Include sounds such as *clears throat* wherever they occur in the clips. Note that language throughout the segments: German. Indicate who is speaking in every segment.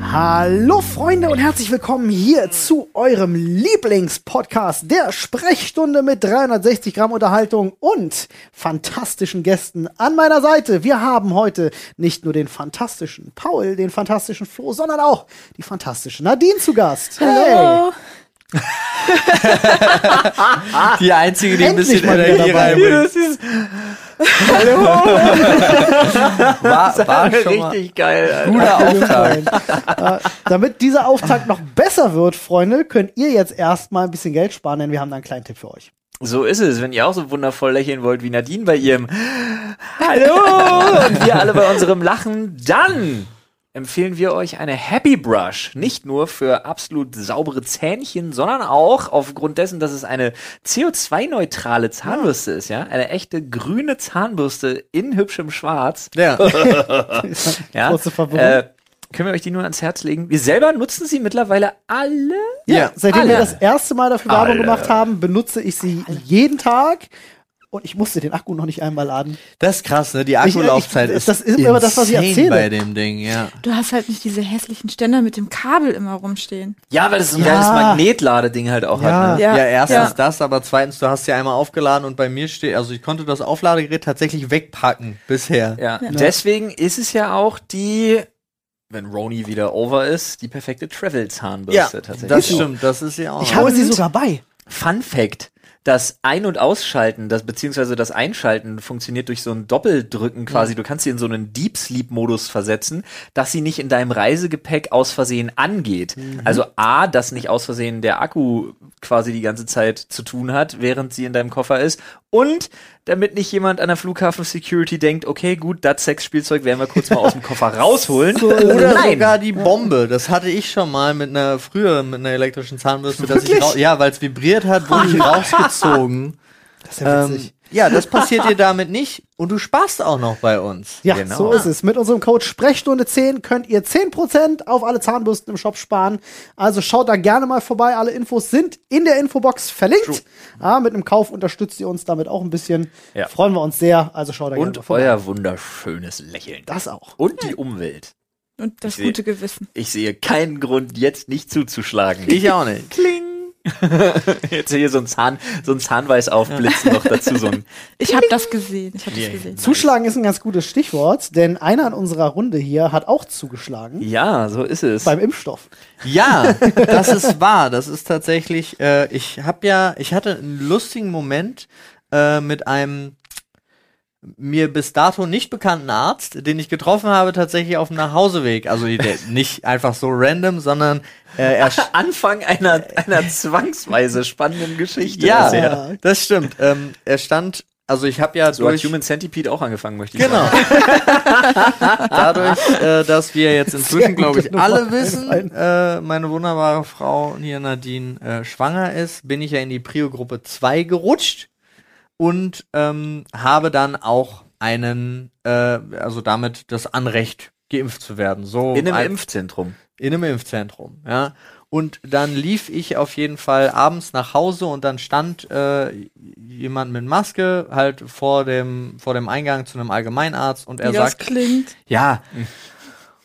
Speaker 1: Hallo Freunde und herzlich willkommen hier zu eurem Lieblingspodcast der Sprechstunde mit 360 Gramm Unterhaltung und fantastischen Gästen an meiner Seite. Wir haben heute nicht nur den fantastischen Paul, den fantastischen Flo, sondern auch die fantastische Nadine zu Gast.
Speaker 2: Hallo.
Speaker 3: Die einzige, die ein
Speaker 1: Endlich
Speaker 3: bisschen
Speaker 1: mal wieder
Speaker 3: Energie
Speaker 1: dabei.
Speaker 3: reinbringt.
Speaker 1: Hallo.
Speaker 3: War, war schon mal
Speaker 2: Richtig geil. Alter.
Speaker 3: guter Auftakt.
Speaker 1: Äh, damit dieser Auftakt noch besser wird, Freunde, könnt ihr jetzt erstmal ein bisschen Geld sparen, denn wir haben da einen kleinen Tipp für euch.
Speaker 3: So ist es, wenn ihr auch so wundervoll lächeln wollt wie Nadine bei ihrem Hallo *laughs* und wir alle bei unserem Lachen, dann empfehlen wir euch eine Happy Brush. Nicht nur für absolut saubere Zähnchen, sondern auch aufgrund dessen, dass es eine CO2-neutrale Zahnbürste ist, ja? Eine echte grüne Zahnbürste in hübschem Schwarz.
Speaker 4: Ja,
Speaker 3: Ja?
Speaker 1: Kurze Verwirrung.
Speaker 3: Äh, können wir euch die nur ans Herz legen? Wir selber nutzen sie mittlerweile alle.
Speaker 1: Ja,
Speaker 4: Ja.
Speaker 1: seitdem wir
Speaker 3: Alle.
Speaker 1: das erste Mal dafür Werbung
Speaker 3: Alle.
Speaker 1: gemacht haben, benutze ich sie jeden Tag. Und ich musste den Akku noch nicht einmal laden.
Speaker 4: das ist krass, ne? Die
Speaker 1: Ich-
Speaker 4: Akkulaufzeit
Speaker 1: ich-
Speaker 4: ist
Speaker 1: das ist immer das, was ich
Speaker 4: insane
Speaker 1: erzähle.
Speaker 4: bei dem Ding, ja.
Speaker 2: Du hast halt nicht diese hässlichen Ständer mit dem Kabel immer rumstehen.
Speaker 3: Ja, weil das so ein
Speaker 1: Ja.
Speaker 3: kleines Magnetladeding halt auch hat. Ne?
Speaker 2: Ja.
Speaker 4: Ja, erstens
Speaker 2: Ja.
Speaker 4: das, aber zweitens, du hast ja einmal aufgeladen und bei mir steht, also ich konnte das Aufladegerät tatsächlich wegpacken bisher.
Speaker 3: Ja. Deswegen ist es ja auch die, wenn Roni wieder over ist, die perfekte Travel-Zahnbürste tatsächlich.
Speaker 4: das
Speaker 3: auch.
Speaker 4: stimmt, das ist ja auch.
Speaker 1: Ich habe sie sogar bei.
Speaker 3: Fun Fact. Das Ein- und Ausschalten, das beziehungsweise das Einschalten funktioniert durch so ein Doppeldrücken quasi. Du kannst sie in so einen Deep Sleep Modus versetzen, dass sie nicht in deinem Reisegepäck aus Versehen angeht. Also A, dass nicht aus Versehen der Akku quasi die ganze Zeit zu tun hat, während sie in deinem Koffer ist. Und damit nicht jemand an der Flughafen Security denkt, okay, gut, das Sexspielzeug werden wir kurz mal aus dem Koffer rausholen.
Speaker 4: oder sogar die Bombe. Das hatte ich schon mal mit einer früher mit einer elektrischen Zahnbürste, dass ich rau- ja, weil es vibriert hat,
Speaker 1: *laughs*
Speaker 4: wurde ich rausgezogen.
Speaker 1: Das ist ja
Speaker 4: Ähm,
Speaker 1: witzig.
Speaker 4: ja, das passiert dir damit nicht und du sparst auch noch bei uns.
Speaker 1: ja,
Speaker 3: genau.
Speaker 1: so ist es. Mit unserem Code Sprechstunde 10 könnt ihr 10% auf alle Zahnbürsten im Shop sparen. Also schaut da gerne mal vorbei. Alle Infos sind in der Infobox verlinkt. Ah, mit einem Kauf unterstützt ihr uns damit auch ein bisschen.
Speaker 3: Ja.
Speaker 1: Freuen wir uns sehr. Also schaut da gerne mal
Speaker 3: Und
Speaker 1: vorbei.
Speaker 3: euer wunderschönes Lächeln.
Speaker 1: Das auch.
Speaker 3: Und die Umwelt.
Speaker 2: Und das
Speaker 3: Ich seh-
Speaker 2: gute Gewissen.
Speaker 3: Ich sehe keinen Grund, jetzt nicht zuzuschlagen.
Speaker 4: Ich auch nicht.
Speaker 3: *laughs* kling. jetzt hier so ein Zahn, so ein Zahnweiß aufblitzen noch dazu, so ein
Speaker 2: Ich habe das gesehen. Ich habe
Speaker 3: Yeah.
Speaker 2: das gesehen.
Speaker 1: Zuschlagen ist ein ganz gutes Stichwort, denn einer in unserer Runde hier hat auch zugeschlagen
Speaker 3: *laughs* Ja, so ist es.
Speaker 1: beim Impfstoff.
Speaker 4: Ja, das ist wahr. Das ist tatsächlich. Äh, ich habe ja, ich hatte einen lustigen Moment äh, mit einem mir bis dato nicht bekannten Arzt, den ich getroffen habe, tatsächlich auf dem Nachhauseweg. Also *laughs* der, nicht einfach so random, sondern äh, er
Speaker 3: Anfang *laughs* einer, einer zwangsweise spannenden Geschichte.
Speaker 4: ja,
Speaker 3: bisher.
Speaker 1: ja.
Speaker 4: das stimmt. Ähm, er stand, also ich habe ja
Speaker 3: So hat
Speaker 4: durch
Speaker 3: Human Centipede auch angefangen, möchte ich
Speaker 4: Genau.
Speaker 3: sagen.
Speaker 4: Dadurch, äh, dass wir jetzt
Speaker 1: gute
Speaker 4: inzwischen, glaube ich,
Speaker 1: Nummer.
Speaker 4: alle wissen, äh, meine wunderbare Frau hier Nadine äh, schwanger ist, bin ich ja in die Prio-Gruppe 2 gerutscht und ähm, habe dann auch einen, äh, also damit das Anrecht, geimpft zu werden. So
Speaker 3: In einem
Speaker 4: ein-
Speaker 3: Impfzentrum.
Speaker 4: in einem Impfzentrum, ja. Und dann lief ich auf jeden Fall abends nach Hause und dann stand äh, jemand mit Maske halt vor dem, vor dem Eingang zu einem Allgemeinarzt und er
Speaker 2: Wie das
Speaker 4: sagt,
Speaker 2: klingt.
Speaker 4: ja.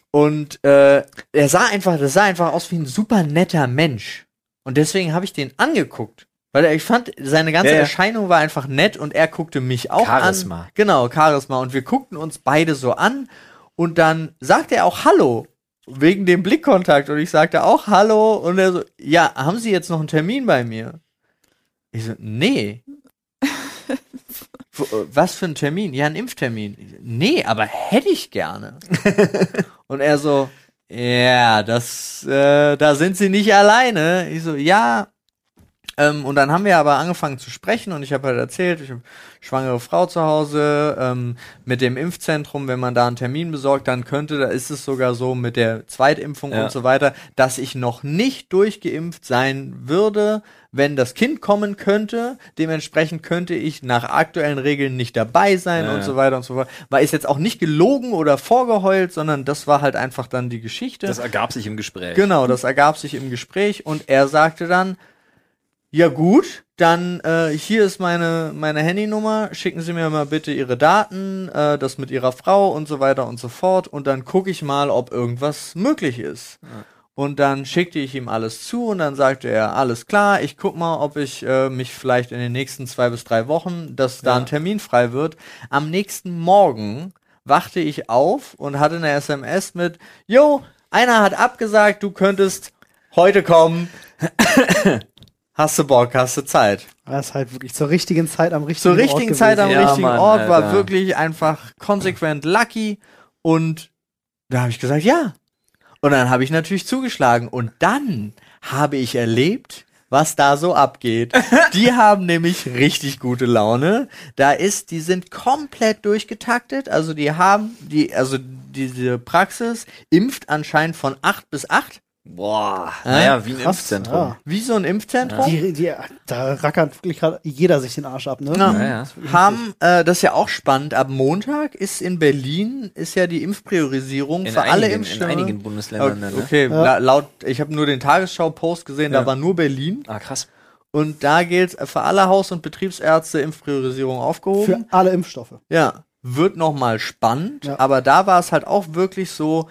Speaker 4: Und äh, er sah einfach, das sah einfach aus wie ein super netter Mensch. Und deswegen habe ich den angeguckt. Weil er- ich fand, seine ganze
Speaker 3: Ja, ja.
Speaker 4: Erscheinung war einfach nett und er guckte mich auch an.
Speaker 3: Charisma.
Speaker 4: Genau, Charisma. Und wir guckten uns beide so an und dann sagte er auch Hallo. Wegen dem Blickkontakt. Und ich sagte auch Hallo. Und er so, ja, haben Sie jetzt noch einen Termin bei mir? Ich so, nee. Wo- äh, Was für ein Termin? Ja, ein Impftermin. Ich so, Nee, aber hätte ich gerne. Und er so, ja, das, äh, da sind sie nicht alleine. Ich so, ja. Ähm, und dann haben wir aber angefangen zu sprechen und ich habe halt erzählt, ich habe schwangere Frau zu Hause, ähm, mit dem Impfzentrum, wenn man da einen Termin besorgt, dann könnte, da ist es sogar so mit der Zweitimpfung
Speaker 3: Ja.
Speaker 4: und so weiter, dass ich noch nicht durchgeimpft sein würde, wenn das Kind kommen könnte. Dementsprechend könnte ich nach aktuellen Regeln nicht dabei sein
Speaker 3: Ja,
Speaker 4: und
Speaker 3: ja.
Speaker 4: so weiter und so fort. War ist jetzt auch nicht gelogen oder vorgeheult, sondern das war halt einfach dann die Geschichte.
Speaker 3: Das ergab sich im Gespräch.
Speaker 4: Genau, das ergab sich im Gespräch und er sagte dann, ja gut, dann äh, hier ist meine, meine Handynummer, schicken Sie mir mal bitte Ihre Daten, äh, das mit Ihrer Frau und so weiter und so fort und dann gucke ich mal, ob irgendwas möglich ist. Und dann schickte ich ihm alles zu und dann sagte er, alles klar, ich guck mal, ob ich äh, mich vielleicht in den nächsten zwei bis drei Wochen, dass da ein Termin frei wird. Am nächsten Morgen wachte ich auf und hatte eine SMS mit, Jo, einer hat abgesagt, du könntest heute kommen. Hast du Bock, hast du Zeit.
Speaker 1: Das ist halt wirklich zur richtigen Zeit am richtigen
Speaker 4: Zur
Speaker 1: Ort
Speaker 4: richtigen
Speaker 1: gewesen.
Speaker 4: Zeit am
Speaker 3: Ja,
Speaker 4: richtigen
Speaker 3: Mann,
Speaker 4: Ort war
Speaker 3: Alter.
Speaker 4: wirklich einfach konsequent lucky und da habe ich gesagt, ja. Und dann habe ich natürlich zugeschlagen und dann habe ich erlebt, was da so
Speaker 1: *laughs*
Speaker 4: abgeht. Die haben nämlich richtig gute Laune. Da ist, die sind komplett durchgetaktet, also die haben die also diese Praxis impft anscheinend von 8 bis 8,
Speaker 3: Boah, naja, wie ein
Speaker 1: Krass,
Speaker 3: Impfzentrum.
Speaker 1: ja.
Speaker 4: wie so ein Impfzentrum.
Speaker 1: Die, die, da rackert wirklich gerade jeder sich den Arsch ab, ne?
Speaker 4: Ja.
Speaker 3: Ja, ja.
Speaker 4: haben, äh, das ist ja auch spannend, ab Montag ist in Berlin, ist ja die Impfpriorisierung
Speaker 3: In
Speaker 4: für alle
Speaker 3: einigen- in
Speaker 4: Impfstoffe.
Speaker 3: einigen Bundesländern,
Speaker 4: Okay, okay
Speaker 3: ne?
Speaker 4: la laut, ich habe nur den Tagesschau-Post gesehen, da
Speaker 3: Ja.
Speaker 4: war nur Berlin.
Speaker 3: Ah, krass.
Speaker 4: Und da gilt für alle Haus- und Betriebsärzte Impfpriorisierung aufgehoben.
Speaker 1: Für alle Impfstoffe.
Speaker 4: Ja, wird nochmal spannend,
Speaker 1: Ja.
Speaker 4: aber da war es halt auch wirklich so.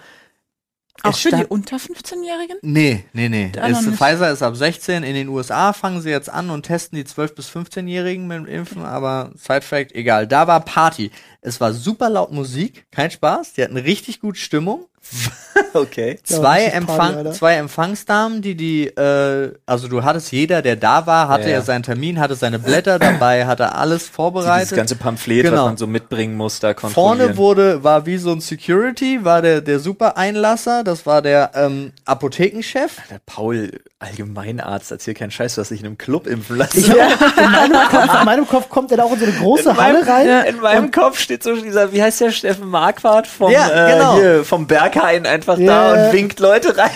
Speaker 2: Auch
Speaker 4: es
Speaker 2: für die
Speaker 4: stand-
Speaker 2: unter 15-Jährigen?
Speaker 4: Nee, nee, nee.
Speaker 2: Da
Speaker 4: Es,
Speaker 2: noch nicht.
Speaker 4: Pfizer ist ab 16. In den USA fangen sie jetzt an und testen die 12- bis 15-Jährigen mit dem Impfen, aber Side-Fact, egal. Da war Party. Es war super laut Musik, kein Spaß. Die hatten richtig gut Stimmung.
Speaker 3: *laughs* Okay.
Speaker 1: Ja,
Speaker 4: Zwei,
Speaker 1: richtig Party,
Speaker 4: Empfang
Speaker 1: Alter.
Speaker 4: zwei Empfangsdamen, die die, äh, also du hattest jeder, der da war, hatte
Speaker 3: Ja,
Speaker 4: ja,
Speaker 3: ja.
Speaker 4: seinen Termin, hatte seine Blätter dabei, hatte alles
Speaker 3: Dieses
Speaker 4: vorbereitet.
Speaker 3: ganze Pamphlet,
Speaker 4: Genau.
Speaker 3: was man so mitbringen muss, da kontrollieren.
Speaker 4: Vorne wurde, war wie so ein Security, war der, der Super-Einlasser, das war der ähm, Apothekenchef.
Speaker 3: Der Paul, Allgemeinarzt, erzähl keinen Scheiß, du hast dich in einem Club impfen lassen.
Speaker 1: Ich hab, in, meinem Kopf, in meinem Kopf kommt er da auch in so eine große Halle rein.
Speaker 3: in meinem Kopf steht so dieser, wie heißt der Steffen Marquardt vom,
Speaker 4: Ja, genau.
Speaker 3: äh, hier, vom Berghain einfach da
Speaker 1: Ja.
Speaker 3: und winkt Leute rein.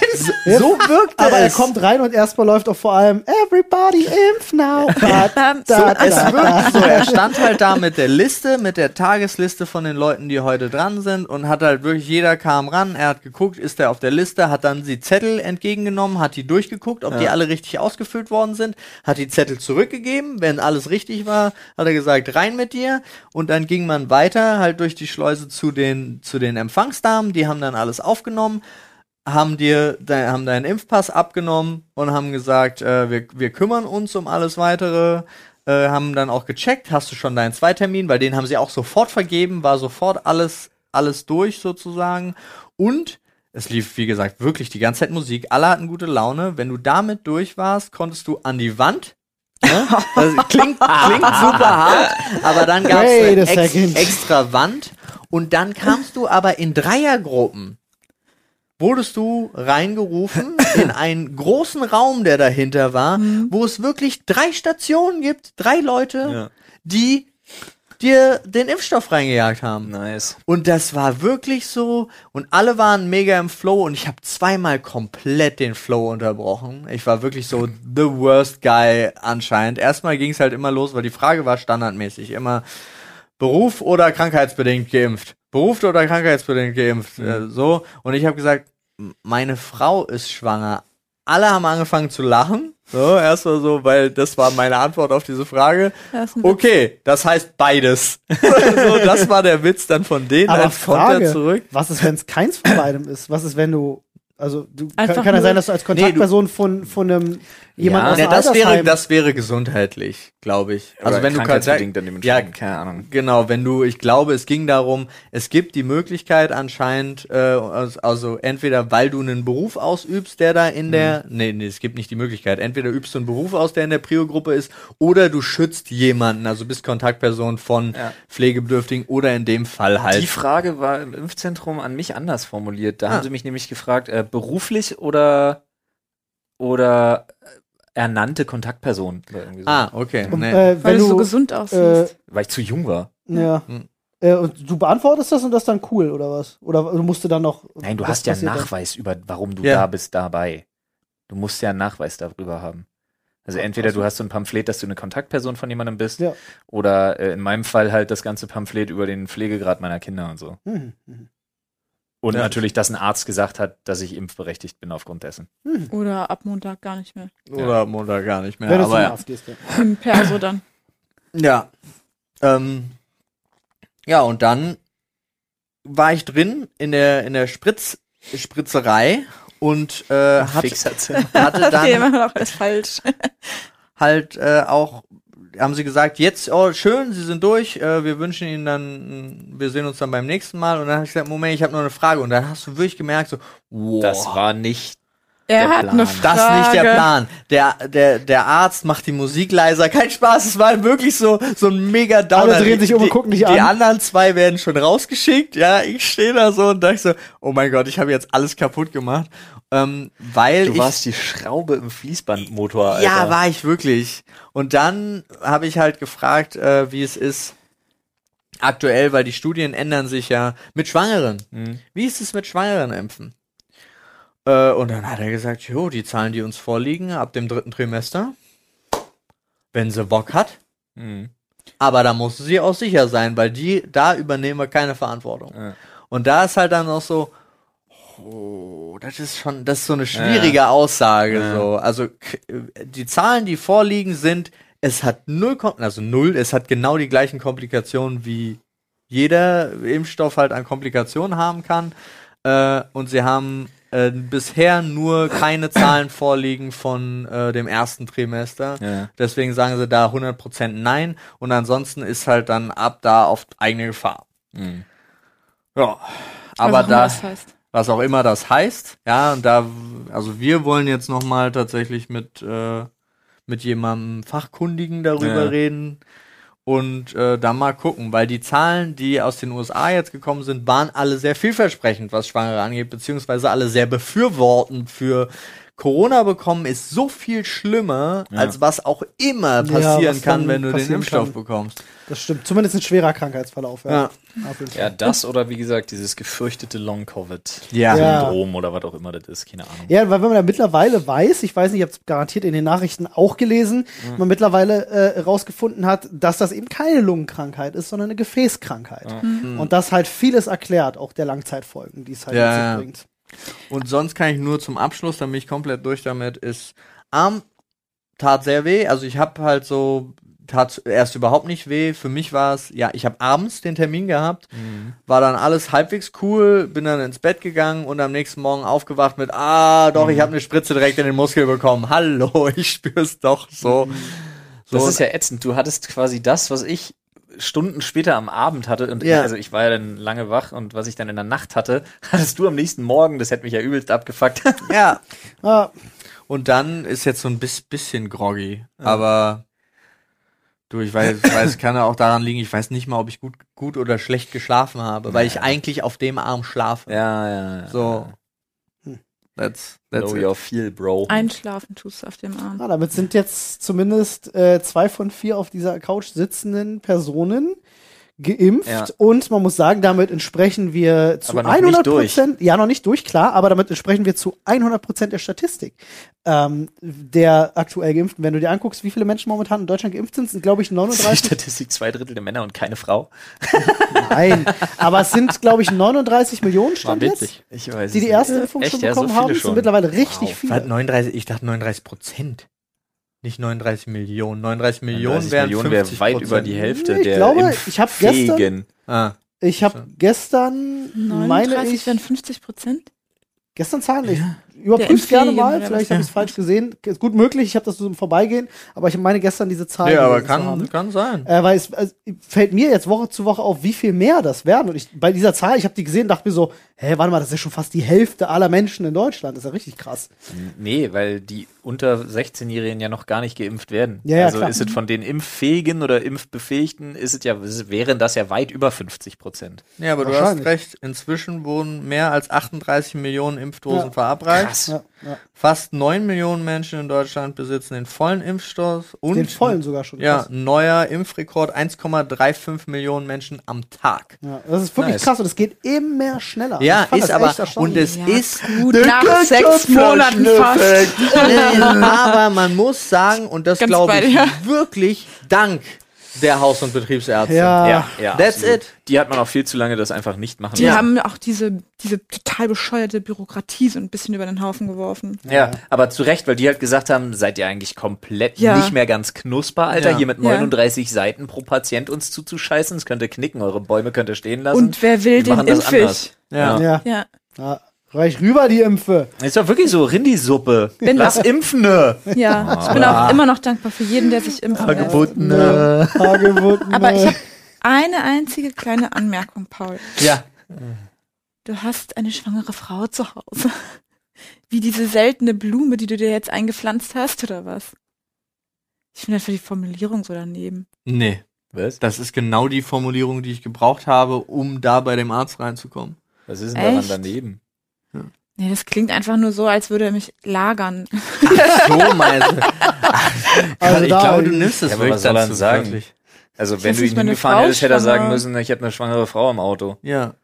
Speaker 4: So wirkt
Speaker 1: Aber er
Speaker 4: es.
Speaker 1: kommt rein und erstmal läuft auch vor allem Everybody impf
Speaker 4: *laughs*
Speaker 1: now. Da, da, da,
Speaker 4: Es
Speaker 1: da.
Speaker 4: wirkt so. Er stand halt da mit der Liste, mit der Tagesliste von den Leuten, die heute dran sind und hat halt wirklich, jeder kam ran, er hat geguckt, ist er auf der Liste, hat dann die Zettel entgegengenommen, hat die durchgeguckt, ob die alle richtig ausgefüllt worden sind, hat die Zettel zurückgegeben, wenn alles richtig war, hat er gesagt, rein mit dir und dann ging man weiter halt durch die Schleuse zu den, zu den Empfangsdamen, die haben dann alles aufgenommen haben dir de, haben deinen Impfpass abgenommen und haben gesagt, äh, wir, wir kümmern uns um alles weitere. Äh, haben dann auch gecheckt, hast du schon deinen Zweitermin, weil den haben sie auch sofort vergeben, war sofort alles alles durch sozusagen und es lief wie gesagt wirklich die ganze Zeit Musik, alle hatten gute Laune. Wenn du damit durch warst, konntest du an die Wand. Ne? Das klingt, klingt super hart, aber dann gab
Speaker 1: Wait a
Speaker 4: es eine
Speaker 1: second.
Speaker 4: ex, extra Wand und dann kamst du aber in Dreiergruppen wurdest du reingerufen in einen großen Raum, der dahinter war, wo es wirklich drei Stationen gibt, drei Leute, die dir den Impfstoff reingejagt haben.
Speaker 3: Nice.
Speaker 4: Und das war wirklich so. Und alle waren mega im Flow und ich habe zweimal komplett den Flow unterbrochen. Ich war wirklich so the worst guy anscheinend. Erstmal ging es halt immer los, weil die Frage war standardmäßig immer Beruf oder krankheitsbedingt geimpft. Beruf oder krankheitsbedingt geimpft. Äh, so. Und ich habe gesagt, "M- meine Frau ist schwanger. Alle haben angefangen zu lachen. So, erstmal so, weil das war meine Antwort auf diese Frage.
Speaker 2: Das ist ein Witz.
Speaker 4: Okay, das heißt beides. *laughs* so, das war der Witz dann von denen.
Speaker 1: Aber
Speaker 4: dann kommt
Speaker 1: Frage,
Speaker 4: er zurück.
Speaker 1: was ist, wenn es keins von beidem ist? Was ist, wenn du, also du, kann,
Speaker 2: Einfach
Speaker 1: kann ja
Speaker 2: nur-
Speaker 1: sein, dass du als Kontaktperson von, von einem, jemand
Speaker 3: Ja,
Speaker 1: aus
Speaker 4: Ja,
Speaker 1: dem
Speaker 4: das wäre,
Speaker 1: Altersheim-
Speaker 4: das wäre gesundheitlich, glaube ich. Also wenn du
Speaker 3: krankheitsbedingt dann
Speaker 4: ja,
Speaker 3: dementsprechend, keine Ahnung.
Speaker 4: Genau, wenn du, ich glaube, es ging darum, es gibt die Möglichkeit anscheinend, äh, als- also entweder weil du einen Beruf ausübst, der da
Speaker 1: Mhm.
Speaker 4: in der, nee, nee, es gibt nicht die Möglichkeit, entweder übst du einen Beruf aus, der in der Prio-Gruppe ist, oder du schützt jemanden, also bist Kontaktperson von
Speaker 3: Ja.
Speaker 4: Pflegebedürftigen oder in dem Fall
Speaker 3: Die
Speaker 4: halt.
Speaker 3: Frage war im Impfzentrum an mich anders formuliert.
Speaker 1: Ah.
Speaker 3: Da haben sie mich nämlich gefragt, äh, beruflich oder, oder äh, ernannte Kontaktperson. Oder irgendwie so.
Speaker 4: Ah, okay.
Speaker 1: Und,
Speaker 4: Nee.
Speaker 1: äh,
Speaker 2: Weil
Speaker 1: wenn
Speaker 2: du so
Speaker 1: du,
Speaker 2: gesund
Speaker 1: äh,
Speaker 2: aussiehst.
Speaker 3: Weil ich zu jung war.
Speaker 1: ja.
Speaker 4: Hm.
Speaker 1: Äh, und du beantwortest das und das ist dann cool, oder was? Oder du musst du dann noch.
Speaker 3: Nein, du
Speaker 1: was
Speaker 3: hast ja einen
Speaker 1: passiert dann?
Speaker 3: Nachweis über, warum du
Speaker 4: Ja.
Speaker 3: da bist dabei. Du musst ja einen Nachweis darüber haben. Also entweder du hast so ein Pamphlet, dass du eine Kontaktperson von jemandem bist,
Speaker 1: Ja.
Speaker 3: oder äh, in meinem Fall halt das ganze Pamphlet über den Pflegegrad meiner Kinder und so.
Speaker 1: Hm, hm.
Speaker 3: Und
Speaker 4: Ja.
Speaker 3: natürlich, dass ein Arzt gesagt hat, dass ich impfberechtigt bin aufgrund dessen.
Speaker 1: hm.
Speaker 2: Oder ab Montag gar nicht mehr.
Speaker 4: Oder am Montag gar nicht mehr.
Speaker 1: Wenn du zum
Speaker 4: aber ja.
Speaker 1: Arzt gehst, ja.
Speaker 4: *laughs*
Speaker 2: Im Perso dann.
Speaker 4: Ja. Ähm, ja, und dann war ich drin in der, in der Spritz, Spritzerei und äh, hat,
Speaker 3: Fixerzimmer.
Speaker 2: *laughs*
Speaker 4: hatte
Speaker 2: Okay,
Speaker 4: dann
Speaker 2: immer noch ist falsch.
Speaker 4: halt äh, auch, haben sie gesagt, jetzt, oh, schön, sie sind durch, äh, wir wünschen ihnen dann, mm, wir sehen uns dann beim nächsten Mal. Und dann habe ich gesagt, Moment, ich habe nur eine Frage. Und dann hast du wirklich gemerkt, so, wow.
Speaker 3: Das war nicht.
Speaker 2: Er
Speaker 3: Der
Speaker 2: hat
Speaker 3: Plan.
Speaker 2: eine
Speaker 3: Das
Speaker 2: Frage.
Speaker 4: Das ist nicht der Plan. Der, der, der Arzt macht die Musik leiser. Kein Spaß, es war wirklich so, so ein mega Downer.
Speaker 1: Alle drehen sich um und
Speaker 4: Die-
Speaker 1: gucken dich
Speaker 4: Die
Speaker 1: an.
Speaker 4: anderen zwei werden schon rausgeschickt. Ja, ich stehe da so und dachte so, oh mein Gott, ich habe jetzt alles kaputt gemacht. Ähm, weil
Speaker 3: Du
Speaker 4: ich
Speaker 3: warst die Schraube im Fließbandmotor. Alter.
Speaker 4: ja, war ich wirklich. Und dann habe ich halt gefragt, äh, wie es ist aktuell, weil die Studien ändern sich ja mit Schwangeren. Wie ist es mit Schwangeren impfen? Äh, und dann hat er gesagt, jo, die Zahlen, die uns vorliegen ab dem dritten Trimester, wenn sie Bock hat,
Speaker 3: Mhm.
Speaker 4: aber da muss sie auch sicher sein, weil die, da übernehmen wir keine Verantwortung.
Speaker 3: Ja.
Speaker 4: Und da ist halt dann auch so, oh, das ist schon, das ist so eine schwierige Aussage,
Speaker 3: Ja.
Speaker 4: so. Also, k- die Zahlen, die vorliegen, sind, es hat null, Kom- also null, es hat genau die gleichen Komplikationen, wie jeder Impfstoff halt an Komplikationen haben kann. Äh, und sie haben äh, bisher nur keine Zahlen vorliegen von äh, dem ersten Trimester.
Speaker 3: Ja.
Speaker 4: Deswegen sagen sie da 100% nein. Und ansonsten ist halt dann ab da auf eigene Gefahr.
Speaker 3: Mhm.
Speaker 4: Ja.
Speaker 2: Also Was
Speaker 4: Aber
Speaker 2: auch immer
Speaker 4: das,
Speaker 2: das heißt.
Speaker 4: was auch immer das heißt, ja, und da, also wir wollen jetzt nochmal tatsächlich mit, äh, mit jemandem Fachkundigen darüber
Speaker 3: Ja.
Speaker 4: reden und äh, da mal gucken, weil die Zahlen, die aus den USA jetzt gekommen sind, waren alle sehr vielversprechend, was Schwangere angeht, beziehungsweise alle sehr befürwortend für Corona bekommen ist so viel schlimmer,
Speaker 3: Ja.
Speaker 4: als was auch immer
Speaker 1: Ja,
Speaker 4: passieren
Speaker 1: was
Speaker 4: kann,
Speaker 1: dann
Speaker 4: wenn du den
Speaker 1: passieren
Speaker 4: Impfstoff
Speaker 1: kann.
Speaker 4: bekommst.
Speaker 1: Das stimmt. Zumindest ein schwerer Krankheitsverlauf. Ja. Auf jeden
Speaker 3: ja,
Speaker 1: Fall.
Speaker 3: das oder wie gesagt, dieses gefürchtete Long-Covid-Syndrom
Speaker 4: Ja.
Speaker 1: Ja.
Speaker 3: oder was auch immer das ist, keine Ahnung.
Speaker 1: Ja, weil wenn man ja mittlerweile weiß, ich weiß nicht, ich habe es garantiert in den Nachrichten auch gelesen, man mittlerweile äh, rausgefunden hat, dass das eben keine Lungenkrankheit ist, sondern eine Gefäßkrankheit. Und das halt vieles erklärt, auch der Langzeitfolgen, die es halt
Speaker 4: Ja,
Speaker 1: mit sich
Speaker 4: ja.
Speaker 1: bringt.
Speaker 4: Und sonst kann ich nur zum Abschluss, dann bin ich komplett durch damit, ist Arm tat sehr weh. Also ich habe halt so, tat erst überhaupt nicht weh. Für mich war es, ja, ich habe abends den Termin gehabt,
Speaker 3: Mhm.
Speaker 4: war dann alles halbwegs cool, bin dann ins Bett gegangen und am nächsten Morgen aufgewacht mit, ah, doch, ich habe
Speaker 3: Mhm.
Speaker 4: eine Spritze direkt in den Muskel bekommen. Hallo, *laughs* ich spür's doch so. so
Speaker 3: Mhm. Das ist ja ätzend. Du hattest quasi das, was ich Stunden später am Abend hatte und
Speaker 4: Ja.
Speaker 3: also ich war ja dann lange wach und was ich dann in der Nacht hatte, *laughs* hattest du am nächsten Morgen, das hätte mich ja übelst abgefuckt.
Speaker 4: ja,
Speaker 1: Ah,
Speaker 4: Und dann ist jetzt so ein bis, bisschen groggy. Aber du, ich weiß, ich weiß, kann ja auch daran liegen, ich weiß nicht mal, ob ich gut, gut oder schlecht geschlafen habe, weil ich eigentlich auf dem Arm schlafe.
Speaker 3: *laughs* ja, ja, ja.
Speaker 4: So. That's, that's
Speaker 3: Know
Speaker 4: it.
Speaker 3: your feel, bro. *laughs*
Speaker 2: Einschlafen tust du auf dem Arm.
Speaker 1: ah, damit sind jetzt zumindest äh, zwei von vier auf dieser Couch sitzenden Personen geimpft
Speaker 3: Ja.
Speaker 1: und man muss sagen, damit entsprechen wir zu
Speaker 3: Aber noch nicht
Speaker 1: 100
Speaker 3: durch.
Speaker 1: Prozent, ja noch nicht durch, klar, aber damit entsprechen wir zu 100 Prozent der Statistik ähm, der aktuell Geimpften. Wenn du dir anguckst, wie viele Menschen momentan in Deutschland geimpft sind, sind glaube ich
Speaker 3: Das ist die
Speaker 1: 39.
Speaker 3: Statistik zwei Drittel der Männer und keine Frau.
Speaker 1: Nein, aber es sind glaube ich 39 Millionen
Speaker 3: War
Speaker 1: stand jetzt,
Speaker 3: witzig. Ich weiß
Speaker 1: die die
Speaker 3: es
Speaker 1: erste
Speaker 3: nicht.
Speaker 1: Impfung
Speaker 3: Echt,
Speaker 1: schon
Speaker 3: ja, so
Speaker 1: bekommen
Speaker 3: viele
Speaker 1: haben. Es
Speaker 3: schon.
Speaker 1: sind mittlerweile richtig
Speaker 3: Wow.
Speaker 1: viele.
Speaker 4: Was, 39, ich dachte 39 Prozent. Nicht 39 Millionen. 39 Millionen
Speaker 3: 39
Speaker 4: wären
Speaker 3: Millionen wäre
Speaker 4: 50
Speaker 3: weit über die Hälfte
Speaker 1: Nee, ich
Speaker 3: der
Speaker 1: glaube, ich hab gestern-
Speaker 3: Impffähigen.
Speaker 4: Ah.
Speaker 1: Ich habe gestern, meine
Speaker 2: 39
Speaker 1: ich,
Speaker 2: wären 50 Prozent?
Speaker 1: Gestern zahlen nicht.
Speaker 2: Der
Speaker 1: Überprüft
Speaker 2: Impfwege
Speaker 1: gerne mal,
Speaker 2: oder
Speaker 1: vielleicht
Speaker 2: was?
Speaker 1: habe ich es falsch gesehen. Ist gut möglich, ich habe das so im Vorbeigehen, aber ich meine gestern diese Zahlen.
Speaker 4: Ja, aber
Speaker 1: gelesen zu haben.
Speaker 4: kann, kann sein.
Speaker 1: Äh, weil es also, fällt mir jetzt Woche zu Woche auf, wie viel mehr das werden. Und ich, bei dieser Zahl, ich habe die gesehen, dachte mir so, hä, warte mal, das ist ja schon fast die Hälfte aller Menschen in Deutschland. Das ist ja richtig krass.
Speaker 3: Nee, weil die unter 16-Jährigen ja noch gar nicht geimpft werden.
Speaker 1: Ja, ja,
Speaker 3: also
Speaker 1: klar.
Speaker 3: ist es von den Impffähigen oder Impfbefähigten, ist es ja, wären das ja weit über 50 Prozent.
Speaker 4: Ja, aber du hast
Speaker 1: Wahrscheinlich.
Speaker 4: recht. Inzwischen wurden mehr als 38 Millionen Impfdosen
Speaker 1: Ja.
Speaker 4: verabreicht.
Speaker 3: Krass.
Speaker 1: Ja, ja.
Speaker 4: Fast 9 Millionen Menschen in Deutschland besitzen den vollen Impfstoff und
Speaker 1: Den vollen sogar schon.
Speaker 4: ja,
Speaker 1: krass.
Speaker 4: neuer Impfrekord 1,35 Millionen Menschen am Tag.
Speaker 1: ja. Das ist wirklich
Speaker 3: Nice.
Speaker 1: krass und es geht immer schneller.
Speaker 4: Ja,
Speaker 1: Ich fand
Speaker 4: ist
Speaker 1: das
Speaker 4: aber
Speaker 1: echt erstaunlich.
Speaker 4: und es
Speaker 2: Ja,
Speaker 4: ist
Speaker 2: gut, nach sechs Monaten fast.
Speaker 4: aber man muss sagen und das
Speaker 2: Ganz
Speaker 4: glaube
Speaker 2: beide,
Speaker 4: ich
Speaker 2: ja.
Speaker 4: wirklich dank der Haus- und Betriebsärzte.
Speaker 1: Ja.
Speaker 3: Ja, ja.
Speaker 4: That's
Speaker 3: absolut.
Speaker 4: it.
Speaker 3: Die hat man auch viel zu lange das einfach nicht machen
Speaker 2: Die
Speaker 3: lassen.
Speaker 2: haben auch diese, diese total bescheuerte Bürokratie so ein bisschen über den Haufen geworfen.
Speaker 3: Ja, aber zu Recht, weil die halt gesagt haben, seid ihr eigentlich komplett
Speaker 2: Ja.
Speaker 3: nicht mehr ganz knusper, Alter,
Speaker 4: Ja.
Speaker 3: hier mit
Speaker 2: Ja.
Speaker 3: 39 Seiten pro Patient uns zuzuscheißen, es könnte knicken, eure Bäume könnt ihr stehen lassen.
Speaker 2: Und wer will
Speaker 3: die
Speaker 2: den
Speaker 3: machen das
Speaker 2: Impfig?
Speaker 3: anders.
Speaker 4: Ja.
Speaker 1: Ja.
Speaker 2: Ja.
Speaker 1: ja. Reich rüber die Impfe.
Speaker 3: Ist doch wirklich so, Rindisuppe.
Speaker 2: Wenn-
Speaker 3: Lass ne? Impfende.
Speaker 2: Ja,
Speaker 3: *laughs*
Speaker 2: ich bin
Speaker 3: Ah.
Speaker 2: auch immer noch dankbar für jeden, der sich impfen lässt.
Speaker 1: Ne. Hagebutten. ne.
Speaker 2: Aber ich habe eine einzige kleine Anmerkung, Paul.
Speaker 4: Ja.
Speaker 2: Du hast eine schwangere Frau zu Hause. *laughs* Wie diese seltene Blume, die du dir jetzt eingepflanzt hast, oder was? Ich finde einfach die Formulierung so daneben.
Speaker 4: Nee.
Speaker 3: Was?
Speaker 4: Das ist genau die Formulierung, die ich gebraucht habe, um da bei dem
Speaker 1: *laughs*
Speaker 4: Arzt reinzukommen.
Speaker 3: Was ist denn daran
Speaker 2: Echt?
Speaker 3: daneben?
Speaker 2: Nee, das klingt einfach nur so, als würde er mich
Speaker 3: *laughs*
Speaker 2: lagern.
Speaker 4: So meinst du.
Speaker 1: Also
Speaker 4: ich
Speaker 1: da-
Speaker 4: glaube, du nimmst es
Speaker 3: Ja, aber
Speaker 4: wirklich
Speaker 3: was soll er
Speaker 4: dazu,
Speaker 3: denn sagen?
Speaker 4: wörtlich.
Speaker 3: Also
Speaker 2: Ich
Speaker 3: wenn
Speaker 2: weiß
Speaker 3: du
Speaker 2: nicht,
Speaker 3: ihn
Speaker 2: meine
Speaker 3: hingefahren
Speaker 2: Frau
Speaker 3: hättest, hätte er
Speaker 2: schwanger.
Speaker 3: sagen müssen, ich habe eine schwangere Frau im Auto.
Speaker 4: Ja.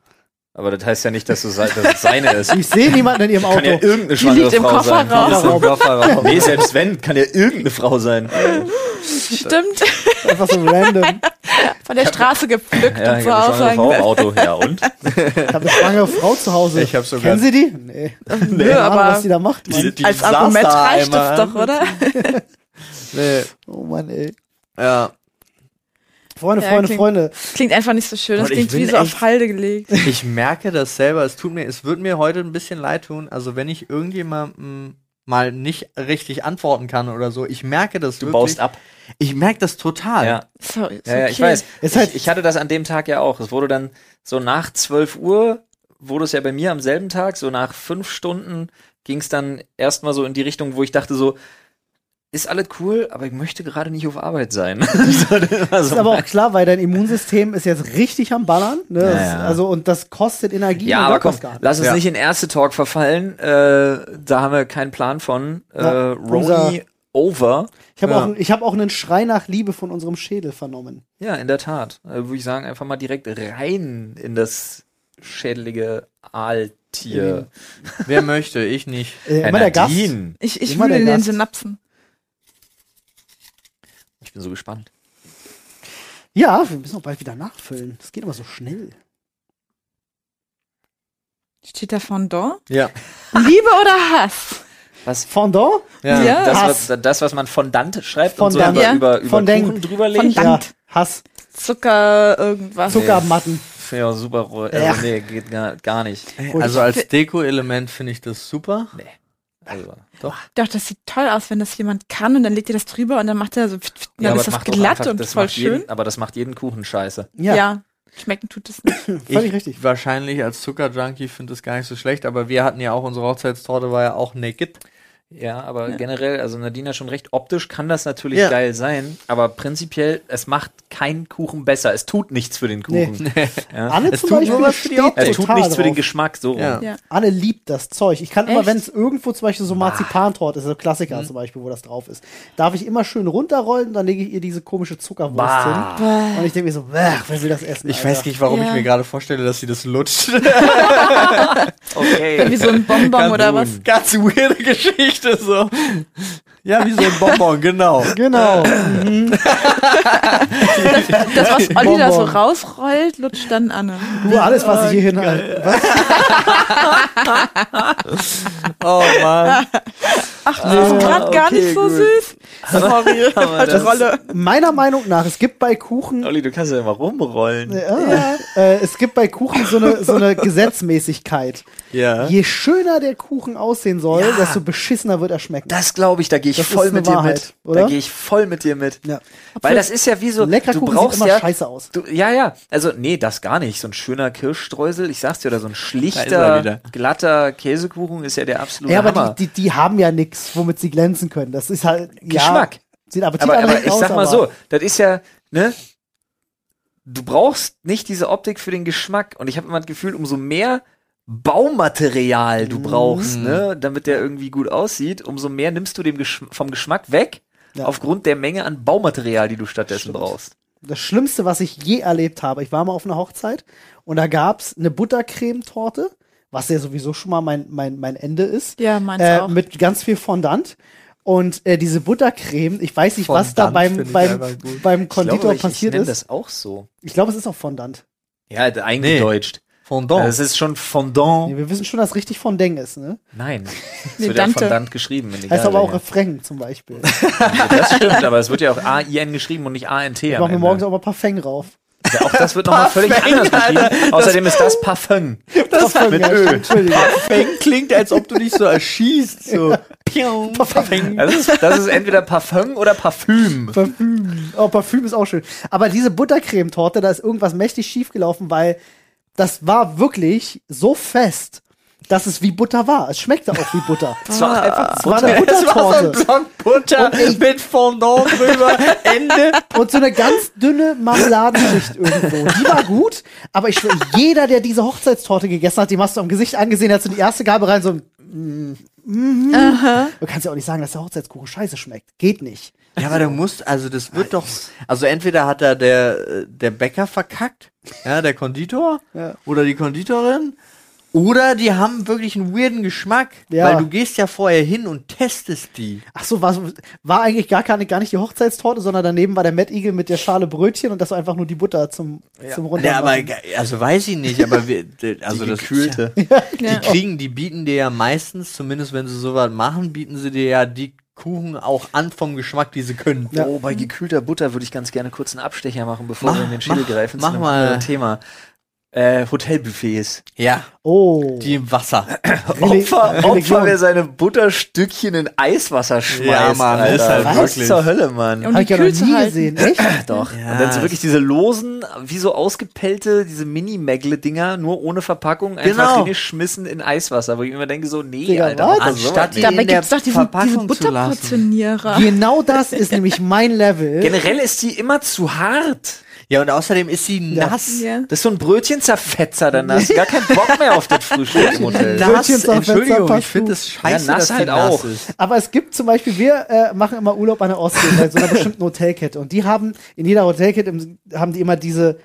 Speaker 3: Aber das heißt ja nicht, dass, du, sei- dass es
Speaker 2: *laughs*
Speaker 3: seine ist.
Speaker 1: ich sehe niemanden in ihrem
Speaker 3: Kann ja
Speaker 1: Auto.
Speaker 3: irgendeine
Speaker 2: Die liegt
Speaker 3: schwangere
Speaker 2: im
Speaker 3: Frau sein.
Speaker 2: Kofferraum.
Speaker 3: Das ist im
Speaker 2: *laughs*
Speaker 3: Kofferraum. Nee, selbst wenn, kann ja irgendeine Frau sein.
Speaker 2: Stimmt.
Speaker 1: Einfach so
Speaker 2: *laughs*
Speaker 1: random.
Speaker 2: Von der Straße gepflückt
Speaker 3: Ja,
Speaker 2: und
Speaker 3: ich
Speaker 2: so
Speaker 3: habe eine schwangere Frau im
Speaker 2: aussagen.
Speaker 3: Auto. Ja, und?
Speaker 1: Ich habe eine schwangere Frau zu Hause.
Speaker 4: Ich hab sogar-
Speaker 1: Kennen Sie die? Nee.
Speaker 2: Nö,
Speaker 1: Keine Ahnung, was
Speaker 2: aber
Speaker 1: die da macht. Mann.
Speaker 4: die
Speaker 2: als
Speaker 4: saß
Speaker 2: Argument
Speaker 4: da
Speaker 2: reicht
Speaker 4: einmal.
Speaker 3: äh?
Speaker 2: das doch,
Speaker 3: *laughs*
Speaker 2: oder?
Speaker 4: Nee.
Speaker 1: Oh Mann, ey.
Speaker 4: Ja.
Speaker 1: Freunde,
Speaker 2: Ja,
Speaker 1: Freunde,
Speaker 2: klingt-
Speaker 1: Freunde.
Speaker 2: Klingt einfach nicht so schön. Das
Speaker 4: Gott, ich
Speaker 2: klingt wie
Speaker 4: bin
Speaker 2: so auf
Speaker 4: echt-
Speaker 2: Halde gelegt.
Speaker 4: Ich merke das selber. Es tut mir, es wird mir heute ein bisschen leid tun. Also wenn ich irgendjemandem mal nicht richtig antworten kann oder so, ich merke das
Speaker 3: Du
Speaker 4: wirklich.
Speaker 3: baust ab.
Speaker 4: Ich merke das total.
Speaker 3: Ja.
Speaker 2: So, Ah, ist
Speaker 3: Ja, ja,
Speaker 2: okay.
Speaker 3: ich weiß.
Speaker 1: Ist halt-
Speaker 3: ich, ich hatte das an dem Tag ja auch. Es wurde dann so nach 12 Uhr, wurde es ja bei mir am selben Tag, so nach fünf Stunden ging es dann erstmal so in die Richtung, wo ich dachte so, ist alles cool, aber ich möchte gerade nicht auf Arbeit sein. *laughs* So, das war so
Speaker 1: Ist aber auch
Speaker 3: mein-
Speaker 1: klar, weil dein Immunsystem ist jetzt richtig am Ballern. Ne? Das,
Speaker 3: Ja, ja.
Speaker 1: Also, und das kostet Energie.
Speaker 3: ja,
Speaker 1: man
Speaker 3: aber
Speaker 1: merkt
Speaker 3: komm,
Speaker 1: das gar nicht.
Speaker 3: lass uns
Speaker 4: Ja.
Speaker 3: nicht in erste Talk verfallen. Äh, da haben wir keinen Plan von. Äh,
Speaker 1: Ja,
Speaker 3: Roni over.
Speaker 1: Ich habe
Speaker 4: Ja.
Speaker 1: auch, ich hab auch einen Schrei nach Liebe von unserem Schädel vernommen.
Speaker 3: Ja, in der Tat. Äh, Würde ich sagen, einfach mal direkt rein in das schädelige Aaltier.
Speaker 4: *laughs* Wer möchte? Ich nicht.
Speaker 1: Äh,
Speaker 3: Herr
Speaker 1: immer der Gast.
Speaker 3: Nadine.
Speaker 2: Ich, ich
Speaker 1: Immer
Speaker 2: wühle
Speaker 1: der
Speaker 2: in den
Speaker 1: Gast.
Speaker 2: Synapsen.
Speaker 3: Ich bin so gespannt.
Speaker 1: Ja, wir müssen auch bald wieder nachfüllen. Das geht aber so schnell.
Speaker 2: Steht da Fondant?
Speaker 4: Ja.
Speaker 2: *laughs* Liebe oder Hass?
Speaker 3: Was?
Speaker 1: Fondant?
Speaker 4: Ja.
Speaker 2: Ja.
Speaker 3: Das,
Speaker 1: Hass.
Speaker 3: was, das, was man Fondant schreibt und so
Speaker 1: Fondant.
Speaker 3: einfach
Speaker 2: Ja.
Speaker 3: über, über
Speaker 1: Fondant.
Speaker 3: Kuchen drüber legt.
Speaker 2: Fondant.
Speaker 1: Ja, Hass.
Speaker 2: Zucker, irgendwas.
Speaker 1: Zuckermatten.
Speaker 3: Ja, super. ro-
Speaker 1: Ja.
Speaker 3: Also, nee, geht gar, gar nicht.
Speaker 4: Also als Deko-Element finde ich das super.
Speaker 3: Also,
Speaker 2: Doch, das sieht toll aus, wenn das jemand kann und dann legt ihr das drüber und dann macht er so, pf, pf, dann
Speaker 3: aber
Speaker 2: ist
Speaker 3: es
Speaker 2: das
Speaker 3: macht doch
Speaker 2: glatt
Speaker 3: einfach-
Speaker 2: und
Speaker 3: das
Speaker 2: voll
Speaker 3: macht
Speaker 2: schön.
Speaker 3: Jeden, aber das macht jeden Kuchen scheiße.
Speaker 1: Ja,
Speaker 2: Schmecken tut es nicht.
Speaker 1: völlig
Speaker 4: ich
Speaker 1: richtig.
Speaker 4: Wahrscheinlich als Zuckerjunkie finde es gar nicht so schlecht, aber wir hatten ja auch unsere Hochzeitstorte war ja auch naked.
Speaker 3: Ja, aber generell, also Nadine hat schon recht, optisch kann das natürlich
Speaker 4: Ja.
Speaker 3: geil sein, aber prinzipiell, es macht keinen Kuchen besser. Es tut nichts für den
Speaker 1: Nee.
Speaker 3: Kuchen.
Speaker 1: Anne
Speaker 4: Es
Speaker 1: zum
Speaker 4: tut
Speaker 1: Beispiel
Speaker 4: nur was für die
Speaker 1: steht
Speaker 4: Optik.
Speaker 3: Es tut
Speaker 1: total
Speaker 3: nichts für den
Speaker 1: drauf.
Speaker 3: Geschmack, so rum.
Speaker 4: Ja.
Speaker 2: Ja.
Speaker 1: Anne liebt das Zeug. Ich kann immer,
Speaker 2: Echt?
Speaker 1: wenn es irgendwo zum Beispiel so Marzipantort ist, so
Speaker 3: Hm.
Speaker 1: Klassiker zum Beispiel, wo das drauf ist, darf ich immer schön runterrollen, dann lege ich ihr diese komische Zuckerwurst
Speaker 3: Bah.
Speaker 1: hin. Und ich denke mir so, "Bäh, wer will das essen?
Speaker 4: Ich
Speaker 1: Alter?"
Speaker 4: weiß nicht, warum
Speaker 2: Ja.
Speaker 4: ich mir gerade vorstelle, dass sie das lutscht.
Speaker 3: Okay.
Speaker 2: Wie so ein Bonbon
Speaker 4: Ganz
Speaker 2: oder
Speaker 4: weird.
Speaker 2: was?
Speaker 4: Ganz weirde Geschichte so. Ja, wie so ein *laughs* Bonbon, genau.
Speaker 3: *laughs*
Speaker 1: Genau.
Speaker 3: Mhm.
Speaker 2: *laughs* Das, was Olli da so
Speaker 1: Bonbon.
Speaker 2: rausrollt, lutscht dann Anne.
Speaker 1: Du, alles, was ich hier hin. Was?
Speaker 4: Oh Mann.
Speaker 2: Ach, das ist gerade gar
Speaker 3: okay,
Speaker 2: nicht so
Speaker 3: gut.
Speaker 2: süß. Sorry, falsche
Speaker 3: das-
Speaker 2: Rolle.
Speaker 1: Meiner Meinung nach, es gibt bei Kuchen
Speaker 3: Olli, du kannst ja immer rumrollen.
Speaker 1: Ja. Äh, es gibt bei Kuchen so eine, so eine Gesetzmäßigkeit.
Speaker 4: Ja.
Speaker 1: Je schöner der Kuchen aussehen soll, desto beschissener wird er schmecken.
Speaker 3: Das glaube ich, da gehe ich
Speaker 1: Das ist
Speaker 3: voll
Speaker 1: eine
Speaker 3: mit dir
Speaker 1: Wahrheit,
Speaker 3: mit.
Speaker 1: oder?
Speaker 3: Da gehe ich voll mit dir mit.
Speaker 1: Ja.
Speaker 3: Weil das ist ja wie so,
Speaker 1: Ein leckerer
Speaker 3: du
Speaker 1: Kuchen
Speaker 3: brauchst
Speaker 1: sieht immer
Speaker 3: ja,
Speaker 1: scheiße aus.
Speaker 3: Du, ja, ja, also nee, das gar nicht. So ein schöner Kirschstreusel, ich sag's dir, oder so
Speaker 4: Da
Speaker 3: ein
Speaker 4: ist er
Speaker 3: schlichter,
Speaker 4: wieder.
Speaker 3: glatter Käsekuchen ist ja der absolute
Speaker 1: Ja, aber
Speaker 3: Hammer.
Speaker 1: die, die, die haben ja nichts, womit sie glänzen können. Das ist halt ja,
Speaker 3: Geschmack.
Speaker 1: Sieht
Speaker 3: aber, aber
Speaker 1: appetitlich
Speaker 3: ich
Speaker 1: aus,
Speaker 3: sag mal
Speaker 1: aber-
Speaker 3: so, das ist ja, ne? Du brauchst nicht diese Optik für den Geschmack. Und ich habe immer das Gefühl, umso mehr Baumaterial du brauchst,
Speaker 1: Mhm.
Speaker 3: ne, damit der irgendwie gut aussieht, umso mehr nimmst du dem Geschm vom Geschmack weg,
Speaker 1: Ja.
Speaker 3: aufgrund der Menge an Baumaterial, die du stattdessen brauchst.
Speaker 1: Das Schlimmste, was ich je erlebt habe, ich war mal auf einer Hochzeit und da gab's eine Buttercremetorte, was ja sowieso schon mal mein, mein, mein Ende ist.
Speaker 2: Ja, meins
Speaker 1: äh,
Speaker 2: auch.
Speaker 1: Mit ganz viel Fondant. Und äh, diese Buttercreme, ich weiß nicht,
Speaker 4: Fondant
Speaker 1: was da beim,
Speaker 4: finde ich
Speaker 1: beim,
Speaker 4: einfach gut.
Speaker 1: beim
Speaker 3: Ich
Speaker 1: Konditor
Speaker 3: glaube, ich, ich
Speaker 1: passiert
Speaker 3: nenne
Speaker 1: ist.
Speaker 3: das auch so.
Speaker 1: Ich glaube, es ist auch Fondant.
Speaker 3: Ja, eingedeutscht.
Speaker 4: Fondant.
Speaker 3: Das ist schon Fondant.
Speaker 1: Nee, wir wissen schon, dass richtig Fondant ist, ne? *laughs*
Speaker 3: Nein. Es
Speaker 2: Nee,
Speaker 3: wird ja
Speaker 2: Dante.
Speaker 3: Fondant geschrieben. in
Speaker 1: Heißt
Speaker 3: egal
Speaker 1: aber auch
Speaker 3: welcher.
Speaker 1: Refrain zum Beispiel.
Speaker 3: Das stimmt, aber es wird ja auch A-I-N geschrieben und nicht A-N-T.
Speaker 1: Ich
Speaker 3: am
Speaker 1: mache mir
Speaker 3: Ende.
Speaker 1: morgens auch mal Parfum rauf.
Speaker 3: Ja, auch das wird nochmal völlig
Speaker 4: Parfum,
Speaker 3: anders
Speaker 4: Alter.
Speaker 3: geschrieben. Außerdem ist das Parfum.
Speaker 4: das
Speaker 1: Parfum,
Speaker 4: mit
Speaker 1: ja,
Speaker 4: Öl.
Speaker 1: Entschuldigung.
Speaker 4: Parfum klingt, als ob du dich so erschießt. So. *laughs* Pium, Parfum.
Speaker 3: Das ist, das ist entweder Parfum oder Parfüm.
Speaker 1: Parfüm. Oh, Parfüm ist auch schön. Aber diese Buttercremetorte, da ist irgendwas mächtig schiefgelaufen, weil das war wirklich so fest, dass es wie Butter war. Es schmeckte auch wie *laughs* Butter.
Speaker 4: Ah,
Speaker 3: Das war einfach
Speaker 1: Es war eine
Speaker 4: *laughs* Das war so
Speaker 1: Buttertorte
Speaker 4: ein Block Butter mit Fondant drüber. Ende.
Speaker 1: und so eine ganz dünne Marmeladenschicht irgendwo. Die war gut, aber ich schwöre, jeder, der diese Hochzeitstorte gegessen hat, die hast du am Gesicht angesehen, hast du die erste Gabe rein so. mm, mhm. Du kannst ja auch nicht sagen, dass der Hochzeitskuchen scheiße schmeckt. Geht nicht.
Speaker 4: Ja, aber du musst, also das wird doch, also entweder hat da der, äh, der Bäcker verkackt, ja, der Konditor
Speaker 1: Ja.
Speaker 4: oder die Konditorin, oder die haben wirklich einen weirden Geschmack,
Speaker 1: Ja.
Speaker 4: weil du gehst ja vorher hin und testest die.
Speaker 1: Ach so, war, so- war eigentlich gar keine, gar nicht die Hochzeitstorte, sondern daneben war der Mad Eagle mit der Schale Brötchen und das war einfach nur die Butter zum, zum Runter.
Speaker 4: Ja, aber, ge- also weiß ich nicht, aber wir,
Speaker 3: *laughs*
Speaker 4: d- also das
Speaker 3: gekühlte.
Speaker 4: Die
Speaker 2: Ja.
Speaker 4: kriegen, die bieten dir ja meistens, zumindest wenn sie sowas machen, bieten sie dir ja die Kuchen auch an vom Geschmack, die sie können.
Speaker 1: Ja.
Speaker 3: Oh, bei gekühlter Butter würde ich ganz gerne kurz einen Abstecher machen, bevor
Speaker 4: Mach-
Speaker 3: wir in den Schädel
Speaker 4: mach-
Speaker 3: greifen
Speaker 4: mach
Speaker 3: zu einem
Speaker 4: mal.
Speaker 3: anderen Thema. Äh, Hotelbuffets.
Speaker 4: Ja,
Speaker 1: Oh.
Speaker 4: die im Wasser.
Speaker 1: Reli-
Speaker 3: Opfer, Opfer,
Speaker 1: Religion.
Speaker 3: wer seine Butterstückchen in Eiswasser schmeißt.
Speaker 4: Ja, Mann,
Speaker 3: Alter.
Speaker 4: ist halt
Speaker 3: Was
Speaker 4: wirklich.
Speaker 3: zur Hölle, Mann?
Speaker 2: Und
Speaker 1: Hab
Speaker 2: Um die
Speaker 1: ich ja
Speaker 2: kühl
Speaker 1: noch
Speaker 2: zu
Speaker 1: nie
Speaker 2: halten.
Speaker 1: gesehen. Echt?
Speaker 4: *laughs*
Speaker 3: Doch.
Speaker 4: Ja.
Speaker 3: Und dann so wirklich diese losen, wie so ausgepellte, diese Mini-Mägle-Dinger, nur ohne Verpackung, einfach
Speaker 4: Genau.
Speaker 3: geschmissen in Eiswasser, wo ich immer denke, so, nee,
Speaker 1: Digga, was?
Speaker 3: Alter, mach das
Speaker 4: Anstatt
Speaker 3: sowas
Speaker 4: die
Speaker 3: nicht.
Speaker 2: Dabei
Speaker 4: in der
Speaker 2: gibt's doch diesen, diesen
Speaker 4: Verpackung zu lassen.
Speaker 2: Butterportionierer.
Speaker 1: Genau das ist nämlich mein Level.
Speaker 4: Genau
Speaker 3: Generell ist die immer zu hart.
Speaker 4: Ja, und außerdem ist sie nass.
Speaker 2: Ja.
Speaker 3: Das ist so ein Brötchenzerfetzer danach. Hast du gar keinen Bock mehr auf *laughs* das Frühstück im Hotel.
Speaker 1: Da-
Speaker 4: Nass,
Speaker 1: Brötchen zum
Speaker 4: Entschuldigung,
Speaker 1: Fenster
Speaker 4: ich finde es scheiße,
Speaker 3: Ja,
Speaker 4: dass
Speaker 3: nass
Speaker 4: die
Speaker 3: halt
Speaker 4: nass
Speaker 3: auch.
Speaker 4: ist. *laughs*
Speaker 1: Aber es gibt zum Beispiel, wir äh, machen immer Urlaub an der Ostsee bei so einer bestimmten Hotelkette. Und die haben, in jeder Hotelkette im, haben die immer diese,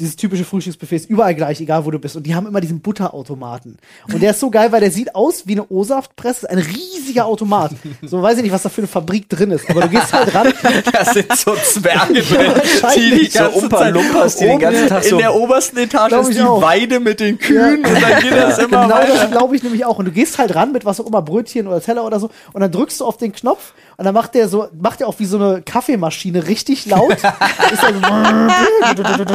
Speaker 1: dieses typische Frühstücksbuffet, ist überall gleich, egal wo du bist. Und die haben immer diesen Butterautomaten. Und der ist so geil, weil der sieht aus wie eine O-Saftpresse, ist ein riesiger Automat. So weiß ich nicht, was da für eine Fabrik drin ist. Aber du gehst halt ran,
Speaker 4: Da sind so
Speaker 3: *laughs*
Speaker 4: Zwerge drin, die die
Speaker 1: *laughs* wahrscheinlich.
Speaker 3: So
Speaker 4: ganze
Speaker 3: Umpa
Speaker 4: Zeit
Speaker 3: Lumpas, die den
Speaker 4: oben
Speaker 3: ganzen Tag so-
Speaker 4: In der obersten Etage
Speaker 1: Glaub
Speaker 4: ist
Speaker 1: ich
Speaker 4: die
Speaker 1: auch.
Speaker 4: Weide mit den Kühen und dann geht das immer
Speaker 1: genau
Speaker 4: weiter.
Speaker 1: das glaube ich nämlich auch. Und du gehst halt ran mit was auch immer, Brötchen oder Teller oder so. Und dann drückst du auf den Knopf und dann macht der so, macht der auch wie so eine Kaffeemaschine richtig laut. ist also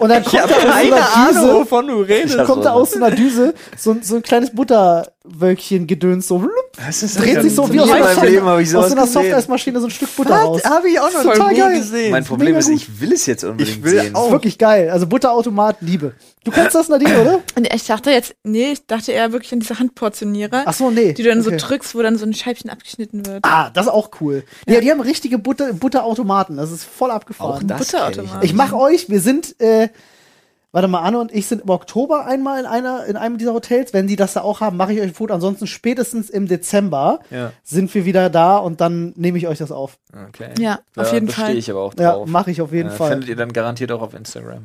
Speaker 1: und dann kommt da
Speaker 4: Ich hab
Speaker 1: aus so einer
Speaker 4: keine Ahnung,
Speaker 1: Düse,
Speaker 4: wovon du redest.
Speaker 3: Ja,
Speaker 1: kommt
Speaker 3: so,
Speaker 1: da
Speaker 3: ne?
Speaker 1: aus so einer Düse so, ein- so ein kleines Butterwölkchen gedöns so. Wlup, dreht sich so wie aus,
Speaker 3: Nie in
Speaker 1: einer
Speaker 3: meinem
Speaker 1: Soft-
Speaker 3: Leben habe ich
Speaker 1: aus so
Speaker 3: sowas
Speaker 1: einer
Speaker 3: gesehen.
Speaker 1: Softeismaschine so ein Stück Butter raus.
Speaker 4: habe ich auch noch
Speaker 1: Total
Speaker 4: nie
Speaker 1: geil.
Speaker 4: gesehen.
Speaker 3: Mein Problem
Speaker 1: Mega
Speaker 3: ist,
Speaker 1: gut.
Speaker 3: ich will es jetzt unbedingt
Speaker 4: Ich will
Speaker 3: sehen.
Speaker 4: auch.
Speaker 1: Wirklich geil. Also Butterautomat, Liebe. Du kannst das, Nadine, oder?
Speaker 2: Und ich dachte jetzt, nee, ich dachte eher wirklich an diese Handportionierer,
Speaker 1: Ach so, nee.
Speaker 2: die du dann
Speaker 1: Okay.
Speaker 2: so drückst, wo dann so ein Scheibchen abgeschnitten wird.
Speaker 1: Ah, das ist auch cool. Ja, die haben richtige Butter, Butterautomaten. Das ist voll abgefahren.
Speaker 3: Auch das
Speaker 2: Butterautomat.
Speaker 3: kenn
Speaker 1: Ich mache euch, wir sind, äh, warte mal, Anne und ich sind im Oktober einmal in einer, in einem dieser Hotels. Wenn die das da auch haben, mache ich euch ein Foto. Ansonsten spätestens im Dezember
Speaker 3: Ja.
Speaker 1: sind wir wieder da und dann nehme ich euch das auf.
Speaker 3: ich. Okay.
Speaker 2: Ja,
Speaker 3: Da
Speaker 2: auf jeden
Speaker 3: bestehe
Speaker 2: Fall.
Speaker 3: ich aber auch
Speaker 1: Ja,
Speaker 3: drauf.
Speaker 1: mache ich auf jeden
Speaker 3: Äh,
Speaker 1: Fall.
Speaker 3: Findet ihr dann garantiert auch auf Instagram.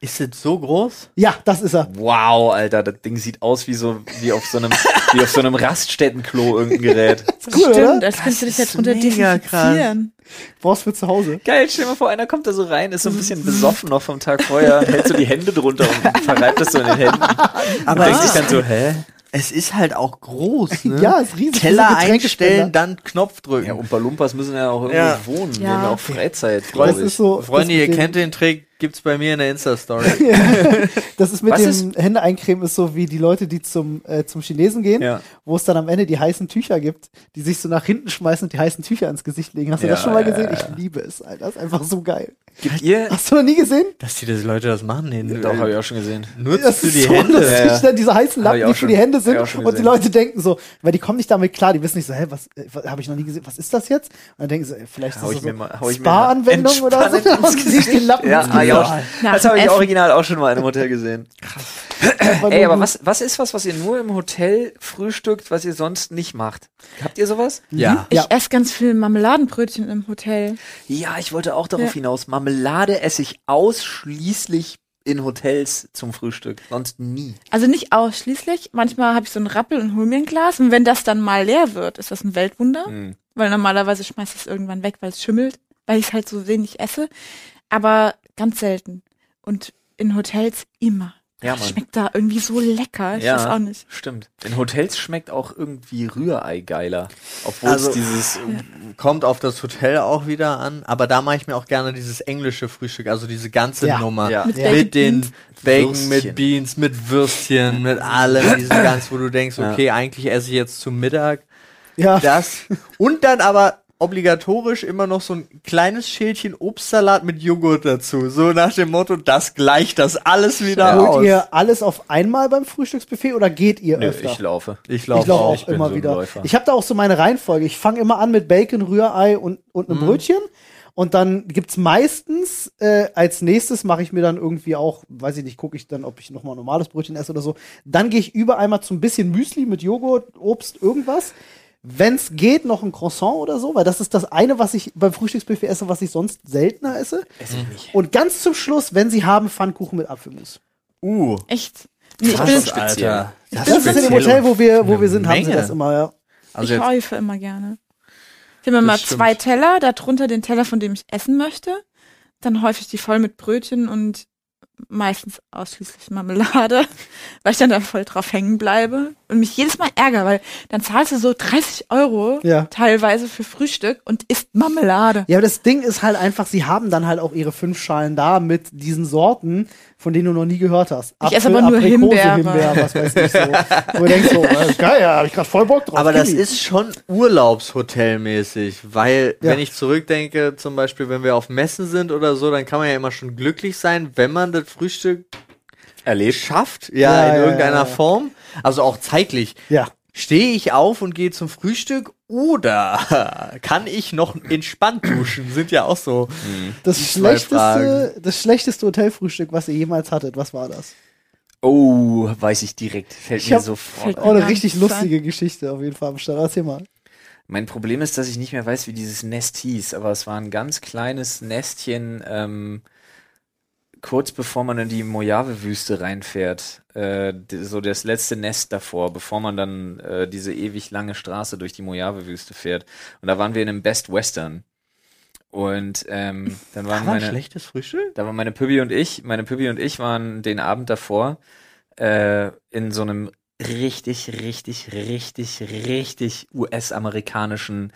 Speaker 4: Ist es so groß?
Speaker 1: Ja, das ist er.
Speaker 3: Wow, Alter, das Ding sieht aus wie so wie auf so *laughs* einem wie auf so einem Raststättenklo irgendein Gerät.
Speaker 1: Cool,
Speaker 2: Stimmt,
Speaker 1: oder?
Speaker 2: als kannst du dich
Speaker 4: Das
Speaker 2: ja
Speaker 4: ist
Speaker 2: drunter
Speaker 4: mega krass.
Speaker 2: desinfizieren.
Speaker 1: Brauchst für zu Hause.
Speaker 3: Geil, stell dir mal vor, einer kommt da so rein, ist so ein bisschen besoffen noch vom Tag vorher, hält so die Hände drunter und verreibt das so in den Händen.
Speaker 4: Aber
Speaker 3: Denkt
Speaker 4: es
Speaker 3: sich
Speaker 4: ist, halt
Speaker 3: dann so, hä?
Speaker 4: es ist halt auch groß, ne?
Speaker 1: Ja, ist riesig.
Speaker 4: Teller
Speaker 1: Wie so Getränkespender.
Speaker 4: einstellen, dann Knopf drücken.
Speaker 3: Ja, um Umpa Lumpas müssen ja auch irgendwie
Speaker 4: Ja.
Speaker 3: wohnen, die
Speaker 2: Ja.
Speaker 3: haben ja auch Freizeit,
Speaker 1: Das
Speaker 3: glaube ich.
Speaker 1: ist so. das
Speaker 4: Freunde,
Speaker 1: mit
Speaker 4: ihr
Speaker 1: dem,
Speaker 4: kennt den Trick, gibt's bei mir in der Insta-Story.
Speaker 1: Das ist mit
Speaker 3: Was
Speaker 1: dem Hände eincremen ist so wie die Leute, die zum, äh, zum Chinesen gehen,
Speaker 3: Ja.
Speaker 1: wo es dann am Ende die heißen Tücher gibt, die sich so nach hinten schmeißen und die heißen Tücher ins Gesicht legen. Hast du
Speaker 3: Ja,
Speaker 1: das schon mal
Speaker 3: ja,
Speaker 1: gesehen?
Speaker 3: ja.
Speaker 1: Ich liebe es, Alter. Das ist einfach so geil.
Speaker 3: Gibt ihr?
Speaker 1: Hast du noch nie gesehen?
Speaker 4: Dass die das Leute das machen, den
Speaker 3: Doch, habe ich auch schon gesehen.
Speaker 4: nutzt
Speaker 1: Das
Speaker 4: du
Speaker 1: ist
Speaker 4: die
Speaker 1: so
Speaker 4: Hände.
Speaker 1: lustig,
Speaker 3: ja.
Speaker 1: dann diese heißen
Speaker 3: Hab ich
Speaker 1: Lappen,
Speaker 3: auch
Speaker 1: die für
Speaker 3: schon-
Speaker 1: die Hände sind
Speaker 3: hab ich auch schon
Speaker 1: und die
Speaker 3: gesehen.
Speaker 1: Leute denken so, weil die kommen nicht damit klar, die wissen nicht so, hä, was, äh, was habe ich noch nie gesehen, was ist das jetzt? Und dann denken sie, äh, vielleicht
Speaker 3: Hau
Speaker 1: ist
Speaker 3: ich
Speaker 1: das
Speaker 3: mir mal- hau
Speaker 1: so
Speaker 3: ich mir mal *laughs*
Speaker 1: Spa-Anwendung oder so,
Speaker 3: entspannend
Speaker 1: dann *laughs* haben sie sich den Lappen
Speaker 3: Ja,
Speaker 1: ins
Speaker 3: hab ich auch
Speaker 1: Gesicht.
Speaker 3: schon.
Speaker 2: Nach
Speaker 3: das
Speaker 2: dem
Speaker 3: habe ich
Speaker 2: Essen.
Speaker 3: original auch schon mal in einem Hotel gesehen. Ey,
Speaker 1: nur
Speaker 3: aber
Speaker 1: gut.
Speaker 3: was, was ist was, was ihr nur im Hotel frühstückt, was ihr sonst nicht macht? Habt ihr sowas?
Speaker 4: Ja.
Speaker 1: Ja.
Speaker 2: Ich esse ganz viel Marmeladenbrötchen im Hotel.
Speaker 3: Ja, ich wollte auch darauf
Speaker 2: Ja.
Speaker 3: hinaus. Marmelade esse ich ausschließlich in Hotels zum Frühstück. Sonst nie.
Speaker 2: Also nicht
Speaker 3: Hm.
Speaker 2: ausschließlich. Manchmal habe ich so einen Rappel und hole mir ein Glas. Und wenn das dann mal leer wird, ist das ein Weltwunder. Weil normalerweise schmeiß ich es irgendwann weg, weil es schimmelt, weil ich es halt so wenig esse. Aber ganz selten. Und in Hotels immer.
Speaker 3: Ja,
Speaker 2: das
Speaker 3: Mann.
Speaker 2: schmeckt da irgendwie so lecker. Ich
Speaker 3: Ja.
Speaker 2: weiß auch nicht.
Speaker 3: Stimmt. In Hotels schmeckt auch irgendwie Rührei geiler. Obwohl
Speaker 4: Also-
Speaker 3: es dieses.
Speaker 4: Kommt auf das Hotel auch wieder an, aber da mache ich mir auch gerne dieses englische Frühstück, also diese ganze
Speaker 1: Ja.
Speaker 4: Nummer.
Speaker 3: Ja.
Speaker 2: Mit
Speaker 1: Ja.
Speaker 2: Bacon
Speaker 4: Mit den
Speaker 2: Beans.
Speaker 4: Bacon, mit
Speaker 3: Würstchen.
Speaker 4: Beans, mit Würstchen, mit allem, diesen ganz, wo du denkst,
Speaker 3: Ja.
Speaker 4: okay, eigentlich esse ich jetzt zum Mittag
Speaker 1: Ja.
Speaker 4: das. Und dann aber obligatorisch immer noch so ein kleines Schälchen Obstsalat mit Joghurt dazu. So nach dem Motto, das gleicht das alles wieder
Speaker 3: Ja.
Speaker 1: Holt
Speaker 4: aus.
Speaker 1: ihr alles auf einmal beim Frühstücksbuffet oder geht ihr
Speaker 3: Nö,
Speaker 1: öfter?
Speaker 3: äh, ich laufe.
Speaker 4: Ich
Speaker 1: Ich
Speaker 4: glaube
Speaker 1: glaube
Speaker 4: auch.
Speaker 1: auch
Speaker 3: Ich bin
Speaker 1: immer
Speaker 3: so ein
Speaker 1: wieder.
Speaker 3: Läufer.
Speaker 1: Ich habe da auch so meine Reihenfolge. Ich fange immer an mit Bacon, Rührei und, und
Speaker 3: Mhm.
Speaker 1: einem Brötchen. Und dann gibt's meistens, äh, als nächstes mache ich mir dann irgendwie auch, weiß ich nicht, gucke ich dann, ob ich nochmal normales Brötchen esse oder so. Dann gehe ich über einmal zu ein bisschen Müsli mit Joghurt, Obst, irgendwas. Wenn's geht, noch ein Croissant oder so, weil das ist das eine, was ich beim Frühstücksbuffet esse, was ich sonst seltener esse. Und ganz zum Schluss, wenn sie haben, Pfannkuchen mit Apfelmus.
Speaker 4: Uh,
Speaker 2: Echt. Nee, ich
Speaker 3: Krass.
Speaker 2: bin,
Speaker 3: Alter.
Speaker 1: Das, ist in dem
Speaker 4: speziell
Speaker 1: Hotel,
Speaker 4: und
Speaker 1: wo wir, wo
Speaker 4: eine
Speaker 1: wir sind, haben sie
Speaker 4: Menge.
Speaker 1: das immer, ja.
Speaker 4: Also
Speaker 2: ich
Speaker 4: jetzt,
Speaker 2: häufe immer gerne. Ich habe immer
Speaker 4: Das stimmt.
Speaker 2: zwei Teller, darunter den Teller, von dem ich essen möchte. Dann häufe ich die voll mit Brötchen und meistens ausschließlich Marmelade, *laughs* weil ich dann da voll drauf hängen bleibe und mich jedes Mal ärgere, weil dann zahlst du so 30 Euro
Speaker 1: Ja.
Speaker 2: teilweise für Frühstück und isst Marmelade.
Speaker 1: Ja, aber das Ding ist halt einfach, sie haben dann halt auch ihre fünf Schalen da mit diesen Sorten, von denen du noch nie gehört hast.
Speaker 2: Ich esse aber nur Himbeere.
Speaker 1: Himbeer, was weiß ich so. Wo du denkst
Speaker 2: *laughs*
Speaker 1: so, äh, geil, ja, hab ich grad voll Bock drauf.
Speaker 4: aber das
Speaker 1: Kimi.
Speaker 4: ist schon Urlaubshotelmäßig, weil
Speaker 1: Ja.
Speaker 4: wenn ich zurückdenke, zum Beispiel, wenn wir auf Messen sind oder so, dann kann man ja immer schon glücklich sein, wenn man das Frühstück
Speaker 3: Erlebt.
Speaker 4: schafft, ja,
Speaker 1: Ja,
Speaker 4: in
Speaker 1: ja,
Speaker 4: irgendeiner
Speaker 1: ja, ja.
Speaker 4: Form, also auch zeitlich.
Speaker 1: Ja.
Speaker 4: Stehe ich auf und gehe zum Frühstück oder *laughs* kann ich noch entspannt duschen? Sind ja auch so.
Speaker 1: Das
Speaker 4: zwei
Speaker 1: schlechteste, das schlechteste Hotelfrühstück, was ihr jemals hattet, was war das?
Speaker 2: Äh,
Speaker 3: Oh, weiß ich direkt. Fällt
Speaker 1: Ich
Speaker 3: mir
Speaker 1: hab-
Speaker 3: sofort
Speaker 1: Oh,
Speaker 3: ein.
Speaker 1: eine
Speaker 2: Ja,
Speaker 1: richtig
Speaker 2: das
Speaker 1: lustige Geschichte auf jeden Fall am Start. Erzähl mal.
Speaker 3: Mein Problem ist, dass ich nicht mehr weiß, wie dieses Nest hieß, aber es war ein ganz kleines Nestchen, ähm, kurz bevor man in die Mojave-Wüste reinfährt. Äh, d- so das letzte Nest davor, bevor man dann äh, diese ewig lange Straße durch die Mojave-Wüste fährt. Und da waren wir in einem Best Western. Und ähm, dann waren
Speaker 4: war ein
Speaker 3: meine.
Speaker 4: schlechtes Frühstück?
Speaker 3: Da waren meine Pübi und ich, meine Pübi und ich waren den Abend davor äh, in so einem richtig, richtig, richtig, richtig US-amerikanischen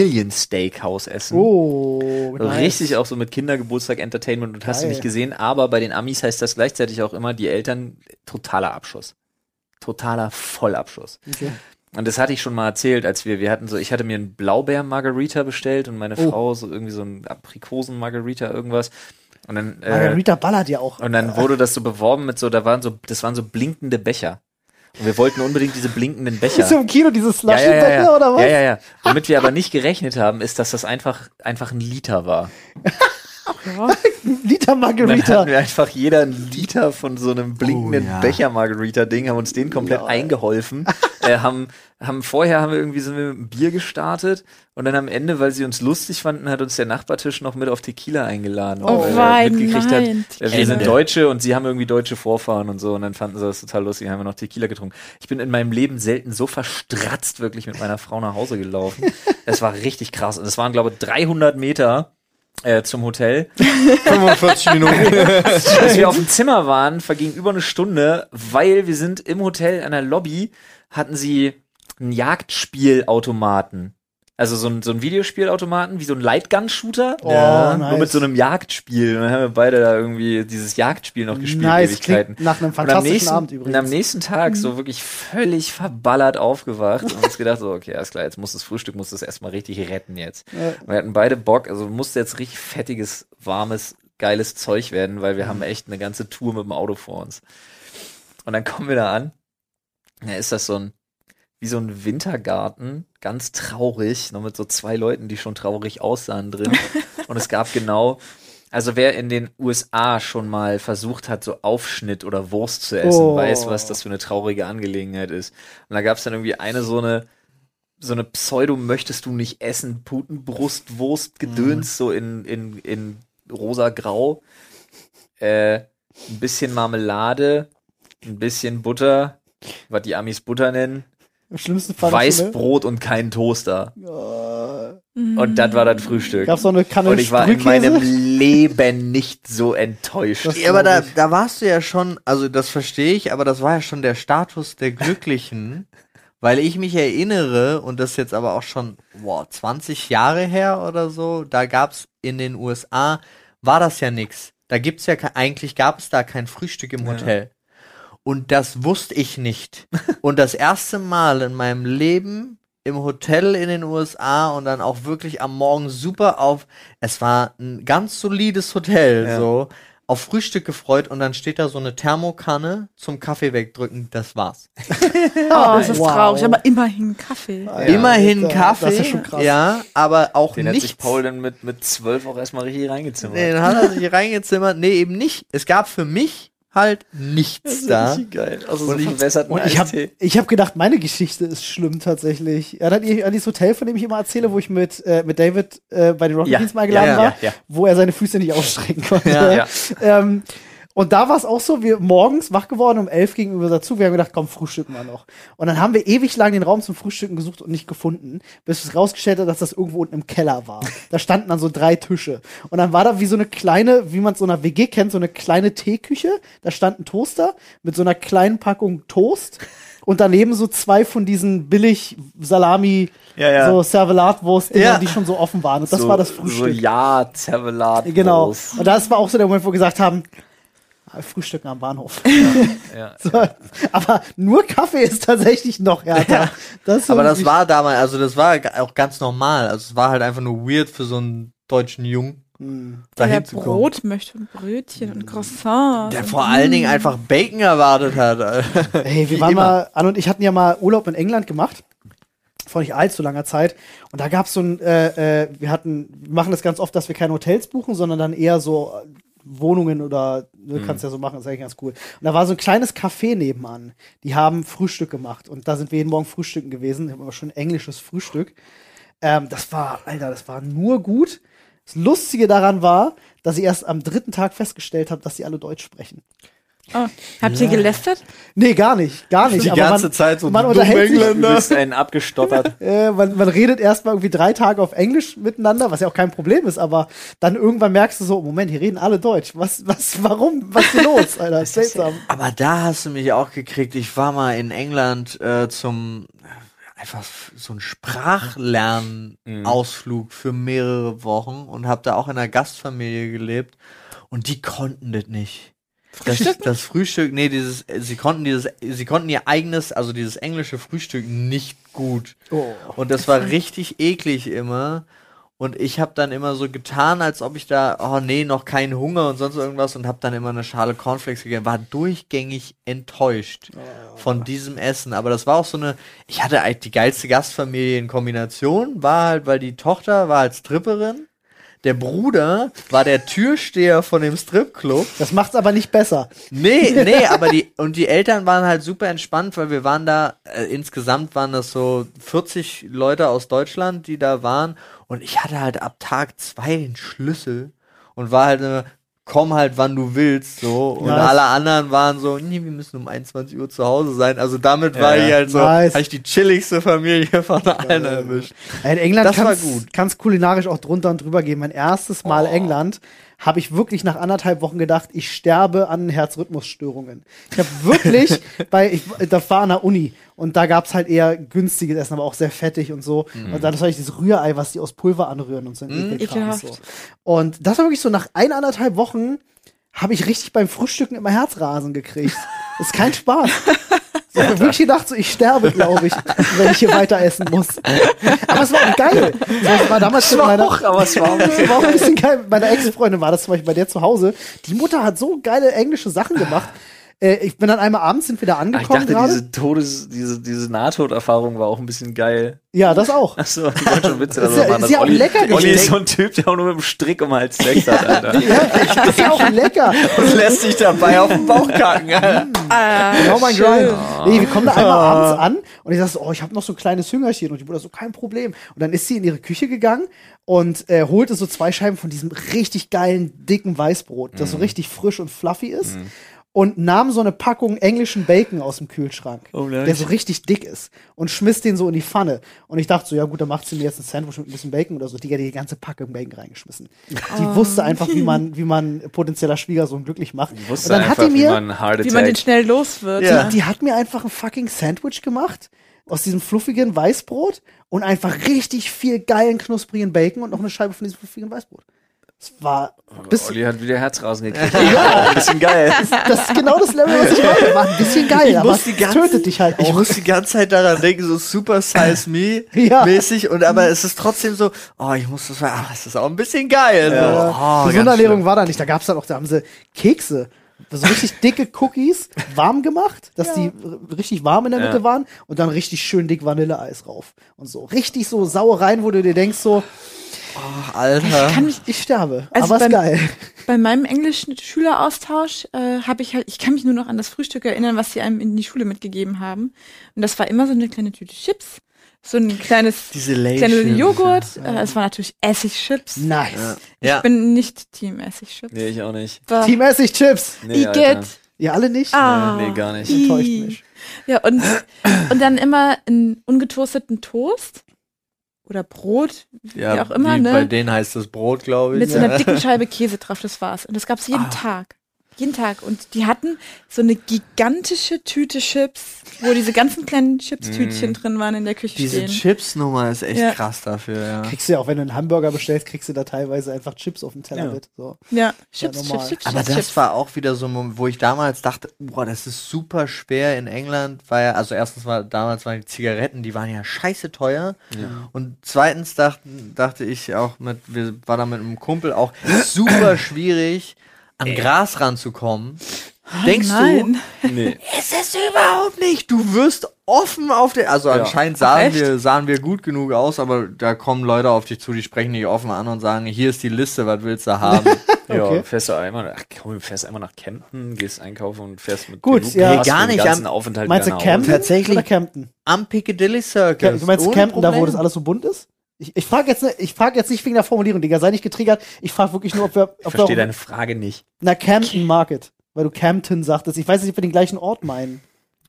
Speaker 3: Familiensteakhouse essen.
Speaker 1: Oh,
Speaker 3: Also
Speaker 1: nice.
Speaker 3: Richtig auch so mit Kindergeburtstag, Entertainment und hast du
Speaker 1: Geil.
Speaker 3: nicht gesehen, aber bei den Amis heißt das gleichzeitig auch immer, die Eltern, totaler Abschuss. Totaler Vollabschuss.
Speaker 1: Okay.
Speaker 3: Und das hatte ich schon mal erzählt, als wir, wir hatten so, ich hatte mir einen Blaubeer-Margarita bestellt und meine
Speaker 1: Oh.
Speaker 3: Frau so irgendwie so einen Aprikosen-Margarita, irgendwas. Und dann, äh,
Speaker 1: Margarita Ah, ballert ja auch.
Speaker 3: und dann wurde das so beworben mit so, da waren so, das waren so blinkende Becher. Und wir wollten unbedingt diese blinkenden Becher.
Speaker 1: Bist du im Kino dieses
Speaker 3: ja,
Speaker 1: slushy
Speaker 3: ja, ja, ja.
Speaker 1: oder was?
Speaker 3: ja, ja, ja. Womit wir aber nicht gerechnet haben, ist, dass das einfach, einfach ein Liter war.
Speaker 2: Ja.
Speaker 1: Liter
Speaker 3: Dann
Speaker 1: Margarita.
Speaker 3: hatten wir einfach jeder einen Liter von so einem blinkenden Becher-Margarita-Ding, haben uns den komplett
Speaker 2: *laughs*
Speaker 3: eingeholfen. äh, haben, haben vorher haben wir irgendwie so mit einem Bier gestartet und dann am Ende, weil sie uns lustig fanden, hat uns der Nachbartisch noch mit auf Tequila eingeladen.
Speaker 2: Oh
Speaker 3: weil er
Speaker 2: wein,
Speaker 3: mitgekriegt
Speaker 2: nein,
Speaker 3: hat, äh, wir sind
Speaker 2: Tequila.
Speaker 3: Deutsche und sie haben irgendwie deutsche Vorfahren und so und dann fanden sie das total lustig, haben wir noch Tequila getrunken. Ich bin in meinem Leben selten so verstratzt wirklich mit meiner Frau nach Hause
Speaker 2: *laughs*
Speaker 3: gelaufen. Es war richtig krass und es waren glaube ich 300 Meter äh, zum Hotel
Speaker 4: 45 *laughs* Minuten.
Speaker 1: *laughs*
Speaker 3: als wir auf dem Zimmer waren, verging über eine Stunde, weil wir sind im Hotel in der Lobby, hatten sie einen Jagdspielautomaten. Also so ein, so ein Videospielautomaten, wie so ein Lightgun-Shooter.
Speaker 1: Oh, nice.
Speaker 3: Nur mit so einem Jagdspiel. Und dann haben wir beide da irgendwie dieses Jagdspiel noch *laughs* gespielt,
Speaker 1: nice,
Speaker 3: Ewigkeiten.
Speaker 1: klingt nach einem
Speaker 3: Und am
Speaker 1: fantastischen
Speaker 3: nächsten,
Speaker 1: Abend
Speaker 3: und am
Speaker 1: übrigens. Mhm.
Speaker 3: nächsten Tag so wirklich völlig verballert aufgewacht und uns gedacht, so, okay, alles klar, jetzt muss das Frühstück, muss das erstmal richtig retten jetzt.
Speaker 1: Ja.
Speaker 3: Wir hatten beide Bock, also musste jetzt richtig fettiges, warmes, geiles Zeug werden,
Speaker 1: Mhm.
Speaker 3: weil wir haben echt eine ganze Tour mit dem Auto vor uns. Und dann kommen wir da an. Da ist das so ein, wie so ein Wintergarten, ganz traurig, nur mit so zwei Leuten, die schon traurig aussahen drin. Und es gab genau, also wer in den USA schon mal versucht hat, so Aufschnitt oder Wurst zu essen,
Speaker 1: Oh.
Speaker 3: weiß, was das für eine traurige Angelegenheit ist. Und da gab es dann irgendwie eine so eine, so eine Pseudo-Möchtest du nicht essen, Putenbrustwurst gedöns, so in, in, in rosa-grau. Äh, ein bisschen Marmelade, ein bisschen Butter, was die Amis Butter nennen,
Speaker 1: Im schlimmsten Fall
Speaker 3: Weißbrot und keinen Toaster. Und das war das Frühstück.
Speaker 1: gab es Oh. noch eine Kanne
Speaker 3: Und ich war in
Speaker 1: Sprühkäse. *laughs*
Speaker 3: meinem Leben nicht so enttäuscht.
Speaker 1: Das-
Speaker 4: Ja, aber da,
Speaker 1: glaub ich.
Speaker 4: da warst du ja schon, also das verstehe ich, aber das war ja schon der Status
Speaker 1: *laughs*
Speaker 4: der Glücklichen, weil ich mich erinnere, und das ist jetzt aber auch schon boah, 20 Jahre her oder so, da gab's in den USA, war das ja nix. Da gibt's ja, ke- eigentlich gab es da kein Frühstück im Hotel. Und das wusste ich nicht. und das erste Mal in meinem Leben im Hotel in den USA und dann auch wirklich am Morgen super auf. Es war ein ganz solides Hotel,
Speaker 3: Ja.
Speaker 4: so auf Frühstück gefreut und dann steht da so eine Thermokanne zum Kaffee wegdrücken. Das war's.
Speaker 2: Oh, das ist
Speaker 1: Wow.
Speaker 2: traurig, aber immerhin Kaffee.
Speaker 4: Immerhin
Speaker 1: Alter,
Speaker 4: Kaffee,
Speaker 1: Das ist schon krass.
Speaker 4: ja, aber auch
Speaker 3: Den
Speaker 4: nichts.
Speaker 3: hat sich Paul dann mit, mit zwölf auch erstmal richtig reingezimmert.
Speaker 4: nee, den hat er sich reingezimmert. Nee, eben nicht. Es gab für mich halt nichts da.
Speaker 3: geil. Also
Speaker 4: Und ich-
Speaker 3: verbesserten
Speaker 1: Und ich habe
Speaker 3: Eistee.
Speaker 1: ich hab gedacht, meine Geschichte ist schlimm tatsächlich. Ja, dann an dieses Hotel, von dem ich immer erzähle, wo ich mit, äh, mit David äh, bei den Rocket
Speaker 3: Ja,
Speaker 1: Beans mal eingeladen
Speaker 4: ja,
Speaker 1: war,
Speaker 3: ja, ja.
Speaker 1: wo er seine Füße nicht ausstrecken konnte.
Speaker 4: Ja,
Speaker 3: ja.
Speaker 1: Ähm, und da war es auch so, wir morgens wach geworden, um elf ging unser Zug, wir haben gedacht, komm, frühstücken wir noch. Und dann haben wir ewig lang den Raum zum Frühstücken gesucht und nicht gefunden, bis es rausgestellt hat, dass das irgendwo unten im Keller war. Da standen dann so drei Tische. Und dann war da wie so eine kleine, wie man es so einer WG kennt, so eine kleine Teeküche. Da stand ein Toaster mit so einer kleinen Packung Toast. Und daneben so zwei von diesen billig Salami,
Speaker 3: Ja, ja.
Speaker 1: so Servelatwurst,
Speaker 4: Ja.
Speaker 1: die schon so offen waren. Und das
Speaker 3: so,
Speaker 1: war das Frühstück.
Speaker 3: So ja, Zervelat.
Speaker 1: Genau. Und das war auch so der Moment, wo wir gesagt haben, ah, Frühstücken am Bahnhof. *laughs*
Speaker 3: Ja.
Speaker 1: So, aber nur Kaffee ist tatsächlich noch härter. Das ist
Speaker 4: Aber das
Speaker 1: wirklich-
Speaker 4: war damals, also das war ga- auch ganz normal. Also es war halt einfach nur weird für so einen deutschen Jungen.
Speaker 1: Hm.
Speaker 2: Der
Speaker 4: dahin zu kommen.
Speaker 2: Brot möchte und Brötchen und Croissants.
Speaker 4: Mm. Der vor allen Dingen einfach Bacon erwartet hat. Alter.
Speaker 1: Ey, wir
Speaker 4: Wie
Speaker 1: waren
Speaker 4: immer.
Speaker 1: mal, Anne und ich hatten ja mal Urlaub in England gemacht. Vor nicht allzu langer Zeit. Und da gab es so ein, äh, äh, wir hatten, wir machen das ganz oft, dass wir keine Hotels buchen, sondern dann eher so äh, Wohnungen oder, ne, kannst ja so machen, ist eigentlich ganz cool. Und da war so ein kleines Café nebenan. Die haben Frühstück gemacht. Und da sind wir jeden Morgen frühstücken gewesen. Haben aber schon englisches Frühstück. Ähm, das war, Alter, das war nur gut. Das Lustige daran war, dass ich erst am dritten Tag festgestellt habe, dass sie alle Deutsch sprechen.
Speaker 2: Oh, habt ihr gelästert?
Speaker 1: Nee, gar nicht, gar nicht.
Speaker 4: Die
Speaker 1: aber
Speaker 4: ganze
Speaker 1: man,
Speaker 4: Zeit so
Speaker 1: man
Speaker 4: dumm
Speaker 1: unterhält sich,
Speaker 3: Du bist ein abgestottert.
Speaker 1: äh, man, man redet erstmal irgendwie drei Tage auf Englisch miteinander, was ja auch kein Problem ist, aber dann irgendwann merkst du so, Moment, hier reden alle Deutsch. Was, was, warum? Was ist hier los, Alter? Seltsam.
Speaker 4: Aber da hast du mich auch gekriegt. Ich war mal in England äh, zum äh, einfach f- so ein Sprachlern-Ausflug für mehrere Wochen und habe da auch in einer Gastfamilie gelebt und die konnten das nicht. Das, das Frühstück, nee, dieses, äh, sie konnten dieses, sie konnten ihr eigenes, also dieses englische Frühstück nicht gut.
Speaker 1: Oh.
Speaker 4: Und das war richtig eklig immer. Und ich habe dann immer so getan, als ob ich da, oh nee, noch keinen Hunger und sonst irgendwas und habe dann immer eine Schale Cornflakes gegessen. War durchgängig enttäuscht von diesem Essen. Aber das war auch so eine, ich hatte halt die geilste Gastfamilienkombination, war halt, weil die Tochter war als Stripperin, der Bruder war der Türsteher von dem Stripclub
Speaker 1: Das macht's aber nicht besser.
Speaker 4: Nee, nee, aber die und die Eltern waren halt super entspannt, weil wir waren da äh, insgesamt waren das so 40 Leute aus Deutschland, die da waren und ich hatte halt ab Tag zwei den Schlüssel und war halt äh, komm halt wann du willst so und
Speaker 1: Nice.
Speaker 4: alle anderen waren so nee, wir müssen um 21 Uhr zu Hause sein. Also damit war
Speaker 3: Ja.
Speaker 4: ich halt so
Speaker 1: Nice.
Speaker 4: hab ich die chilligste Familie *laughs* von allen erwischt.
Speaker 1: In England
Speaker 4: Das war
Speaker 1: kann's-
Speaker 4: gut. Oh.
Speaker 1: kann's kulinarisch auch drunter und drüber gehen. Mein erstes Mal England habe ich wirklich nach anderthalb Wochen gedacht, ich sterbe an Herzrhythmusstörungen. Ich habe
Speaker 4: *laughs*
Speaker 1: wirklich bei, ich, das war an der Uni und da gab's halt eher günstiges Essen, aber auch sehr fettig und so.
Speaker 4: Mhm.
Speaker 1: Und dann habe ich dieses Rührei, was die aus Pulver anrühren und so. ein Ekelkram
Speaker 2: Ekelhaft.
Speaker 1: so. Und das war wirklich so nach ein, anderthalb Wochen habe ich richtig beim Frühstücken immer Herzrasen
Speaker 4: *laughs*
Speaker 1: gekriegt. Das ist kein Spaß. Ich habe wirklich gedacht, so, ich sterbe, glaube ich, wenn ich hier weiter essen muss. Aber es war auch geil. So, es war damals mit meiner,
Speaker 3: Doch, aber es
Speaker 1: *laughs*
Speaker 3: war auch
Speaker 1: das war auch ein bisschen geil. Mit Meiner Ex-Freundin war das zum Beispiel bei der zu Hause. Die Mutter hat so geile englische Sachen gemacht. Äh, ich bin dann einmal abends, sind wir da
Speaker 3: Ah, Ich
Speaker 1: angekommen
Speaker 3: dachte,
Speaker 1: gerade.
Speaker 3: diese Todes, diese, diese Nahtoderfahrung war auch ein bisschen geil.
Speaker 1: Ja, das
Speaker 3: *laughs*
Speaker 1: auch.
Speaker 3: Achso, ich wollte schon Witze
Speaker 1: Ist ja- ist ja auch
Speaker 3: Olli,
Speaker 1: lecker
Speaker 3: Olli
Speaker 1: gesteckt.
Speaker 3: ist so ein Typ, der auch nur mit dem Strick um den Hals
Speaker 1: *laughs*
Speaker 3: Sex hat, Alter.
Speaker 1: Ja, das ist ja auch lecker.
Speaker 4: Und lässt sich dabei auf den Bauch kacken. Alter.
Speaker 2: Äh,
Speaker 1: Genau mein Grind. Nee, wir kommen da einmal
Speaker 3: Ah.
Speaker 1: abends an und ich sag so, oh, ich habe noch so ein kleines Hüngerchen und die Mutter so, kein Problem. Und dann ist sie in ihre Küche gegangen und äh, holte
Speaker 3: Mhm.
Speaker 1: so zwei Scheiben von diesem richtig geilen, dicken Weißbrot, das so richtig frisch und fluffy ist. und nahm so eine Packung englischen Bacon aus dem Kühlschrank,
Speaker 3: Oh nein.
Speaker 1: der so richtig dick ist, und schmiss den so in die Pfanne. Und ich dachte so, ja gut, dann macht sie mir jetzt ein Sandwich mit ein bisschen Bacon oder so. Digga, die ganze Packung Bacon reingeschmissen. Die wusste einfach, wie man, wie man potenzieller Schwiegersohn glücklich macht.
Speaker 3: Ich
Speaker 1: Und
Speaker 3: wusste
Speaker 1: dann
Speaker 3: einfach,
Speaker 1: hat die
Speaker 3: wie
Speaker 1: mir,
Speaker 3: man einen Heart
Speaker 2: Wie man den
Speaker 3: Attack.
Speaker 2: schnell los wird. ne?
Speaker 4: Ja.
Speaker 2: Ja.
Speaker 1: die hat mir einfach ein fucking Sandwich gemacht aus diesem fluffigen Weißbrot und einfach richtig viel geilen, knusprigen Bacon und noch eine Scheibe von diesem fluffigen Weißbrot. Das war bis,
Speaker 3: Olli hat wieder Herzrasen
Speaker 1: *laughs*
Speaker 3: gekriegt. ja, ein bisschen geil.
Speaker 1: das ist genau das Level,
Speaker 4: *laughs*
Speaker 1: was ich meinte. War ein bisschen geil, aber
Speaker 4: muss
Speaker 1: es
Speaker 4: die ganze-
Speaker 1: tötet dich halt
Speaker 4: Ich
Speaker 1: auch.
Speaker 4: muss die ganze Zeit daran denken, so Super Size *laughs* Me
Speaker 1: Ja.
Speaker 4: mäßig und aber es ist trotzdem so, oh, ich muss das, aber es ist auch ein bisschen geil.
Speaker 1: Ja.
Speaker 4: So, oh,
Speaker 1: Gesunde
Speaker 4: ganz
Speaker 1: Ernährung äh, war da nicht. Da gab es dann auch, da haben sie Kekse, so richtig dicke Cookies, warm gemacht, dass die r- richtig warm in der Mitte waren und dann richtig schön dick Vanilleeis rauf und so. Richtig so Sauereien, wo du dir denkst so,
Speaker 4: schlimm. Ach, Alter.
Speaker 2: Kann mich,
Speaker 1: ich sterbe,
Speaker 2: Also
Speaker 1: aber ist
Speaker 2: beim-
Speaker 1: geil.
Speaker 2: bei meinem englischen Schüleraustausch äh, habe ich halt, ich kann mich nur noch an das Frühstück erinnern, was sie einem in die Schule mitgegeben haben. Und das war immer so eine kleine Tüte Chips, so ein kleines
Speaker 4: Diese Lay
Speaker 2: kleine
Speaker 4: Chips,
Speaker 2: Joghurt. Äh, es war natürlich Essigchips.
Speaker 1: Nice.
Speaker 4: Ja.
Speaker 2: Ich bin nicht Team
Speaker 3: *laughs*
Speaker 2: Essigchips.
Speaker 3: Nee, ich auch nicht.
Speaker 2: Aber
Speaker 1: Team Essig Chips.
Speaker 3: Nee, Alter.
Speaker 2: Igitt.
Speaker 1: Ihr alle nicht?
Speaker 2: Ah.
Speaker 3: Nee, gar nicht.
Speaker 1: Enttäuscht
Speaker 2: Ih.
Speaker 1: mich.
Speaker 2: Ja, und, und dann immer einen ungetoasteten Toast oder Brot, wie
Speaker 4: Ja,
Speaker 2: auch immer,
Speaker 4: wie Bei
Speaker 2: ne?
Speaker 4: denen heißt das Brot, glaube ich.
Speaker 2: Mit so
Speaker 4: Ja. Ah.
Speaker 2: einer dicken Scheibe Käse drauf, das war's. Und das gab's jeden Tag. Jeden Tag. Und die hatten so eine gigantische Tüte Chips, wo diese ganzen kleinen Chips-Tütchen drin waren in der Küche
Speaker 4: Mhm. Diese
Speaker 2: stehen.
Speaker 4: Chips-Nummer ist echt
Speaker 2: Ja.
Speaker 4: krass dafür, ja.
Speaker 1: Kriegst du ja auch, wenn du einen Hamburger bestellst, kriegst du da teilweise einfach Chips auf dem Teller
Speaker 3: Ja. Halt
Speaker 1: mit. So.
Speaker 2: ja, Chips,
Speaker 1: normal.
Speaker 2: Chips, Chips,
Speaker 4: Aber
Speaker 2: Chips.
Speaker 4: das war auch wieder so ein Moment, wo ich damals dachte, boah, das ist super schwer in England, weil, also erstens war damals waren die Zigaretten, die waren ja scheiße teuer. Und zweitens dachten, dachte ich auch mit, wir war da mit einem Kumpel auch
Speaker 2: *clears throat*
Speaker 4: super schwierig, an Gras ranzukommen. Denkst
Speaker 2: nein.
Speaker 3: Nee.
Speaker 4: du, ist es überhaupt nicht. Du wirst offen auf der, also anscheinend
Speaker 2: Ach,
Speaker 4: sahen
Speaker 2: echt?
Speaker 4: wir, sahen wir gut genug aus, aber da kommen Leute auf dich zu, die sprechen dich offen an und sagen, hier ist die Liste, was willst du
Speaker 2: *laughs*
Speaker 4: haben?
Speaker 3: Ja,
Speaker 1: Okay.
Speaker 3: fährst du einmal, ach komm, fährst einmal nach Kempten, gehst einkaufen und fährst mit
Speaker 1: Gut,
Speaker 3: genug
Speaker 1: ja.
Speaker 3: Gas
Speaker 4: Nee, gar
Speaker 3: für den
Speaker 4: nicht,
Speaker 3: ganzen
Speaker 4: am-
Speaker 3: Aufenthalt
Speaker 1: Meinst du
Speaker 3: wieder nach Hause.
Speaker 1: Camden
Speaker 4: Tatsächlich-
Speaker 1: oder Camden?
Speaker 4: am Piccadilly
Speaker 1: Ca-
Speaker 4: Circus.
Speaker 1: Du meinst
Speaker 4: Ohne
Speaker 1: Camden, da wo
Speaker 4: Problem.
Speaker 1: das alles so bunt ist? Ich, ich frage jetzt, ne, ich frag jetzt nicht wegen der Formulierung, Digga, sei nicht getriggert. Ich frage wirklich nur, ob wir,
Speaker 3: Ich
Speaker 1: ob
Speaker 3: verstehe
Speaker 1: wir
Speaker 3: deine Frage nicht.
Speaker 1: na Camden Market, weil du Camden sagtest. Ich weiß nicht, ob wir den gleichen Ort meinen.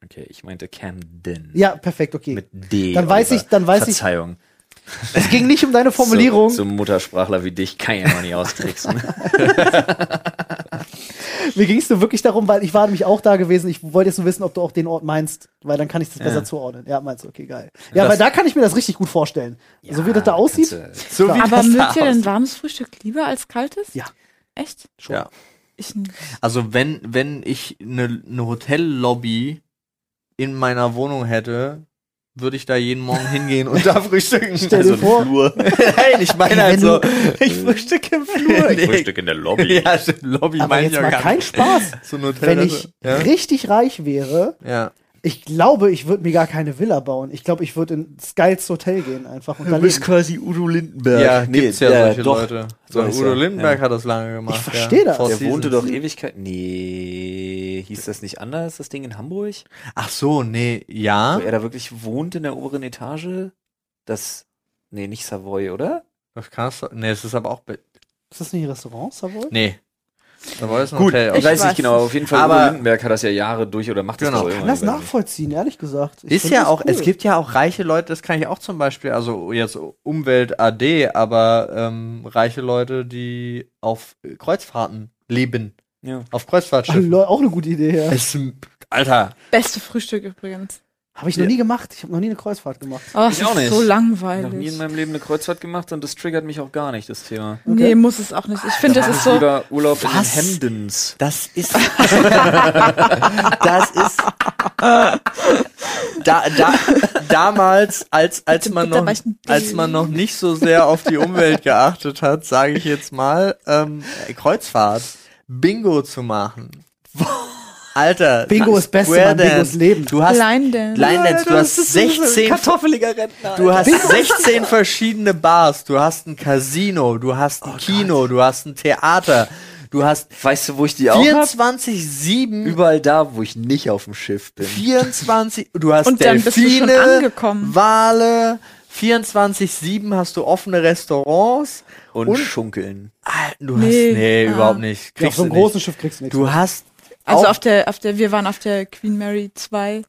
Speaker 3: Okay, ich meinte Camden.
Speaker 1: Ja, perfekt, okay.
Speaker 3: Mit D.
Speaker 1: Dann weiß
Speaker 3: Oliver.
Speaker 1: ich- dann weiß ich-
Speaker 3: Verzeihung.
Speaker 1: es ging nicht um deine Formulierung.
Speaker 3: *laughs* So, so ein Muttersprachler wie dich kann ich ja noch nicht austricksen.
Speaker 1: Mir ging es nur wirklich darum, weil ich war nämlich auch da gewesen. Ich wollte jetzt nur wissen, ob du auch den Ort meinst, weil dann kann ich das besser zuordnen. Ja, meinst du, okay, geil. Ja,
Speaker 3: Das-
Speaker 1: weil da kann ich mir das richtig gut vorstellen. *laughs* so wie das da aussieht.
Speaker 3: kannst
Speaker 4: So
Speaker 1: Klar.
Speaker 4: wie
Speaker 2: Aber
Speaker 4: das
Speaker 2: mögt ihr
Speaker 4: da
Speaker 2: denn warmes Frühstück lieber als kaltes?
Speaker 1: Ja.
Speaker 2: Echt?
Speaker 1: Schon.
Speaker 4: Ja.
Speaker 2: Ich nicht.
Speaker 4: Also wenn, wenn ich eine ne Hotellobby in meiner Wohnung hätte, würde ich da jeden Morgen hingehen und
Speaker 1: *laughs*
Speaker 4: da frühstücken.
Speaker 1: Stell dir
Speaker 4: Also,
Speaker 1: vor,
Speaker 4: *laughs* nein, ich meine halt
Speaker 1: Wenn
Speaker 4: so,
Speaker 1: du-
Speaker 4: *laughs* ich frühstücke im Flur.
Speaker 3: du- Frühstück in der Lobby.
Speaker 4: Ja, stimmt, Lobby
Speaker 1: aber
Speaker 4: meine ich
Speaker 1: jetzt
Speaker 4: ja
Speaker 1: mal
Speaker 4: gar
Speaker 1: kein
Speaker 4: nicht. *laughs*
Speaker 1: Spaß.
Speaker 4: So ein Hotel.
Speaker 1: Wenn
Speaker 4: oder
Speaker 1: ich
Speaker 4: so. ja?
Speaker 1: richtig reich wäre,
Speaker 4: ja.
Speaker 1: ich glaube, ich würde mir gar keine Villa bauen. Ich glaube, ich würde ins geilste Hotel gehen einfach und da
Speaker 3: Du bist
Speaker 1: leben.
Speaker 3: quasi Udo Lindenberg.
Speaker 1: Äh,
Speaker 4: ja, gibt's ja solche
Speaker 3: doch.
Speaker 4: Leute. So,
Speaker 3: So ist
Speaker 4: Udo
Speaker 3: er,
Speaker 4: Lindenberg
Speaker 3: ja.
Speaker 4: hat das lange gemacht.
Speaker 1: Ich verstehe das.
Speaker 4: Four
Speaker 3: Der wohnte
Speaker 4: Seasons.
Speaker 3: doch Ewigkeit. Nee, hieß das nicht anders, das Ding in Hamburg?
Speaker 4: Ach so, nee, ja.
Speaker 3: Wo er da wirklich wohnt in der oberen Etage? Das. Nee, nicht Savoy, oder?
Speaker 4: Das kannst du, nee, es ist aber auch, be-
Speaker 1: Ist das nicht ein Restaurant, Savoy?
Speaker 4: nee. Da war es ein
Speaker 3: Gut,
Speaker 4: Hotel.
Speaker 3: ich weiß
Speaker 2: weiß
Speaker 3: nicht genau. Auf jeden Fall,
Speaker 4: Aber-
Speaker 3: Udo Lindenberg hat das ja Jahre durch oder macht das
Speaker 4: Genau.
Speaker 3: auch
Speaker 1: Ich
Speaker 3: immer.
Speaker 1: kann das
Speaker 3: Ich weiß
Speaker 1: nachvollziehen, ehrlich gesagt. Ich
Speaker 4: Ist
Speaker 1: find
Speaker 4: ja
Speaker 1: das
Speaker 4: auch,
Speaker 1: cool.
Speaker 4: es gibt ja auch reiche Leute, das kann ich auch zum Beispiel, also jetzt Umwelt AD, aber ähm, reiche Leute, die auf Kreuzfahrten leben,
Speaker 3: nicht. Ja.
Speaker 4: auf
Speaker 1: Ah,
Speaker 4: Kreuzfahrtschiffen.
Speaker 1: lol, auch eine gute Idee, ja.
Speaker 4: Es- Alter,
Speaker 2: Beste Frühstück übrigens.
Speaker 1: Habe ich noch nie gemacht. Ich habe noch nie eine Kreuzfahrt gemacht.
Speaker 2: Oh,
Speaker 3: Ich
Speaker 2: es
Speaker 3: auch
Speaker 2: ist
Speaker 3: nicht.
Speaker 2: so
Speaker 3: Noch nie in
Speaker 2: langweilig.
Speaker 3: meinem Leben eine Kreuzfahrt gemacht und das triggert mich auch gar nicht, das Thema.
Speaker 2: Nee, muss es auch nicht. Ich finde, das
Speaker 3: Mach
Speaker 2: ist
Speaker 3: ich
Speaker 2: so.
Speaker 3: lieber Urlaub
Speaker 4: Was?
Speaker 3: in den Hemdens.
Speaker 4: das *laughs* ist, das ist, da, da, damals, als, als
Speaker 2: Bitte,
Speaker 4: man
Speaker 2: bitte,
Speaker 4: noch,
Speaker 2: aber ich-
Speaker 4: als man noch nicht so sehr auf die Umwelt geachtet hat, sage ich jetzt mal, ähm, Kreuzfahrt, Bingo zu machen. Alter,
Speaker 1: Bingo ist Beste, Mann. Bingo
Speaker 4: Squaredance.
Speaker 1: ist Leben.
Speaker 4: Du hast
Speaker 2: Line Dance.
Speaker 4: Line Dance, du
Speaker 1: Das
Speaker 4: hast
Speaker 1: ist so ein
Speaker 4: 16
Speaker 1: kartoffeliger Rentner.
Speaker 4: Du hast 16 verschiedene Bars, du hast ein Casino, du hast
Speaker 1: Oh
Speaker 4: ein Kino, du hast ein Theater, du hast
Speaker 3: Weißt du, wo ich die auch hab?
Speaker 4: 24 7
Speaker 3: Überall da, wo ich nicht auf dem Schiff bin.
Speaker 4: 24 du hast
Speaker 2: Und dann bist du schon
Speaker 4: Delfine,
Speaker 2: angekommen.
Speaker 4: Wale, 24 7 hast du offene Restaurants
Speaker 3: Und,
Speaker 4: Und-
Speaker 3: schunkeln.
Speaker 4: Ah, du hast
Speaker 2: Nee.
Speaker 4: nee,
Speaker 2: Ah.
Speaker 4: überhaupt nicht.
Speaker 1: Ja, auf so einem
Speaker 4: du nicht.
Speaker 1: großen Schiff kriegst du nichts.
Speaker 4: Du hast
Speaker 2: Also
Speaker 4: Auch-
Speaker 2: auf der, auf der, wir waren auf der Queen Mary 2.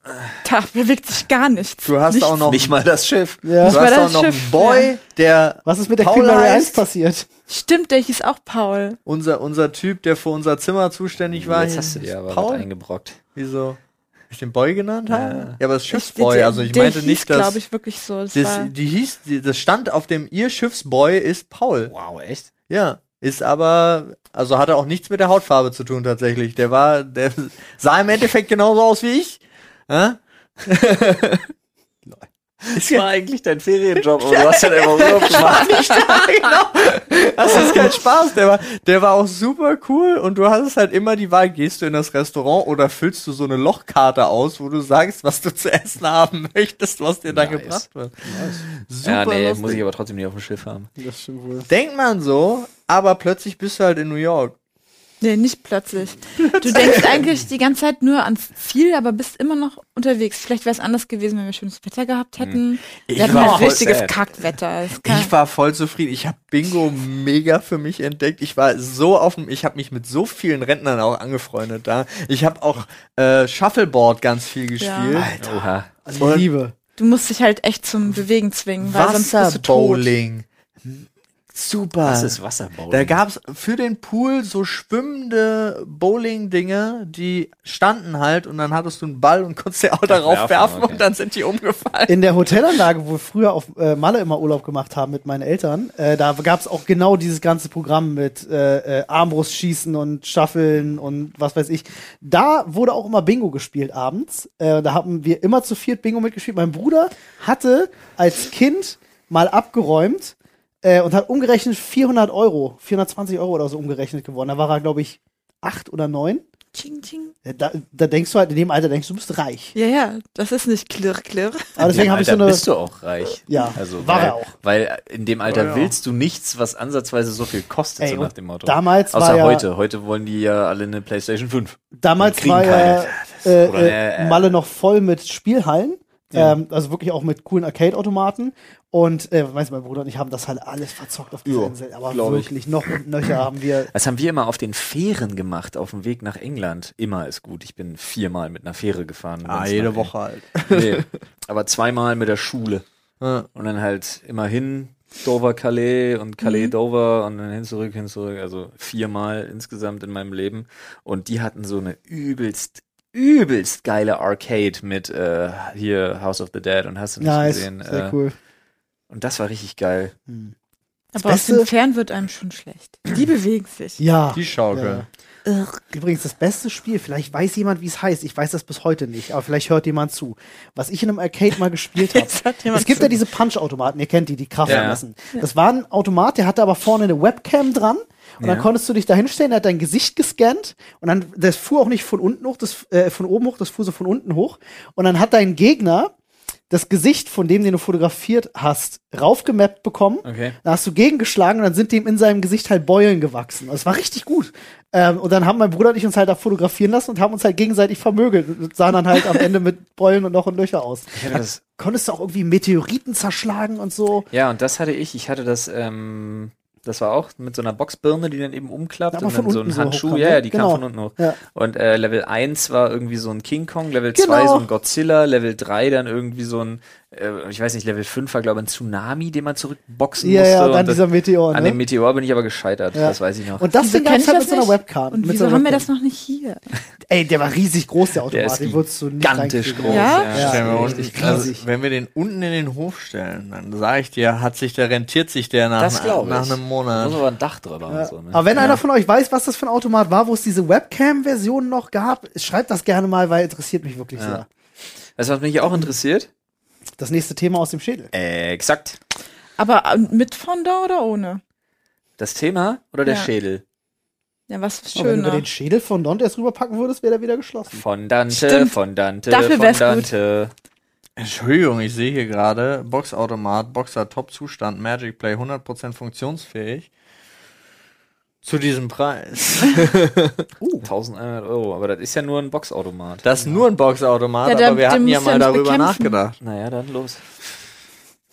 Speaker 2: Da bewegt sich gar nichts.
Speaker 4: Du hast
Speaker 2: nichts.
Speaker 4: auch noch,
Speaker 3: Nicht mal das Schiff.
Speaker 1: Ja.
Speaker 4: du
Speaker 2: Nicht mal
Speaker 4: hast
Speaker 2: das
Speaker 4: auch noch einen
Speaker 2: Schiff,
Speaker 4: Boy, der
Speaker 1: Was ist mit der
Speaker 4: Paul
Speaker 1: Queen Mary 1
Speaker 4: heißt?
Speaker 1: passiert?
Speaker 2: Stimmt, der hieß auch Paul.
Speaker 4: unser, unser Typ, der für unser Zimmer zuständig war.
Speaker 3: Jetzt
Speaker 4: hier,
Speaker 3: hast du dir aber was
Speaker 4: Paul.
Speaker 3: eingebrockt.
Speaker 4: Wieso? Hab ich den Boy genannt habe? Ja, aber das
Speaker 2: Der-
Speaker 4: Schiffsboy,
Speaker 2: der-
Speaker 4: also ich
Speaker 2: der
Speaker 4: meinte
Speaker 2: hieß,
Speaker 4: nicht, dass
Speaker 2: glaube ich, wirklich so. Das
Speaker 4: das,
Speaker 2: war,
Speaker 4: die hieß, die, das stand auf dem ihr Schiffsboy ist Paul.
Speaker 3: Wow, echt?
Speaker 4: Ja, ist aber also hatte auch nichts mit der Hautfarbe zu tun tatsächlich. Der war der *laughs* sah im Endeffekt genauso aus wie ich. Ja?
Speaker 3: Ist ja eigentlich dein Ferienjob, *laughs* aber du hast halt einfach Urlaub gemacht.
Speaker 4: Das ist kein Spaß. Der war, der war auch super cool und du hattest halt immer die Wahl, gehst du in das Restaurant oder füllst du so eine Lochkarte aus, wo du sagst, was du *laughs* zu essen haben möchtest, was dir da
Speaker 3: Nice.
Speaker 4: gebracht wird. Super
Speaker 3: Ja, nee,
Speaker 4: lustig.
Speaker 3: muss ich aber trotzdem nicht auf dem Schiff haben.
Speaker 1: Das stimmt wohl.
Speaker 4: Denkt man so, aber plötzlich bist du halt in New York.
Speaker 2: nee, nicht plötzlich. Du denkst eigentlich die ganze Zeit nur ans Ziel, aber bist immer noch unterwegs. Vielleicht wäre es anders gewesen, wenn wir schönes Wetter gehabt hätten.
Speaker 4: Hm. Ich
Speaker 2: wir hatten
Speaker 4: war
Speaker 2: halt
Speaker 4: voll
Speaker 2: richtiges
Speaker 3: sad.
Speaker 2: Kackwetter. Das kann-
Speaker 4: Ich war voll zufrieden. Ich habe Bingo mega für mich entdeckt. Ich war so auf dem, ich habe mich mit so vielen Rentnern auch angefreundet da. Ich habe auch äh, Shuffleboard ganz viel gespielt.
Speaker 3: Oha.
Speaker 1: Also Liebe.
Speaker 2: du musst dich halt echt
Speaker 4: Hm.
Speaker 2: zum Bewegen zwingen, weil sonst bist du tot.
Speaker 4: Wasserbowling. Super.
Speaker 3: Das ist Wasserbau.
Speaker 4: Da gab's für den Pool so schwimmende Bowling-Dinge, die standen halt und dann hattest du einen Ball und konntest ja auch darauf werfen,
Speaker 3: werfen, okay.
Speaker 4: und dann sind die umgefallen.
Speaker 1: In der Hotelanlage, wo wir früher auf äh, Malle immer Urlaub gemacht haben mit meinen Eltern, äh, da gab es auch genau dieses ganze Programm mit äh, äh, Armbrustschießen und Schaffeln und was weiß ich. Da wurde auch immer Bingo gespielt abends. Äh, da haben wir immer zu viert Bingo mitgespielt. Mein Bruder hatte als Kind mal abgeräumt äh, und hat umgerechnet 400 Euro, 420 Euro oder so umgerechnet gewonnen. Da war er, glaube ich, acht oder neun.
Speaker 2: Ching, ching.
Speaker 1: Äh, Da, da denkst du halt, in dem Alter denkst du, du bist reich.
Speaker 2: Ja, ja, das ist nicht klirr, klirr.
Speaker 1: Aber deswegen
Speaker 3: In
Speaker 1: habe
Speaker 3: dem
Speaker 1: ich so
Speaker 3: Alter
Speaker 1: eine.
Speaker 3: bist du auch reich.
Speaker 1: Ja,
Speaker 3: also,
Speaker 1: war
Speaker 3: weil,
Speaker 1: er auch.
Speaker 3: Weil äh, in dem Alter
Speaker 4: War er auch.
Speaker 3: willst du nichts, was ansatzweise so viel kostet,
Speaker 1: Ey,
Speaker 3: so nach
Speaker 1: und
Speaker 3: dem Motto.
Speaker 1: damals war
Speaker 3: Außer
Speaker 1: ja-
Speaker 3: heute. Heute wollen die ja alle eine Playstation 5.
Speaker 1: Damals
Speaker 3: Und kriegen
Speaker 1: war ja äh,
Speaker 3: Oder,
Speaker 1: äh,
Speaker 3: äh,
Speaker 1: Malle noch voll mit Spielhallen. Ähm, also wirklich auch mit coolen Arcade-Automaten. Und äh, weißt du, mein Bruder und ich haben das halt alles verzockt auf dieser
Speaker 4: Ja,
Speaker 1: Insel. Aber
Speaker 4: glaub ich.
Speaker 1: wirklich noch und nöcher haben wir.
Speaker 3: Das haben wir immer auf den Fähren gemacht, auf dem Weg nach England. Immer ist gut. Ich bin viermal mit einer Fähre gefahren.
Speaker 4: Ah,
Speaker 3: wenn's
Speaker 4: jede
Speaker 3: nach-
Speaker 4: Woche halt.
Speaker 3: Nee, aber zweimal mit der Schule.
Speaker 4: Ja.
Speaker 3: Und dann halt immer hin, Dover, Calais und Calais,
Speaker 1: Mhm.
Speaker 3: Dover und dann hin zurück, hin zurück. Also viermal insgesamt in meinem Leben. Und die hatten so eine übelst, übelst geile Arcade mit äh, hier House of the Dead und hast du nicht
Speaker 1: Nice,
Speaker 3: gesehen.
Speaker 1: sehr
Speaker 3: äh,
Speaker 1: cool.
Speaker 3: Und das war richtig geil.
Speaker 1: Hm.
Speaker 2: Aber aus
Speaker 1: Beste-
Speaker 2: dem Fern wird einem schon schlecht.
Speaker 4: Hm.
Speaker 2: Die bewegen sich.
Speaker 1: Ja.
Speaker 4: Die Schaukel.
Speaker 2: Irr.
Speaker 1: Übrigens, das beste Spiel, vielleicht weiß jemand, wie es heißt. Ich weiß das bis heute nicht, aber vielleicht hört jemand zu. Was ich in einem Arcade mal
Speaker 2: *laughs*
Speaker 1: gespielt habe.
Speaker 2: Jetzt hat jemand
Speaker 1: Es gibt ja
Speaker 2: zu-
Speaker 1: diese Punch-Automaten, ihr kennt die, die Kraft
Speaker 3: Ja.
Speaker 1: lassen. Das war ein Automat, der hatte aber vorne eine Webcam dran. Und dann
Speaker 3: Ja.
Speaker 1: konntest du dich da hinstellen, der hat dein Gesicht gescannt und dann, das fuhr auch nicht von unten hoch, das, äh, von oben hoch, das fuhr so von unten hoch. Und dann hat dein Gegner das Gesicht von dem, den du fotografiert hast, raufgemappt bekommen.
Speaker 3: Okay.
Speaker 1: Da hast du gegengeschlagen und dann sind dem in seinem Gesicht halt Beulen gewachsen. Und es war richtig gut. Ähm, und dann haben mein Bruder und ich uns halt da fotografieren lassen und haben uns halt gegenseitig vermögelt und sahen dann halt am Ende mit Beulen und noch und Löcher aus.
Speaker 3: Ich hatte *laughs* das,
Speaker 1: Konntest du auch irgendwie Meteoriten zerschlagen und so.
Speaker 3: ja, und das hatte ich. Ich hatte das, ähm, das war auch mit so einer Boxbirne, die dann eben umklappt
Speaker 1: Aber
Speaker 3: und
Speaker 1: von
Speaker 3: dann so
Speaker 1: unten
Speaker 3: ein
Speaker 1: so
Speaker 3: Handschuh.
Speaker 1: hochkam,
Speaker 3: ja,
Speaker 1: ne?
Speaker 3: ja, die
Speaker 1: Genau.
Speaker 3: kam von unten hoch.
Speaker 1: Ja.
Speaker 3: Und äh, Level 1 war irgendwie so ein King Kong, Level 2
Speaker 1: Genau.
Speaker 3: so ein Godzilla, Level 3 dann irgendwie so ein, äh, ich weiß nicht, Level 5 war glaube ich ein Tsunami, den man zurückboxen
Speaker 1: Ja,
Speaker 3: musste.
Speaker 1: ja,
Speaker 3: und
Speaker 1: dann
Speaker 3: das,
Speaker 1: dieser Meteor.
Speaker 3: an
Speaker 1: Ne?
Speaker 3: dem Meteor bin ich aber gescheitert,
Speaker 1: Ja.
Speaker 3: das weiß ich noch.
Speaker 1: und das
Speaker 2: Wieso
Speaker 1: Ding gab's
Speaker 2: kenn
Speaker 1: halt
Speaker 2: ich
Speaker 1: mit so einer
Speaker 2: das nicht?
Speaker 1: Webcam.
Speaker 2: Und
Speaker 1: mit
Speaker 2: wieso
Speaker 1: so einer
Speaker 2: haben wir das
Speaker 1: Webcam.
Speaker 2: noch nicht hier?
Speaker 1: Ey, der war riesig groß, der Automat.
Speaker 3: der ist
Speaker 1: den wurdest du nicht
Speaker 3: gigantisch
Speaker 1: reinkriegen.
Speaker 3: groß.
Speaker 2: Ja?
Speaker 1: Ja,
Speaker 4: Stellen wir
Speaker 1: richtig
Speaker 4: unten, also,
Speaker 1: riesig.
Speaker 4: wenn wir den unten in den Hof stellen, dann sage ich dir, hat sich der, rentiert sich der nach,
Speaker 3: Das
Speaker 4: nach,
Speaker 3: glaube ich.
Speaker 4: nach einem
Speaker 3: Da
Speaker 4: Monat.
Speaker 1: Also
Speaker 3: muss aber ein Dach drüber
Speaker 1: Ja.
Speaker 3: und so. Ne?
Speaker 1: Aber wenn einer von euch weiß, was das für ein Automat war, wo es diese Webcam-Version noch gab, schreibt das gerne mal, weil interessiert mich wirklich sehr.
Speaker 3: Weißt du, was mich auch interessiert?
Speaker 1: Das nächste Thema aus dem Schädel.
Speaker 3: Äh, exakt.
Speaker 2: Aber äh, mit Fondant oder ohne?
Speaker 3: Das Thema oder der
Speaker 2: Ja.
Speaker 3: Schädel?
Speaker 2: Ja, was ist
Speaker 1: Aber Oh, wenn du über
Speaker 2: schöner?
Speaker 1: den Schädel von Dantes rüberpacken würdest, wäre der wieder geschlossen.
Speaker 3: Von Dante,
Speaker 2: Stimmt.
Speaker 3: von Dante,
Speaker 2: Dafür
Speaker 3: von
Speaker 2: wär's gut.
Speaker 3: Dante.
Speaker 4: Entschuldigung, ich sehe hier gerade, Boxautomat, Boxer Top-Zustand, Magic Play 100% funktionsfähig. Zu
Speaker 1: *laughs*
Speaker 4: diesem Preis.
Speaker 3: Uh. 1100 Euro, aber das ist ja nur ein Boxautomat.
Speaker 4: Das ist nur ein Boxautomat,
Speaker 2: Ja, da-
Speaker 4: aber wir
Speaker 2: den
Speaker 4: hatten ja
Speaker 2: musst du
Speaker 4: mal
Speaker 2: ja nicht
Speaker 4: darüber
Speaker 2: bekämpfen.
Speaker 4: nachgedacht.
Speaker 3: Naja, dann los.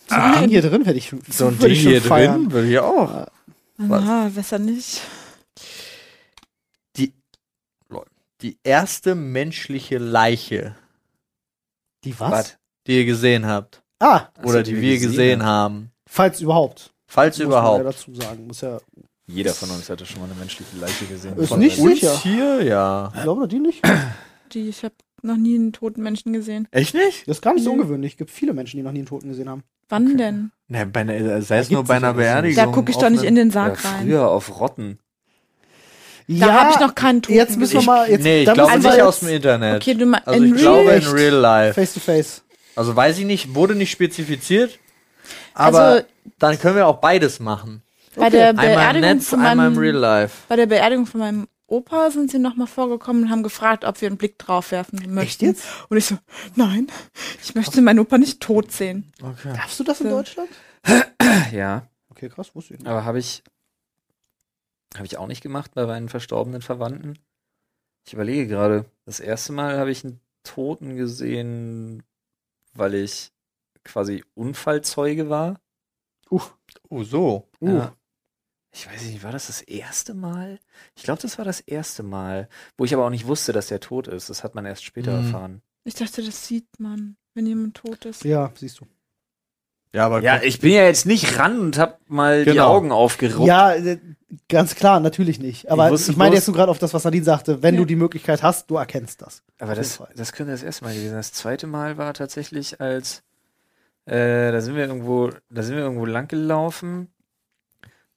Speaker 1: So ein Ding hier drin hätte ich
Speaker 4: So ein
Speaker 1: würde
Speaker 4: Ding
Speaker 1: ich schon
Speaker 4: hier
Speaker 1: feiern.
Speaker 4: drin würde ich auch.
Speaker 2: Ah, besser nicht.
Speaker 4: die erste menschliche Leiche,
Speaker 1: Die was?
Speaker 3: Warte.
Speaker 4: die ihr gesehen habt.
Speaker 1: Ah,
Speaker 3: Ach so,
Speaker 4: Oder die, wir gesehen haben.
Speaker 1: falls überhaupt.
Speaker 4: Falls
Speaker 1: Muss man ja
Speaker 4: überhaupt.
Speaker 1: dazu sagen. Muss ja,
Speaker 3: Jeder von uns hatte schon mal eine menschliche Leiche gesehen.
Speaker 1: Ist
Speaker 3: Von
Speaker 1: nicht
Speaker 3: uns.
Speaker 1: so- sicher.
Speaker 4: uns hier, ja.
Speaker 1: ich glaube, die nicht.
Speaker 2: Die, ich habe noch nie einen toten Menschen gesehen.
Speaker 4: Echt nicht?
Speaker 1: Das ist gar nicht so
Speaker 2: Nee.
Speaker 1: ungewöhnlich. Es gibt viele Menschen, die noch nie einen Toten gesehen haben.
Speaker 2: Wann denn?
Speaker 4: Ne, bei einer, sei es
Speaker 3: Da
Speaker 4: nur
Speaker 3: gibt's
Speaker 4: bei einer
Speaker 3: sicher was.
Speaker 4: Beerdigung.
Speaker 2: Da gucke ich doch nicht in den
Speaker 3: ja,
Speaker 2: Sarg rein.
Speaker 3: früher auf Rotten.
Speaker 2: Da habe ich noch keinen Toten
Speaker 1: jetzt müssen wir
Speaker 2: gesehen.
Speaker 1: mal- jetzt-
Speaker 4: nee, ich
Speaker 1: da
Speaker 4: glaube
Speaker 1: müssen wir
Speaker 4: nicht
Speaker 1: jetzt-
Speaker 4: aus dem Internet.
Speaker 2: Okay, du meinst
Speaker 4: also ich
Speaker 2: in
Speaker 4: glaube
Speaker 2: real.
Speaker 4: in real life.
Speaker 1: Face to face.
Speaker 4: Also weiß ich nicht, wurde nicht spezifiziert. Aber
Speaker 2: Also
Speaker 4: dann können wir auch beides machen.
Speaker 2: bei der
Speaker 4: Einmal im
Speaker 2: Beerdigung
Speaker 4: Netz,
Speaker 2: von
Speaker 4: einmal im Real
Speaker 2: meinem,
Speaker 4: Life.
Speaker 2: bei der Beerdigung von meinem Opa sind sie nochmal vorgekommen und haben gefragt, ob wir einen Blick drauf werfen möchten.
Speaker 1: jetzt?
Speaker 2: Und ich so, nein, ich möchte meinen Opa nicht tot sehen.
Speaker 4: Okay.
Speaker 1: Darfst du das in
Speaker 2: Ja.
Speaker 1: Deutschland?
Speaker 3: Ah, Ja,
Speaker 1: Okay, krass, wusste ich nicht.
Speaker 3: aber habe ich habe ich auch nicht gemacht bei meinen verstorbenen Verwandten. Ich überlege gerade, das erste Mal habe ich einen Toten gesehen, weil ich quasi Unfallzeuge war.
Speaker 4: Oh, so.
Speaker 1: Uh.
Speaker 3: Ja. Ich weiß nicht, war das das erste Mal? Ich glaube, das war das erste Mal, wo ich aber auch nicht wusste, dass der tot ist. Das hat man erst später
Speaker 4: Mhm.
Speaker 3: erfahren.
Speaker 2: Ich dachte, das sieht man, wenn jemand tot ist.
Speaker 1: Ja, siehst du.
Speaker 4: Ja, aber
Speaker 3: Ja, ich bin ja jetzt nicht ran und habe mal die
Speaker 4: Genau.
Speaker 3: Augen aufgeruppt.
Speaker 1: Ja, äh, ganz klar, natürlich nicht. Aber
Speaker 3: Ich
Speaker 1: ich,
Speaker 3: wusste
Speaker 1: meine
Speaker 3: bloß-
Speaker 1: jetzt nur gerade auf das, was Nadine sagte. Wenn
Speaker 2: Ja.
Speaker 1: du die Möglichkeit hast, du erkennst das.
Speaker 3: Aber
Speaker 1: Auf
Speaker 3: das,
Speaker 1: jeden Fall.
Speaker 3: das könnte das erste Mal gewesen sein. Das zweite Mal war tatsächlich als, äh, da sind wir irgendwo, da sind wir irgendwo lang gelaufen.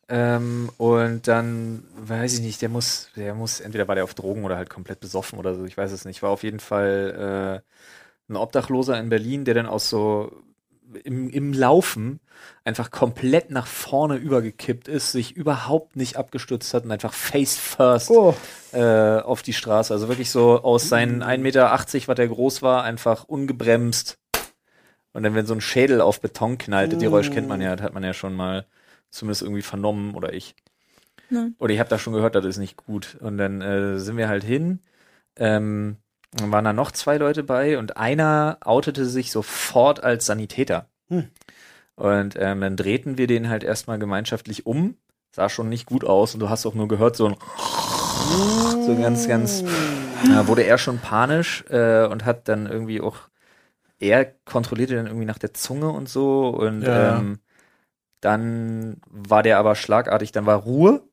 Speaker 3: Ähm, und dann, weiß ich nicht, der muss, der muss, entweder war der auf Drogen oder halt komplett besoffen oder so, ich weiß es nicht. War auf jeden Fall äh, ein Obdachloser in Berlin, der dann aus so im, im Laufen einfach komplett nach vorne übergekippt ist, sich überhaupt nicht abgestützt hat und einfach face first
Speaker 1: Oh,
Speaker 3: äh, auf die Straße. Also wirklich so aus seinen 1,80 Meter, was er groß war, einfach ungebremst. Und dann, wenn so ein Schädel auf Beton knallt, das Geräusch kennt man ja, das hat man ja schon mal zumindest irgendwie vernommen oder ich.
Speaker 2: Nein.
Speaker 3: Oder ich habe da schon gehört, das ist nicht gut. Und dann äh, sind wir halt hin. Ähm, dann waren da noch zwei Leute bei und einer outete sich sofort als Sanitäter.
Speaker 1: Hm.
Speaker 3: Und ähm, dann drehten wir den halt erstmal gemeinschaftlich um. Sah schon nicht gut aus und du hast auch nur gehört, so ein
Speaker 1: Oh.
Speaker 3: so ganz, ganz. Da wurde er schon panisch äh, und hat dann irgendwie auch. Er kontrollierte dann irgendwie nach der Zunge und so. Und
Speaker 4: Ja.
Speaker 3: ähm, dann war der aber schlagartig, dann war Ruhe.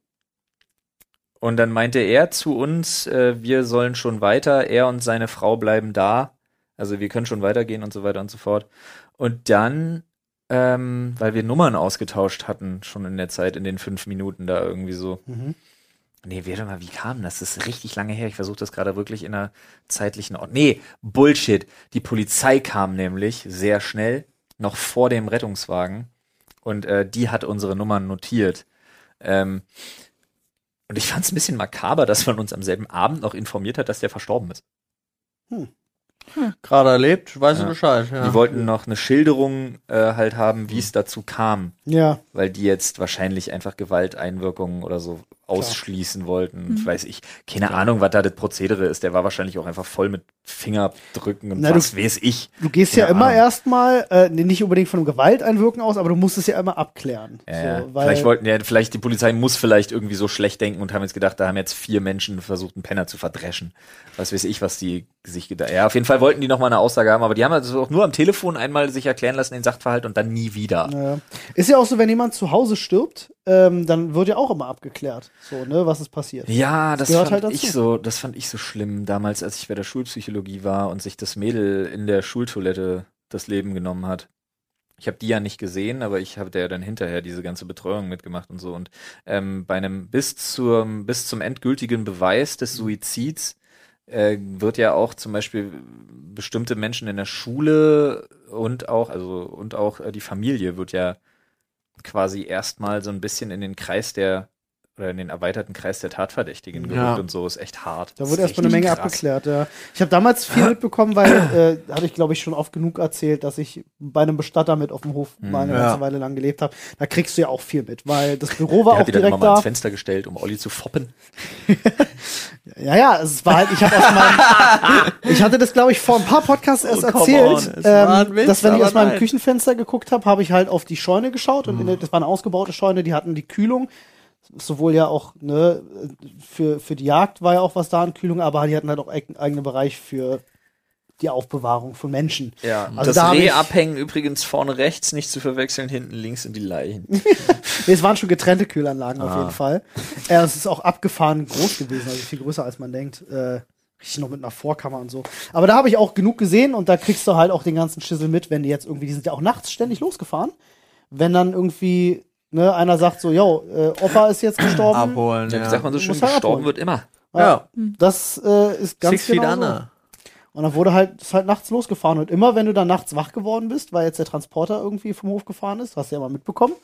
Speaker 3: Und dann meinte er zu uns, äh, wir sollen schon weiter, er und seine Frau bleiben da. Also wir können schon weitergehen und so weiter und so fort. Und dann, ähm, weil wir Nummern ausgetauscht hatten, schon in der Zeit, in den fünf Minuten da irgendwie so.
Speaker 1: Mhm.
Speaker 3: Nee, warte mal, wie kam das? Das ist richtig lange her. Ich versuche das gerade wirklich in einer zeitlichen Ordnung. Nee, Bullshit. Die Polizei kam nämlich sehr schnell, noch vor dem Rettungswagen. Und äh, die hat unsere Nummern notiert. Ähm, und ich fand es ein bisschen makaber, dass man uns am selben Abend noch informiert hat, dass der verstorben ist.
Speaker 4: gerade erlebt, weiß
Speaker 3: Ja.
Speaker 4: ich Bescheid.
Speaker 3: Die
Speaker 4: Ja.
Speaker 3: wollten noch eine Schilderung äh, halt haben, wie es dazu kam,
Speaker 1: Ja,
Speaker 3: weil die jetzt wahrscheinlich einfach Gewalteinwirkungen oder so ausschließen wollten.
Speaker 2: Mhm.
Speaker 3: Weiß ich, keine Ahnung, was da das Prozedere ist. Der war wahrscheinlich auch einfach voll mit Fingerdrücken und
Speaker 1: Na, du-
Speaker 3: was weiß ich.
Speaker 1: du gehst ja,
Speaker 3: Ja,
Speaker 1: immer
Speaker 3: Ahnung.
Speaker 1: erstmal, äh, nee, nicht unbedingt von einem Gewalteinwirken aus, aber du musst es ja immer abklären.
Speaker 3: Ja, ja.
Speaker 1: weil,
Speaker 3: vielleicht wollten ja, vielleicht die Polizei muss vielleicht irgendwie so schlecht denken und haben jetzt gedacht, da haben jetzt vier Menschen versucht, einen Penner zu verdreschen. Was weiß ich, was die sich gedacht. Ja, auf jeden Fall wollten die nochmal eine Aussage haben, aber die haben also auch nur am Telefon einmal sich erklären lassen, den Sachverhalt und dann nie wieder.
Speaker 1: Ja. äh, Ist ja auch so, wenn jemand zu Hause stirbt, ähm, dann wird ja auch immer abgeklärt, so, ne, was ist passiert.
Speaker 3: Ja, das
Speaker 1: gehört
Speaker 3: fand
Speaker 1: halt dazu.
Speaker 3: ich so, das fand ich so schlimm damals, als ich bei der Schulpsychologie war und sich das Mädel in der Schultoilette das Leben genommen hat. Ich habe die ja nicht gesehen, aber ich habe ja dann hinterher diese ganze Betreuung mitgemacht und so. Und ähm, bei einem bis zum bis zum endgültigen Beweis des Suizids äh, wird ja auch zum Beispiel bestimmte Menschen in der Schule und auch also und auch äh, die Familie wird ja quasi erstmal so ein bisschen in den Kreis der oder in den erweiterten Kreis der Tatverdächtigen gerückt
Speaker 4: Ja.
Speaker 3: und so ist echt hart.
Speaker 1: Da
Speaker 3: Ist
Speaker 1: wurde erstmal eine
Speaker 3: richtig
Speaker 1: Menge
Speaker 3: krass.
Speaker 1: abgeklärt. Ja. Ich habe damals
Speaker 3: *laughs*
Speaker 1: viel mitbekommen, weil äh, hatte ich glaube ich schon oft genug erzählt, dass ich bei einem Bestatter mit auf dem Hof
Speaker 3: Mhm.
Speaker 1: mal eine
Speaker 4: Ja.
Speaker 1: ganze Weile lang gelebt habe. Da kriegst du ja auch viel mit, weil das Büro war
Speaker 3: Der
Speaker 1: auch
Speaker 3: hat die dann immer
Speaker 1: direkt
Speaker 3: mal ans
Speaker 1: da.
Speaker 3: Fenster gestellt, um Olli zu foppen.
Speaker 1: Ja, ja, es war halt. Ich habe aus meinem,
Speaker 4: *laughs*
Speaker 1: ich hatte das glaube ich vor ein paar Podcasts erst
Speaker 4: Oh, come
Speaker 1: erzählt,
Speaker 4: on, es war
Speaker 1: ähm,
Speaker 4: ein Witz,
Speaker 1: dass wenn ich
Speaker 4: aber
Speaker 1: aus meinem
Speaker 4: nein. Mhm.
Speaker 1: Küchenfenster geguckt habe, habe ich halt auf die Scheune geschaut und in der, das war eine ausgebaute Scheune, die hatten die Kühlung. sowohl ja auch ne, für, für die Jagd war ja auch was da an Kühlung, aber die hatten halt auch eig- eigenen Bereich für die Aufbewahrung von Menschen.
Speaker 3: Ja,
Speaker 1: Also
Speaker 3: das
Speaker 1: da hab
Speaker 3: Reh
Speaker 1: ich-
Speaker 3: abhängen übrigens vorne rechts, nicht zu verwechseln, hinten links in die Leichen.
Speaker 1: Nee, es waren schon getrennte Kühlanlagen auf
Speaker 3: Ah.
Speaker 1: jeden Fall. Äh, es ist auch abgefahren groß gewesen, also viel größer als man denkt. Äh, richtig noch mit einer Vorkammer und so. Aber da habe ich auch genug gesehen und da kriegst du halt auch den ganzen Schissel mit, wenn die jetzt irgendwie, die sind ja auch nachts ständig losgefahren. Wenn dann irgendwie ne, einer sagt so, yo, äh, Opa ist jetzt gestorben.
Speaker 4: *clears throat* Abholen.
Speaker 3: Ja. Wie sagt man so
Speaker 1: Du
Speaker 3: schön,
Speaker 1: musst halt
Speaker 3: gestorben
Speaker 1: abholen.
Speaker 3: wird immer.
Speaker 4: ja.
Speaker 1: Das äh, ist ganz
Speaker 4: Six Feet
Speaker 1: genau so.
Speaker 4: Anna.
Speaker 1: Und dann wurde halt, ist halt nachts losgefahren. Und immer, wenn du dann nachts wach geworden bist, weil jetzt der Transporter irgendwie vom Hof gefahren ist, hast du ja mal mitbekommen,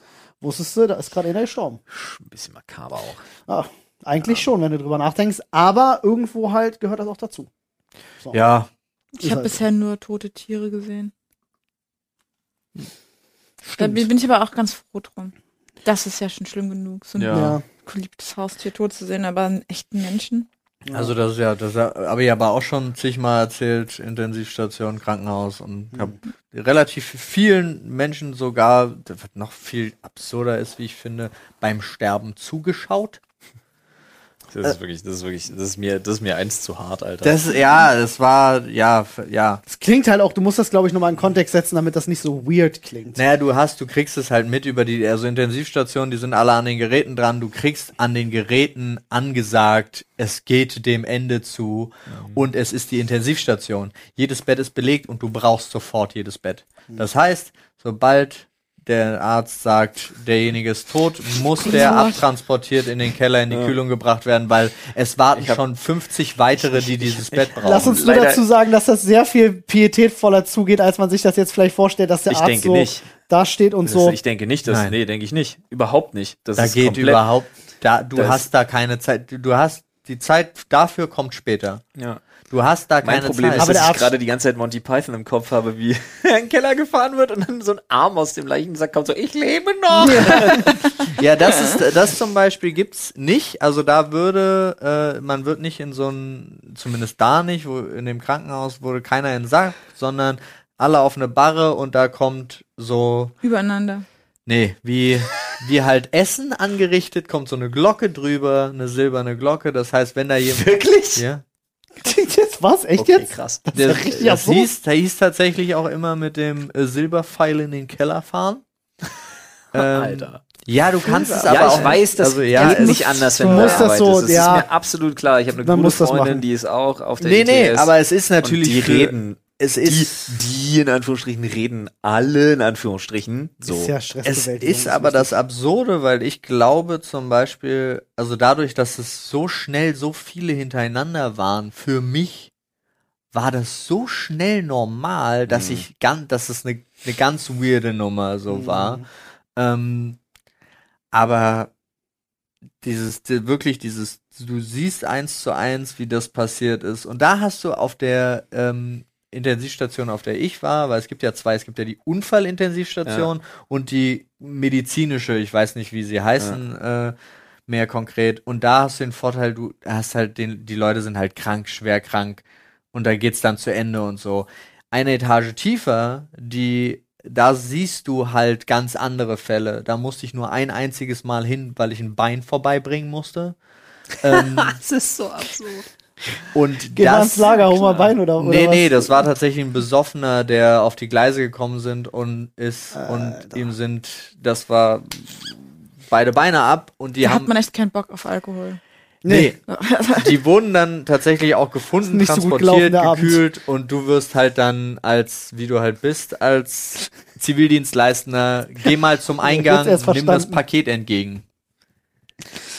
Speaker 1: wusstest du, da ist gerade einer gestorben.
Speaker 3: Ein bisschen makaber auch.
Speaker 1: Ah, eigentlich schon, wenn du drüber nachdenkst. Aber irgendwo halt gehört das auch dazu.
Speaker 4: Ja.
Speaker 1: Ist
Speaker 2: Ich habe
Speaker 1: halt so.
Speaker 2: bisher nur tote Tiere gesehen. Da bin ich aber auch ganz froh drum. Das ist ja schon schlimm genug, so ein
Speaker 4: Ja.
Speaker 1: Ja.
Speaker 2: geliebtes Haustier tot zu sehen, aber einen echten Menschen.
Speaker 4: Also das ist ja, das ist ja, aber ich habe auch schon zigmal erzählt, Intensivstation, Krankenhaus und habe relativ vielen Menschen sogar, das was noch viel absurder ist, wie ich finde, beim Sterben zugeschaut.
Speaker 3: Das ist wirklich, das ist wirklich, das ist mir, das ist mir eins zu hart, Alter.
Speaker 4: Das ja, das war ja, f- ja.
Speaker 1: Es klingt halt auch, du musst das, glaube ich, nochmal in Kontext setzen, damit das nicht so weird klingt.
Speaker 4: Naja, du hast, du kriegst es halt mit über die, also Intensivstationen, die sind alle an den Geräten dran, du kriegst an den Geräten angesagt, es geht dem Ende zu
Speaker 1: Mhm.
Speaker 4: und es ist die Intensivstation. Jedes Bett ist belegt und du brauchst sofort jedes Bett.
Speaker 1: Mhm.
Speaker 4: Das heißt, sobald der Arzt sagt, derjenige ist tot, muss der abtransportiert in den Keller in die Kühlung gebracht werden, weil es warten schon 50 weitere, die dieses Bett brauchen.
Speaker 1: Lass uns nur
Speaker 3: Leider-
Speaker 1: dazu sagen, dass das sehr viel pietätvoller zugeht, als man sich das jetzt vielleicht vorstellt, dass der
Speaker 3: Ich
Speaker 1: Arzt
Speaker 3: denke
Speaker 1: so
Speaker 3: nicht.
Speaker 1: da steht und
Speaker 3: Das-
Speaker 1: so.
Speaker 3: Ich denke nicht, dass,
Speaker 4: Nein.
Speaker 3: nee, denke ich nicht. Überhaupt nicht. Das
Speaker 4: Da
Speaker 3: ist
Speaker 4: geht
Speaker 3: komplett,
Speaker 4: überhaupt, da, du
Speaker 3: Das-
Speaker 4: hast da keine Zeit, du- du hast, die Zeit dafür kommt später.
Speaker 3: Ja.
Speaker 4: Du hast da
Speaker 3: Mein
Speaker 4: keine
Speaker 3: Problem
Speaker 4: Zeit.
Speaker 1: Aber der
Speaker 3: ist, dass ich
Speaker 1: Arzt-
Speaker 3: gerade die ganze Zeit Monty Python im Kopf habe, wie *laughs* er in den Keller gefahren wird und dann so ein Arm aus dem Leichensack kommt, so, ich lebe noch.
Speaker 4: ja, das ist das zum Beispiel gibt's nicht. Also da würde äh, man wird nicht in so ein, zumindest da nicht, wo in dem Krankenhaus wurde keiner in den Sack, sondern alle auf eine Barre und da kommt so
Speaker 2: Übereinander.
Speaker 4: Nee, wie, wie halt Essen angerichtet, kommt so eine Glocke drüber, eine silberne Glocke. Das heißt, wenn da jemand.
Speaker 3: Wirklich?
Speaker 4: Ja,
Speaker 1: das war's echt
Speaker 3: Okay,
Speaker 1: *laughs* jetzt?
Speaker 3: krass.
Speaker 4: der,
Speaker 1: ist ja richtig
Speaker 4: das
Speaker 1: absurd.
Speaker 4: hieß, da hieß tatsächlich auch immer mit dem äh, Silberpfeil in den Keller fahren. Ähm,
Speaker 3: *laughs* Alter.
Speaker 4: Ja, du kannst es aber
Speaker 3: ja,
Speaker 4: auch
Speaker 3: ich weiß, das
Speaker 4: also, ja,
Speaker 3: geht
Speaker 4: es-
Speaker 3: nicht anders, wenn
Speaker 1: du
Speaker 3: du
Speaker 1: musst das
Speaker 3: arbeitest.
Speaker 1: so,
Speaker 3: das
Speaker 1: ja.
Speaker 3: ist mir absolut klar. Ich habe eine
Speaker 1: Man
Speaker 3: gute
Speaker 1: muss das
Speaker 3: Freundin,
Speaker 1: machen.
Speaker 3: die ist auch auf der
Speaker 4: Nee, nee,
Speaker 3: ITS.
Speaker 4: aber es ist
Speaker 3: Und
Speaker 4: natürlich.
Speaker 3: die
Speaker 4: für-
Speaker 3: reden,
Speaker 4: Es
Speaker 3: die,
Speaker 4: ist.
Speaker 3: die in Anführungsstrichen reden, alle in Anführungsstrichen, so.
Speaker 1: Ist ja
Speaker 4: Es
Speaker 1: Stressbewältigung.
Speaker 4: ist aber das Absurde, weil ich glaube zum Beispiel, also dadurch, dass es so schnell so viele hintereinander waren, für mich war das so schnell normal, dass
Speaker 3: Mhm.
Speaker 4: ich ganz, dass es eine eine ganz weirde Nummer so war. Ähm, aber dieses, di- wirklich dieses, du siehst eins zu eins, wie das passiert ist. Und da hast du auf der ähm, Intensivstation, auf der ich war, weil es gibt ja zwei, es gibt ja die Unfallintensivstation und die medizinische, ich weiß nicht, wie sie heißen, äh, mehr konkret. Und da hast du den Vorteil, du hast halt den, die Leute sind halt krank, schwer krank und da geht's dann zu Ende und so. Eine Etage tiefer, die da siehst du halt ganz andere Fälle. Da musste ich nur ein einziges Mal hin, weil ich ein Bein vorbeibringen musste. ähm,
Speaker 2: *laughs* Das ist so absurd.
Speaker 4: und
Speaker 1: Geh mal
Speaker 4: das
Speaker 1: ins Lager, hol mal Bein oder, oder
Speaker 4: nee,
Speaker 1: was?
Speaker 4: nee, das war tatsächlich ein Besoffener, der auf die Gleise gekommen sind und ist und ihm sind, das war beide Beine ab und die
Speaker 2: Da hat
Speaker 4: haben
Speaker 2: man echt keinen Bock auf Alkohol.
Speaker 4: nee,
Speaker 1: *laughs*
Speaker 4: die wurden dann tatsächlich auch gefunden,
Speaker 1: Nicht so gut
Speaker 4: transportiert,
Speaker 1: gelaufener Abend.
Speaker 4: gekühlt und du wirst halt dann als wie du halt bist als Zivildienstleistender, geh
Speaker 1: *laughs*
Speaker 4: mal zum Eingang,
Speaker 1: wird's erst
Speaker 4: nimm das
Speaker 1: verstanden.
Speaker 4: Paket entgegen.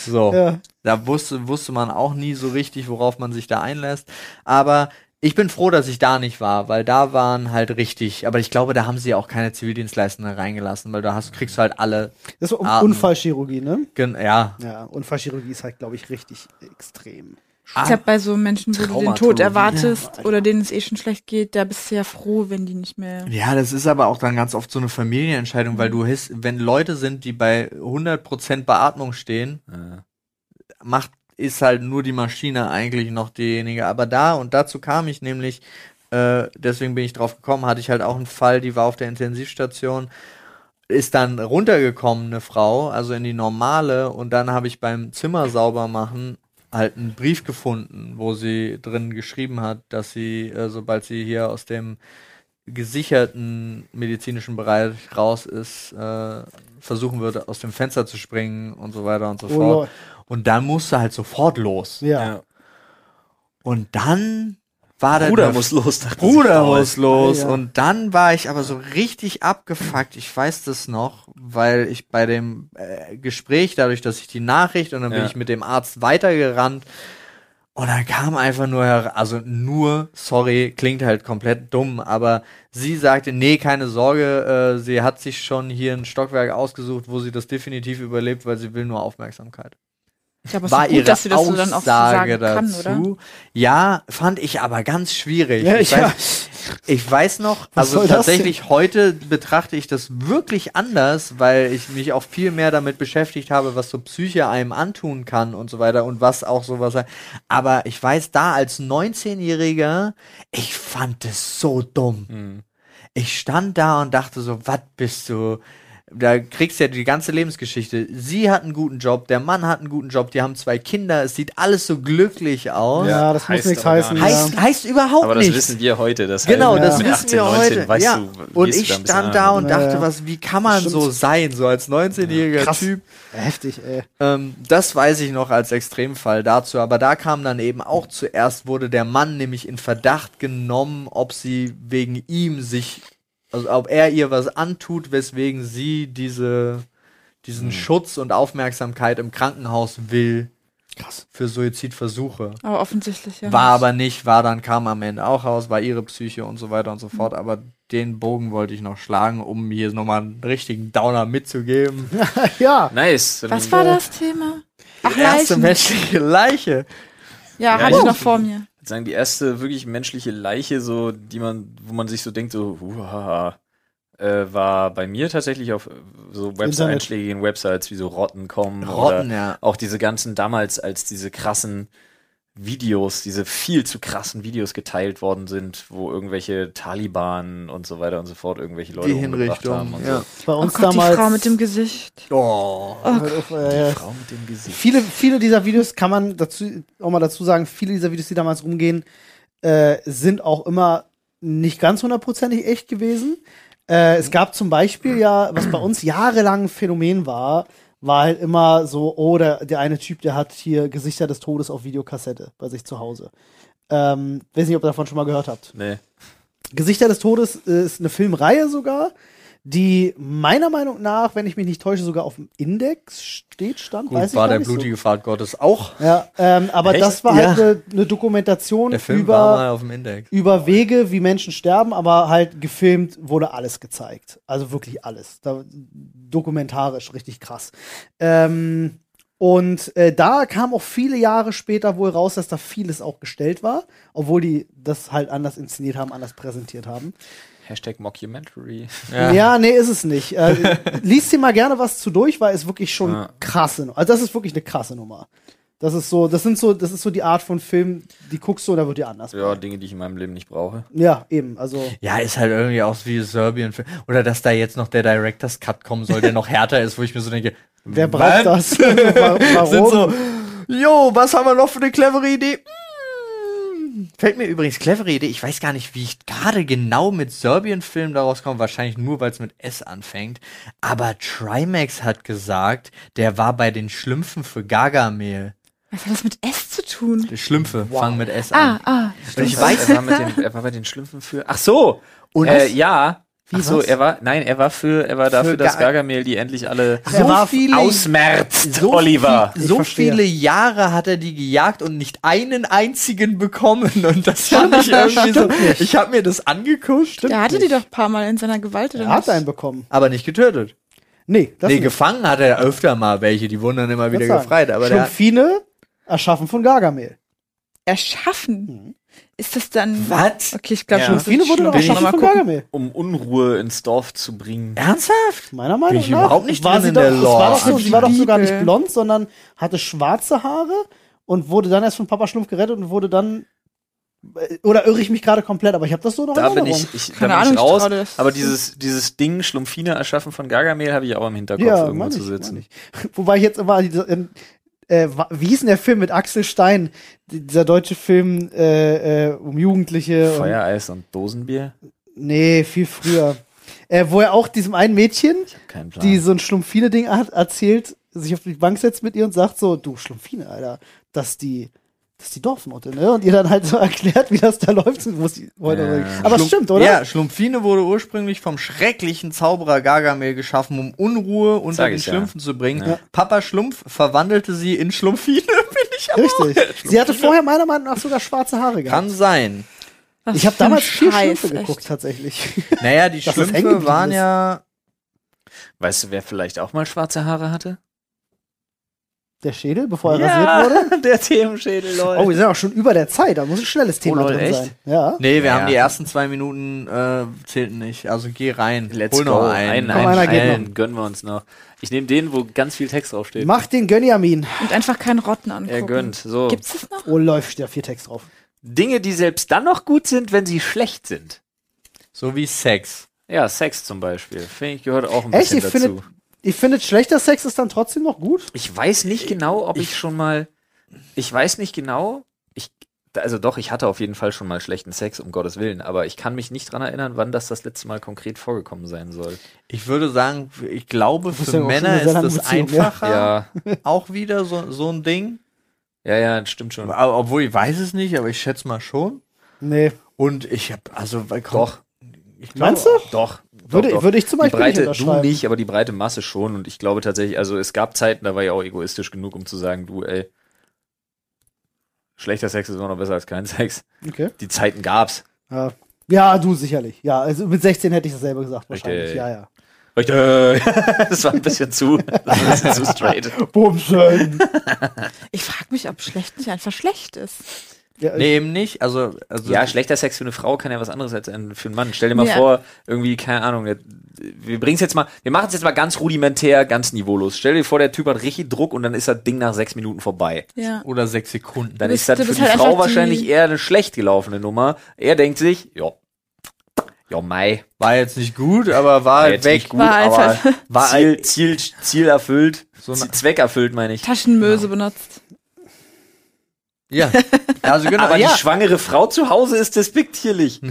Speaker 4: So.
Speaker 1: Ja.
Speaker 4: Da wusste, wusste man auch nie so richtig, worauf man sich da einlässt. Aber ich bin froh, dass ich da nicht war, weil da waren halt richtig. Aber ich glaube, da haben sie auch keine Zivildienstleistenden reingelassen, weil da hast, kriegst du halt alle.
Speaker 1: Das ist Un-
Speaker 4: Atmen.
Speaker 1: Unfallchirurgie, ne?
Speaker 4: Gen ja.
Speaker 1: Ja, Unfallchirurgie ist halt, glaube ich, richtig extrem.
Speaker 4: Ah,
Speaker 2: Ich glaube, bei so Menschen, wo du den Tod
Speaker 3: Traumatologie.
Speaker 2: erwartest oder denen es eh schon schlecht geht, da bist du ja froh, wenn die nicht mehr.
Speaker 4: Ja, das ist aber auch dann ganz oft so eine Familienentscheidung, weil du his- wenn Leute sind, die bei 100% Beatmung stehen,
Speaker 3: Ja.
Speaker 4: macht ist halt nur die Maschine eigentlich noch diejenige. Aber da und dazu kam ich nämlich, äh, deswegen bin ich drauf gekommen, hatte ich halt auch einen Fall, die war auf der Intensivstation. ist dann runtergekommen, eine Frau, also in die normale. Und dann habe ich beim Zimmer sauber machen halt einen Brief gefunden, wo sie drin geschrieben hat, dass sie, äh, sobald sie hier aus dem gesicherten medizinischen Bereich raus ist, äh, versuchen würde, aus dem Fenster zu springen und so weiter und so
Speaker 1: Oh,
Speaker 4: fort.
Speaker 1: Lord.
Speaker 4: Und dann musste halt sofort los.
Speaker 1: Ja.
Speaker 4: Und dann war da
Speaker 3: Bruder
Speaker 4: eine
Speaker 3: muss los.
Speaker 1: Also
Speaker 3: dachte
Speaker 4: Bruder
Speaker 3: sich Paul.
Speaker 4: muss los.
Speaker 1: Ja.
Speaker 4: Und dann war ich aber so richtig abgefuckt. Ich weiß das noch, weil ich bei dem äh, Gespräch, dadurch, dass ich die Nachricht und dann bin
Speaker 3: Ja.
Speaker 4: ich mit dem Arzt weitergerannt. Und dann kam einfach nur, her- also nur, sorry, klingt halt komplett dumm, aber sie sagte, nee, keine Sorge, äh, sie hat sich schon hier ein Stockwerk ausgesucht, wo sie das definitiv überlebt, weil sie will nur Aufmerksamkeit
Speaker 2: Ich glaube, es
Speaker 4: war
Speaker 2: ist
Speaker 4: ihre
Speaker 2: gut, dass sie das so
Speaker 4: Aussage
Speaker 2: dann auch so sagen kann,
Speaker 4: dazu.
Speaker 2: oder?
Speaker 4: Ja, fand ich aber ganz schwierig.
Speaker 1: Ja,
Speaker 4: ich,
Speaker 1: ja.
Speaker 4: Weiß, ich weiß noch,
Speaker 1: Was
Speaker 4: also
Speaker 1: soll das
Speaker 4: tatsächlich heute betrachte ich das wirklich anders, weil ich mich auch viel mehr damit beschäftigt habe, was so Psyche einem antun kann und so weiter und was auch sowas. Aber ich weiß da als 19-Jähriger, ich fand es so dumm
Speaker 1: Mhm.
Speaker 4: ich stand da und dachte so, was bist du? Da kriegst du ja die ganze Lebensgeschichte. Sie hat einen guten Job, der Mann hat einen guten Job, die haben zwei Kinder, es sieht alles so glücklich aus.
Speaker 1: Ja, das muss
Speaker 3: heißt
Speaker 1: nichts
Speaker 3: aber gar
Speaker 1: heißen.
Speaker 3: nichts.
Speaker 1: Ja.
Speaker 4: Heißt, heißt überhaupt
Speaker 3: Aber das
Speaker 4: nichts.
Speaker 3: wissen wir heute. Das
Speaker 4: genau,
Speaker 3: heißt,
Speaker 4: das
Speaker 3: mit
Speaker 4: wissen wir
Speaker 3: 18, 19
Speaker 4: heute.
Speaker 3: Weißt
Speaker 4: ja.
Speaker 3: du,
Speaker 4: und
Speaker 3: gehst
Speaker 4: ich
Speaker 3: du ein bisschen
Speaker 4: stand
Speaker 3: an.
Speaker 4: da und
Speaker 1: Ja,
Speaker 4: dachte,
Speaker 1: ja.
Speaker 4: was, wie kann man
Speaker 1: Stimmt.
Speaker 4: so sein, so als 19-jähriger
Speaker 1: Krass.
Speaker 4: Typ?
Speaker 1: Heftig, ey.
Speaker 4: Ähm, das weiß ich noch als Extremfall dazu, aber da kam dann eben auch zuerst, wurde der Mann nämlich in Verdacht genommen, ob sie wegen ihm sich, also ob er ihr was antut, weswegen sie diese, diesen Schutz und Aufmerksamkeit im Krankenhaus will
Speaker 1: Krass.
Speaker 4: für Suizidversuche.
Speaker 2: Aber offensichtlich ja.
Speaker 4: War
Speaker 2: nicht.
Speaker 4: aber nicht, war dann, kam am Ende auch raus, war ihre Psyche und so weiter und so
Speaker 1: Mhm.
Speaker 4: fort, aber den Bogen wollte ich noch schlagen, um hier nochmal einen richtigen Downer mitzugeben.
Speaker 1: *laughs* ja.
Speaker 3: Nice. Dann-
Speaker 2: Was war das Thema? Ach,
Speaker 4: Erste
Speaker 2: Leichen.
Speaker 4: menschliche Leiche.
Speaker 2: Ja,
Speaker 3: Ja,
Speaker 2: hatte ich
Speaker 3: ich-
Speaker 2: noch vor mir.
Speaker 3: Ich würd sagen, die erste wirklich menschliche Leiche, so, die man, wo man sich so denkt, so, huhaha, äh, war bei mir tatsächlich auf äh, so Websites,
Speaker 1: Internet.
Speaker 3: einschlägigen Websites wie so Rotten.com
Speaker 4: Rotten,
Speaker 3: oder
Speaker 4: ja.
Speaker 3: auch diese ganzen damals, als diese krassen Videos, diese viel zu krassen Videos geteilt worden sind, wo irgendwelche Taliban und so weiter und so fort irgendwelche Leute
Speaker 4: Die
Speaker 3: umgebracht haben.
Speaker 4: Hinrichtung,
Speaker 3: Und
Speaker 4: ja.
Speaker 3: so.
Speaker 1: Bei
Speaker 2: Oh
Speaker 1: uns
Speaker 2: Gott, die
Speaker 1: damals.
Speaker 2: Frau mit dem Gesicht.
Speaker 4: Oh.
Speaker 2: Oh Gott.
Speaker 1: äh,
Speaker 3: Frau mit dem Gesicht.
Speaker 1: viele, viele dieser Videos kann man dazu, auch mal dazu sagen, viele dieser Videos, die damals rumgehen, äh, sind auch immer nicht ganz hundertprozentig echt gewesen. Äh, es gab zum Beispiel ja, was bei uns jahrelang ein Phänomen war, war halt immer so, oh, der, der eine Typ, der hat hier Gesichter des Todes auf Videokassette bei sich zu Hause. Ähm, weiß nicht, ob ihr davon schon mal gehört habt.
Speaker 3: Nee.
Speaker 1: Gesichter des Todes äh, ist eine Filmreihe sogar, die meiner Meinung nach, wenn ich mich nicht täusche, sogar auf dem Index steht, stand.
Speaker 4: Gut,
Speaker 1: weiß ich
Speaker 4: war
Speaker 1: gar
Speaker 4: der
Speaker 1: nicht so
Speaker 4: blutige Pfad Gottes auch.
Speaker 1: ja, ähm, aber
Speaker 3: Echt?
Speaker 1: das war
Speaker 4: Ja.
Speaker 1: halt eine ne Dokumentation
Speaker 4: Der Film war
Speaker 1: über,
Speaker 4: mal auf dem Index.
Speaker 1: über Wege, wie Menschen sterben, aber halt gefilmt wurde alles gezeigt. Also wirklich alles. Da, dokumentarisch, richtig krass. Ähm, und äh, da kam auch viele Jahre später wohl raus, dass da vieles auch gestellt war, obwohl die das halt anders inszeniert haben, anders präsentiert haben.
Speaker 3: Hashtag Mockumentary. *laughs*
Speaker 1: Ja, nee, ist es nicht.
Speaker 4: *laughs*
Speaker 1: Äh, liest dir mal gerne was zu durch, weil es wirklich schon
Speaker 3: Ja.
Speaker 1: krasse Nummer. Also das ist wirklich eine krasse Nummer. Das ist so, das sind so, das ist so die Art von Film, die guckst du und da wird dir anders.
Speaker 3: Ja, Dinge, die ich in meinem Leben nicht brauche.
Speaker 1: Ja, eben. Also
Speaker 4: Ja, ist halt irgendwie auch wie Serbien. Oder dass da jetzt noch der Director's Cut kommen soll, der noch härter ist, wo ich mir so denke,
Speaker 1: wer braucht
Speaker 4: *laughs*
Speaker 1: das? Wa- Warum?
Speaker 4: Sind so, jo, was haben wir noch für eine clevere Idee? Mm. Fällt mir übrigens clevere Idee. Ich weiß gar nicht, wie ich gerade genau mit Serbien-Film daraus komme. Wahrscheinlich nur, weil es mit S anfängt. Aber Trimax hat gesagt, der war bei den Schlümpfen für Gargamel.
Speaker 2: Was hat das mit S zu tun?
Speaker 4: Die Schlümpfe fangen mit S an.
Speaker 2: Ah, ah.
Speaker 4: Und ich
Speaker 3: Was?
Speaker 4: weiß,
Speaker 3: Also, er war, mit den, er war bei den Schlümpfen für. Ach so.
Speaker 4: Und-
Speaker 3: äh, ja. Ach so,
Speaker 1: was?
Speaker 3: er war, nein, er war für, er war dafür,
Speaker 4: Für
Speaker 3: dass
Speaker 4: Gar-
Speaker 3: Gargamel die endlich alle
Speaker 1: Er war
Speaker 4: viele,
Speaker 3: ausmerzt,
Speaker 4: so
Speaker 3: Oliver.
Speaker 4: viel- so
Speaker 1: Ich verstehe.
Speaker 4: viele Jahre hat er die gejagt und nicht einen einzigen bekommen. Und das *laughs* fand ich irgendwie so. Ich habe mir das angeguckt,
Speaker 2: Der hatte die doch ein paar Mal in seiner Gewalt, oder
Speaker 1: Er hat
Speaker 2: nicht?
Speaker 1: einen bekommen.
Speaker 4: aber nicht getötet.
Speaker 1: Nee, das
Speaker 4: Nee,
Speaker 1: nicht.
Speaker 4: gefangen hat er öfter mal welche, die wurden dann immer wieder
Speaker 1: Sagen.
Speaker 4: gefreit. Aber der,
Speaker 1: Schlumpfine erschaffen von Gargamel.
Speaker 2: Erschaffen. Ist das dann.
Speaker 4: Was?
Speaker 2: Okay, ich glaube,
Speaker 3: Ja.
Speaker 2: schon.
Speaker 1: Schlumpfine Mhm. wurde doch
Speaker 4: Bin ich-
Speaker 1: erschaffen von Gargamel.
Speaker 3: Um Unruhe ins Dorf zu bringen.
Speaker 4: Ernsthaft?
Speaker 1: Meiner Meinung
Speaker 4: Bin ich
Speaker 1: nach
Speaker 4: überhaupt nicht
Speaker 1: war
Speaker 4: drin
Speaker 1: sie
Speaker 4: in
Speaker 1: doch,
Speaker 4: der
Speaker 1: es
Speaker 4: Lore.
Speaker 1: war doch, so, sie war doch sogar
Speaker 2: Liebe.
Speaker 1: nicht blond, sondern hatte schwarze Haare und wurde dann erst von Papa Schlumpf gerettet und wurde dann Oder irre ich mich gerade komplett, aber ich habe das so noch in
Speaker 3: Da bin
Speaker 1: Erinnerung.
Speaker 3: ich, ich,
Speaker 2: Keine
Speaker 3: da bin ich
Speaker 2: Ahnung, ich
Speaker 3: raus.
Speaker 2: trau das-
Speaker 3: aber dieses, dieses Ding, Schlumpfine erschaffen von Gargamel, habe ich auch im Hinterkopf
Speaker 1: Ja,
Speaker 3: irgendwo
Speaker 1: meine
Speaker 3: zu
Speaker 1: ich,
Speaker 3: sitzen.
Speaker 1: Wobei ich *laughs* jetzt immer diese, in, äh, wa- wie hieß denn der Film mit Axel Stein? D- Dieser deutsche Film äh, äh, um Jugendliche. und-
Speaker 3: Feuereis und Dosenbier?
Speaker 1: Nee, viel früher. Äh, wo er auch diesem einen Mädchen,
Speaker 3: Kein Plan.
Speaker 1: die so ein Schlumpfine-Ding hat, erzählt, sich auf die Bank setzt mit ihr und sagt so, du Schlumpfine, Alter, das ist die, das ist die Dorfnote, ne? Und ihr dann halt so erklärt, wie das da läuft. und wo es die-
Speaker 3: Ja.
Speaker 1: Aber es
Speaker 4: Schlumpf-
Speaker 1: stimmt, oder?
Speaker 4: Ja, Schlumpfine wurde ursprünglich vom schrecklichen Zauberer Gargamel geschaffen, um Unruhe unter
Speaker 3: Sag
Speaker 4: den
Speaker 3: ich ja.
Speaker 4: Schlümpfen zu bringen.
Speaker 3: Ja.
Speaker 4: Papa Schlumpf verwandelte sie in Schlumpfine,
Speaker 1: *laughs*
Speaker 4: bin ich aber.
Speaker 1: Richtig. *laughs* Sie hatte vorher meiner Meinung nach sogar schwarze Haare gehabt.
Speaker 4: Kann sein.
Speaker 2: Was
Speaker 1: Ich habe
Speaker 2: für ein
Speaker 1: damals viel
Speaker 2: Scheiß,
Speaker 1: Schlümpfe geguckt,
Speaker 2: echt.
Speaker 1: tatsächlich. *laughs*
Speaker 4: Naja, die
Speaker 1: Dass es hängen
Speaker 4: Schlümpfe
Speaker 1: geblieben
Speaker 4: waren
Speaker 1: ist.
Speaker 4: ja.
Speaker 3: Weißt du, wer vielleicht auch mal schwarze Haare hatte?
Speaker 1: Der Schädel, bevor er rasiert wurde.
Speaker 3: *laughs* der Themenschädel, lol.
Speaker 1: Oh, wir sind auch schon über der Zeit. Da muss ein schnelles Thema
Speaker 3: lol,
Speaker 1: drin
Speaker 3: echt?
Speaker 1: sein. Ja.
Speaker 4: Nee, wir
Speaker 3: Ja.
Speaker 4: haben die ersten zwei Minuten äh, zählten nicht. Also geh rein.
Speaker 3: Let's
Speaker 4: Hol
Speaker 3: go.
Speaker 4: noch einen.
Speaker 3: Einen,
Speaker 1: Komm,
Speaker 3: einen,
Speaker 1: einer geht
Speaker 3: einen. Gönnen wir uns noch. Ich nehme den, wo ganz viel Text draufsteht.
Speaker 1: Mach den Gönjamin.
Speaker 2: Und einfach keinen Rotten angucken.
Speaker 3: er gönnt. So.
Speaker 2: Gibt's das noch?
Speaker 1: Oh, läuft steht da viel Text drauf.
Speaker 3: Dinge, die selbst dann noch gut sind, wenn sie schlecht sind.
Speaker 4: So wie Sex.
Speaker 3: Ja, Sex zum Beispiel. Finde ich, gehört auch ein
Speaker 1: Echt?
Speaker 3: bisschen
Speaker 1: Ihr
Speaker 3: dazu.
Speaker 1: findet, ihr findet schlechter Sex ist dann trotzdem noch gut?
Speaker 3: Ich weiß nicht genau, ob ich, schon mal. Ich weiß nicht genau. Ich, also doch, ich hatte auf jeden Fall schon mal schlechten Sex, um Gottes Willen. Aber ich kann mich nicht dran erinnern, wann das das letzte Mal konkret vorgekommen sein soll.
Speaker 4: Ich würde sagen, ich glaube,
Speaker 1: bist
Speaker 4: für
Speaker 1: ja auch schon
Speaker 4: Männer
Speaker 1: in
Speaker 4: ist
Speaker 1: einer
Speaker 4: das
Speaker 1: Beziehung, ne? ja.
Speaker 4: einfacher.
Speaker 3: Ja,
Speaker 4: Auch wieder so, so ein Ding.
Speaker 3: ja, ja, das stimmt schon.
Speaker 4: Aber- Obwohl ich weiß es nicht, aber ich schätze mal schon.
Speaker 1: Nee.
Speaker 4: Und ich habe, also, weil- komm,
Speaker 3: Doch,
Speaker 4: Ich glaube,
Speaker 1: Meinst du?
Speaker 3: doch.
Speaker 1: Würde,
Speaker 3: doch, doch.
Speaker 1: würde ich zum
Speaker 3: Die
Speaker 1: Beispiel
Speaker 3: Breite,
Speaker 1: nicht
Speaker 3: du
Speaker 1: unterschreiben.
Speaker 3: nicht, aber die breite Masse schon. Und ich glaube tatsächlich, also es gab Zeiten, da war ich auch egoistisch genug, um zu sagen, du, ey, schlechter Sex ist immer noch besser als kein Sex.
Speaker 1: Okay.
Speaker 3: Die Zeiten gab's.
Speaker 1: Ja. ja, du sicherlich. Ja, also mit 16 hätte ich dasselbe gesagt wahrscheinlich.
Speaker 3: Richtig.
Speaker 1: Ja, ja.
Speaker 3: Richtig. *laughs* Das war ein bisschen zu, das war ein bisschen zu
Speaker 1: *laughs*
Speaker 3: straight.
Speaker 1: Bumsen.
Speaker 2: Ich frage mich, ob schlecht nicht einfach schlecht ist.
Speaker 1: *laughs* ja,
Speaker 4: Nee, eben nicht. Also, also
Speaker 3: Ja, schlechter Sex für eine Frau kann ja was anderes als ein, für einen Mann. Stell dir mal
Speaker 2: Ja.
Speaker 3: vor, irgendwie, keine Ahnung, der- wir bringen's jetzt mal, wir machen's jetzt mal ganz rudimentär, ganz niveaulos. Stell dir vor, der Typ hat richtig Druck und dann ist das Ding nach sechs Minuten vorbei.
Speaker 2: Ja.
Speaker 4: oder sechs Sekunden.
Speaker 3: Dann
Speaker 2: Du
Speaker 3: ist
Speaker 2: bist-
Speaker 3: das
Speaker 2: du
Speaker 3: für
Speaker 2: bist
Speaker 3: die
Speaker 2: halt
Speaker 3: Frau
Speaker 2: einfach die-
Speaker 3: wahrscheinlich eher eine schlecht gelaufene Nummer. Er denkt sich, ja, ja, Mai,
Speaker 4: War jetzt nicht gut, aber war
Speaker 3: war
Speaker 4: halt
Speaker 3: jetzt
Speaker 4: weg.
Speaker 3: nicht gut,
Speaker 2: War halt-
Speaker 3: aber war Ziel, Ziel, Ziel erfüllt,
Speaker 4: So
Speaker 3: Ziel-
Speaker 4: ein-
Speaker 3: Zweck erfüllt, meine ich.
Speaker 2: Taschenmöse benutzt.
Speaker 4: *laughs* Ja. Also genau,
Speaker 3: Aber
Speaker 4: ja.
Speaker 3: die schwangere Frau zu Hause ist despektierlich.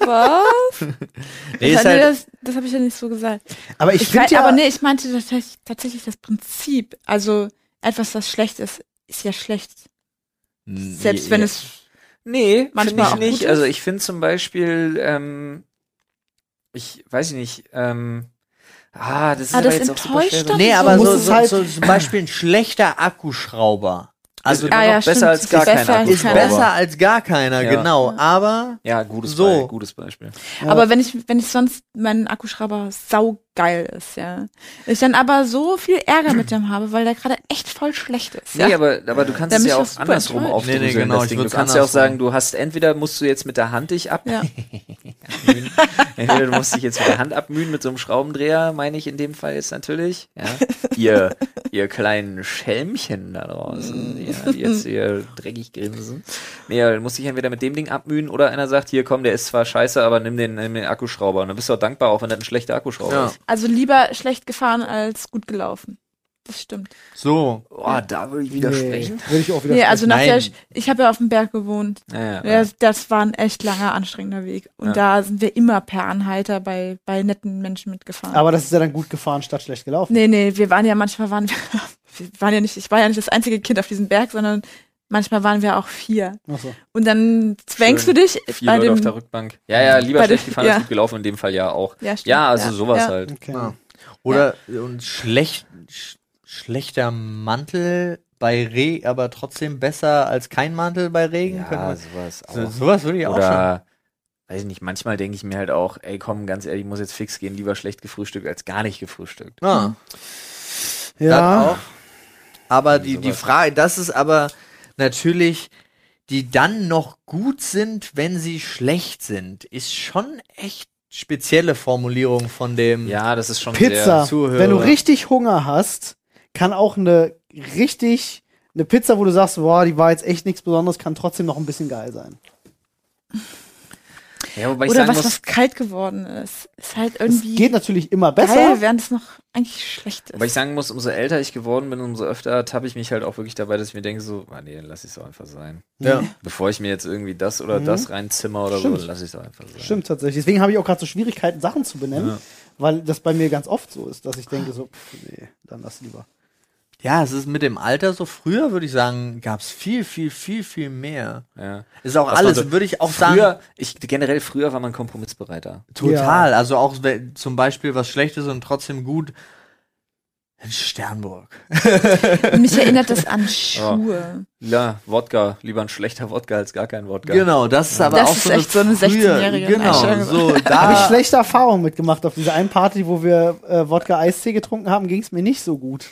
Speaker 2: Was?
Speaker 4: Nee,
Speaker 2: das
Speaker 4: ist
Speaker 2: nee,
Speaker 4: halt,
Speaker 2: das, das habe ich ja nicht so gesagt.
Speaker 1: aber ich,
Speaker 2: Ich
Speaker 1: finde
Speaker 2: weiß,
Speaker 1: ja,
Speaker 2: aber nee, ich meinte tatsächlich, tatsächlich das Prinzip. Also etwas, das schlecht ist, ist ja schlecht.
Speaker 4: Hm,
Speaker 2: Selbst wenn es.
Speaker 3: Nee,
Speaker 2: Manchmal
Speaker 3: manchmal
Speaker 2: auch
Speaker 3: ich nicht.
Speaker 2: gut
Speaker 3: Also
Speaker 2: ist.
Speaker 3: ich finde zum Beispiel, ähm, ich weiß nicht, ähm, ah, das ist
Speaker 2: Ah,
Speaker 3: aber
Speaker 2: das
Speaker 3: jetzt auch super
Speaker 2: enttäuscht
Speaker 3: schwer.
Speaker 2: doch.
Speaker 4: Nee, aber
Speaker 1: Muss
Speaker 4: so,
Speaker 1: es
Speaker 4: so,
Speaker 1: halt-
Speaker 4: so zum Beispiel ein schlechter Akkuschrauber. Also
Speaker 3: Also immer
Speaker 2: Ah,
Speaker 3: noch
Speaker 2: ja,
Speaker 3: besser
Speaker 2: stimmt.
Speaker 3: als gar
Speaker 2: Besser
Speaker 3: keiner.
Speaker 2: als
Speaker 4: ist
Speaker 2: keiner.
Speaker 4: besser als gar keiner,
Speaker 3: Ja.
Speaker 4: genau. Aber
Speaker 3: Ja, gutes,
Speaker 4: So.
Speaker 3: Beispiel, gutes Beispiel.
Speaker 2: Aber wenn ich, wenn ich sonst mein Akkuschrauber saugeil ist, ja. Ich dann aber so viel Ärger mit dem habe, weil der gerade echt voll schlecht ist.
Speaker 3: Nee,
Speaker 2: ja.
Speaker 3: aber, aber du kannst
Speaker 2: Da
Speaker 3: es
Speaker 2: bin
Speaker 3: ja
Speaker 2: ich
Speaker 3: auch
Speaker 2: auch super
Speaker 3: andersrum
Speaker 2: enttäuscht.
Speaker 3: aufdröseln,
Speaker 4: Nee, nee, genau,
Speaker 3: das
Speaker 4: ich
Speaker 3: Ding. Du
Speaker 4: würd's
Speaker 3: kannst ja auch
Speaker 4: andersrum.
Speaker 3: sagen, du hast, entweder musst du jetzt mit der Hand dich ab,
Speaker 2: Ja.
Speaker 3: *laughs* entweder du musst dich jetzt mit der Hand abmühen, mit so einem Schraubendreher, meine ich in dem Fall jetzt natürlich, ja. Ihr, ihr kleinen Schelmchen da draußen, ja, die jetzt hier dreckig grinsen. Nee, du musst dich entweder mit dem Ding abmühen oder einer sagt, hier komm, der ist zwar scheiße, aber nimm den, nimm den Akkuschrauber. Und dann bist du auch dankbar, auch wenn das ein schlechter Akkuschrauber
Speaker 4: Ja.
Speaker 3: ist.
Speaker 2: Also lieber schlecht gefahren als gut gelaufen. Das stimmt.
Speaker 4: so.
Speaker 3: Boah, da würde ich
Speaker 1: nee,
Speaker 3: widersprechen.
Speaker 1: würde ich auch wieder
Speaker 2: Nee, also nach der,
Speaker 4: Nein.
Speaker 2: ich habe ja auf dem Berg gewohnt.
Speaker 3: Ja, ja.
Speaker 2: Ja, das war ein echt langer, anstrengender Weg. Und
Speaker 3: Ja.
Speaker 2: da sind wir immer per Anhalter bei, bei netten Menschen mitgefahren.
Speaker 1: aber das ist ja dann gut gefahren statt schlecht gelaufen.
Speaker 2: nee, nee, wir waren ja manchmal waren wir, *laughs* wir waren ja nicht, ich war ja nicht das einzige Kind auf diesem Berg, sondern manchmal waren wir auch vier.
Speaker 1: Ach so.
Speaker 2: Und dann zwängst
Speaker 3: Schön.
Speaker 2: du dich
Speaker 3: Vier
Speaker 2: bei
Speaker 3: Leute
Speaker 2: dem.
Speaker 3: auf der Rückbank. Ja, ja, lieber
Speaker 2: Bei
Speaker 3: schlecht
Speaker 2: dem-
Speaker 3: gefahren als
Speaker 2: ja.
Speaker 3: gut gelaufen, in dem Fall ja auch.
Speaker 2: ja, stimmt.
Speaker 3: Ja, also sowas halt.
Speaker 1: Okay.
Speaker 4: Ja. Oder und schlecht, sch, schlechter Mantel bei Regen, aber trotzdem besser als kein Mantel bei Regen. könnte man,
Speaker 3: sowas
Speaker 4: so, sowas würde ich auch schon.
Speaker 3: Oder, weiß ich nicht, manchmal denke ich mir halt auch, ey komm, ganz ehrlich, ich muss jetzt fix gehen, lieber schlecht gefrühstückt als gar nicht gefrühstückt.
Speaker 4: Ja.
Speaker 1: Ja.
Speaker 4: Hm, Das auch. Aber die, die
Speaker 3: Sowas.
Speaker 4: Frage, das ist aber natürlich, die dann noch gut sind, wenn sie schlecht sind, ist schon echt spezielle Formulierung von dem.
Speaker 3: Ja, das ist schon
Speaker 1: Pizza.
Speaker 4: Zuhörer.
Speaker 1: Wenn du richtig Hunger hast, kann auch eine richtig Eine Pizza, wo du sagst, boah, die war jetzt echt nichts Besonderes, kann trotzdem noch ein bisschen geil sein.
Speaker 3: Ja, wobei ich
Speaker 2: Oder
Speaker 3: sagen
Speaker 2: was,
Speaker 3: muss,
Speaker 2: was kalt geworden ist. Ist halt
Speaker 1: Es
Speaker 2: irgendwie
Speaker 1: geht natürlich immer besser.
Speaker 2: geil, während es noch eigentlich schlecht
Speaker 3: wobei
Speaker 2: ist.
Speaker 3: ich sagen muss, umso älter ich geworden bin, umso öfter tappe ich mich halt auch wirklich dabei, dass ich mir denke, so, ah nee, dann lass ich es einfach sein.
Speaker 4: Ja.
Speaker 3: Bevor ich mir jetzt irgendwie das oder das reinzimmer oder
Speaker 1: Stimmt.
Speaker 3: so, lass ich es einfach sein.
Speaker 1: Stimmt tatsächlich. Deswegen habe ich auch gerade so Schwierigkeiten, Sachen zu benennen, weil das bei mir ganz oft so ist, dass ich denke so, pff, nee, dann lass lieber.
Speaker 4: Ja, es ist mit dem Alter so. Früher würde ich sagen, gab es viel, viel, viel, viel mehr.
Speaker 3: Ja.
Speaker 4: Ist auch
Speaker 3: Was man
Speaker 4: alles,
Speaker 3: so-
Speaker 4: würde ich auch sagen.
Speaker 3: Früher, ich, generell früher war man kompromissbereiter.
Speaker 4: Total. Also auch we- zum Beispiel was Schlechtes und trotzdem gut. In Sternburg.
Speaker 2: Mich erinnert das an Schuhe.
Speaker 3: Ja, Wodka, lieber ein schlechter Wodka als gar kein Wodka.
Speaker 4: Genau, das ist aber
Speaker 2: Das
Speaker 4: auch
Speaker 2: ist
Speaker 4: so, eine
Speaker 2: echt so eine
Speaker 4: früher-
Speaker 2: 16-jährige
Speaker 4: Genau,
Speaker 2: Einstellung. *laughs*
Speaker 4: so
Speaker 1: Habe
Speaker 3: Ah.
Speaker 1: ich
Speaker 4: da.
Speaker 1: schlechte Erfahrungen mitgemacht auf dieser einen Party, wo wir äh, Wodka-Eistee getrunken haben, ging es mir nicht so
Speaker 3: *laughs*
Speaker 1: gut.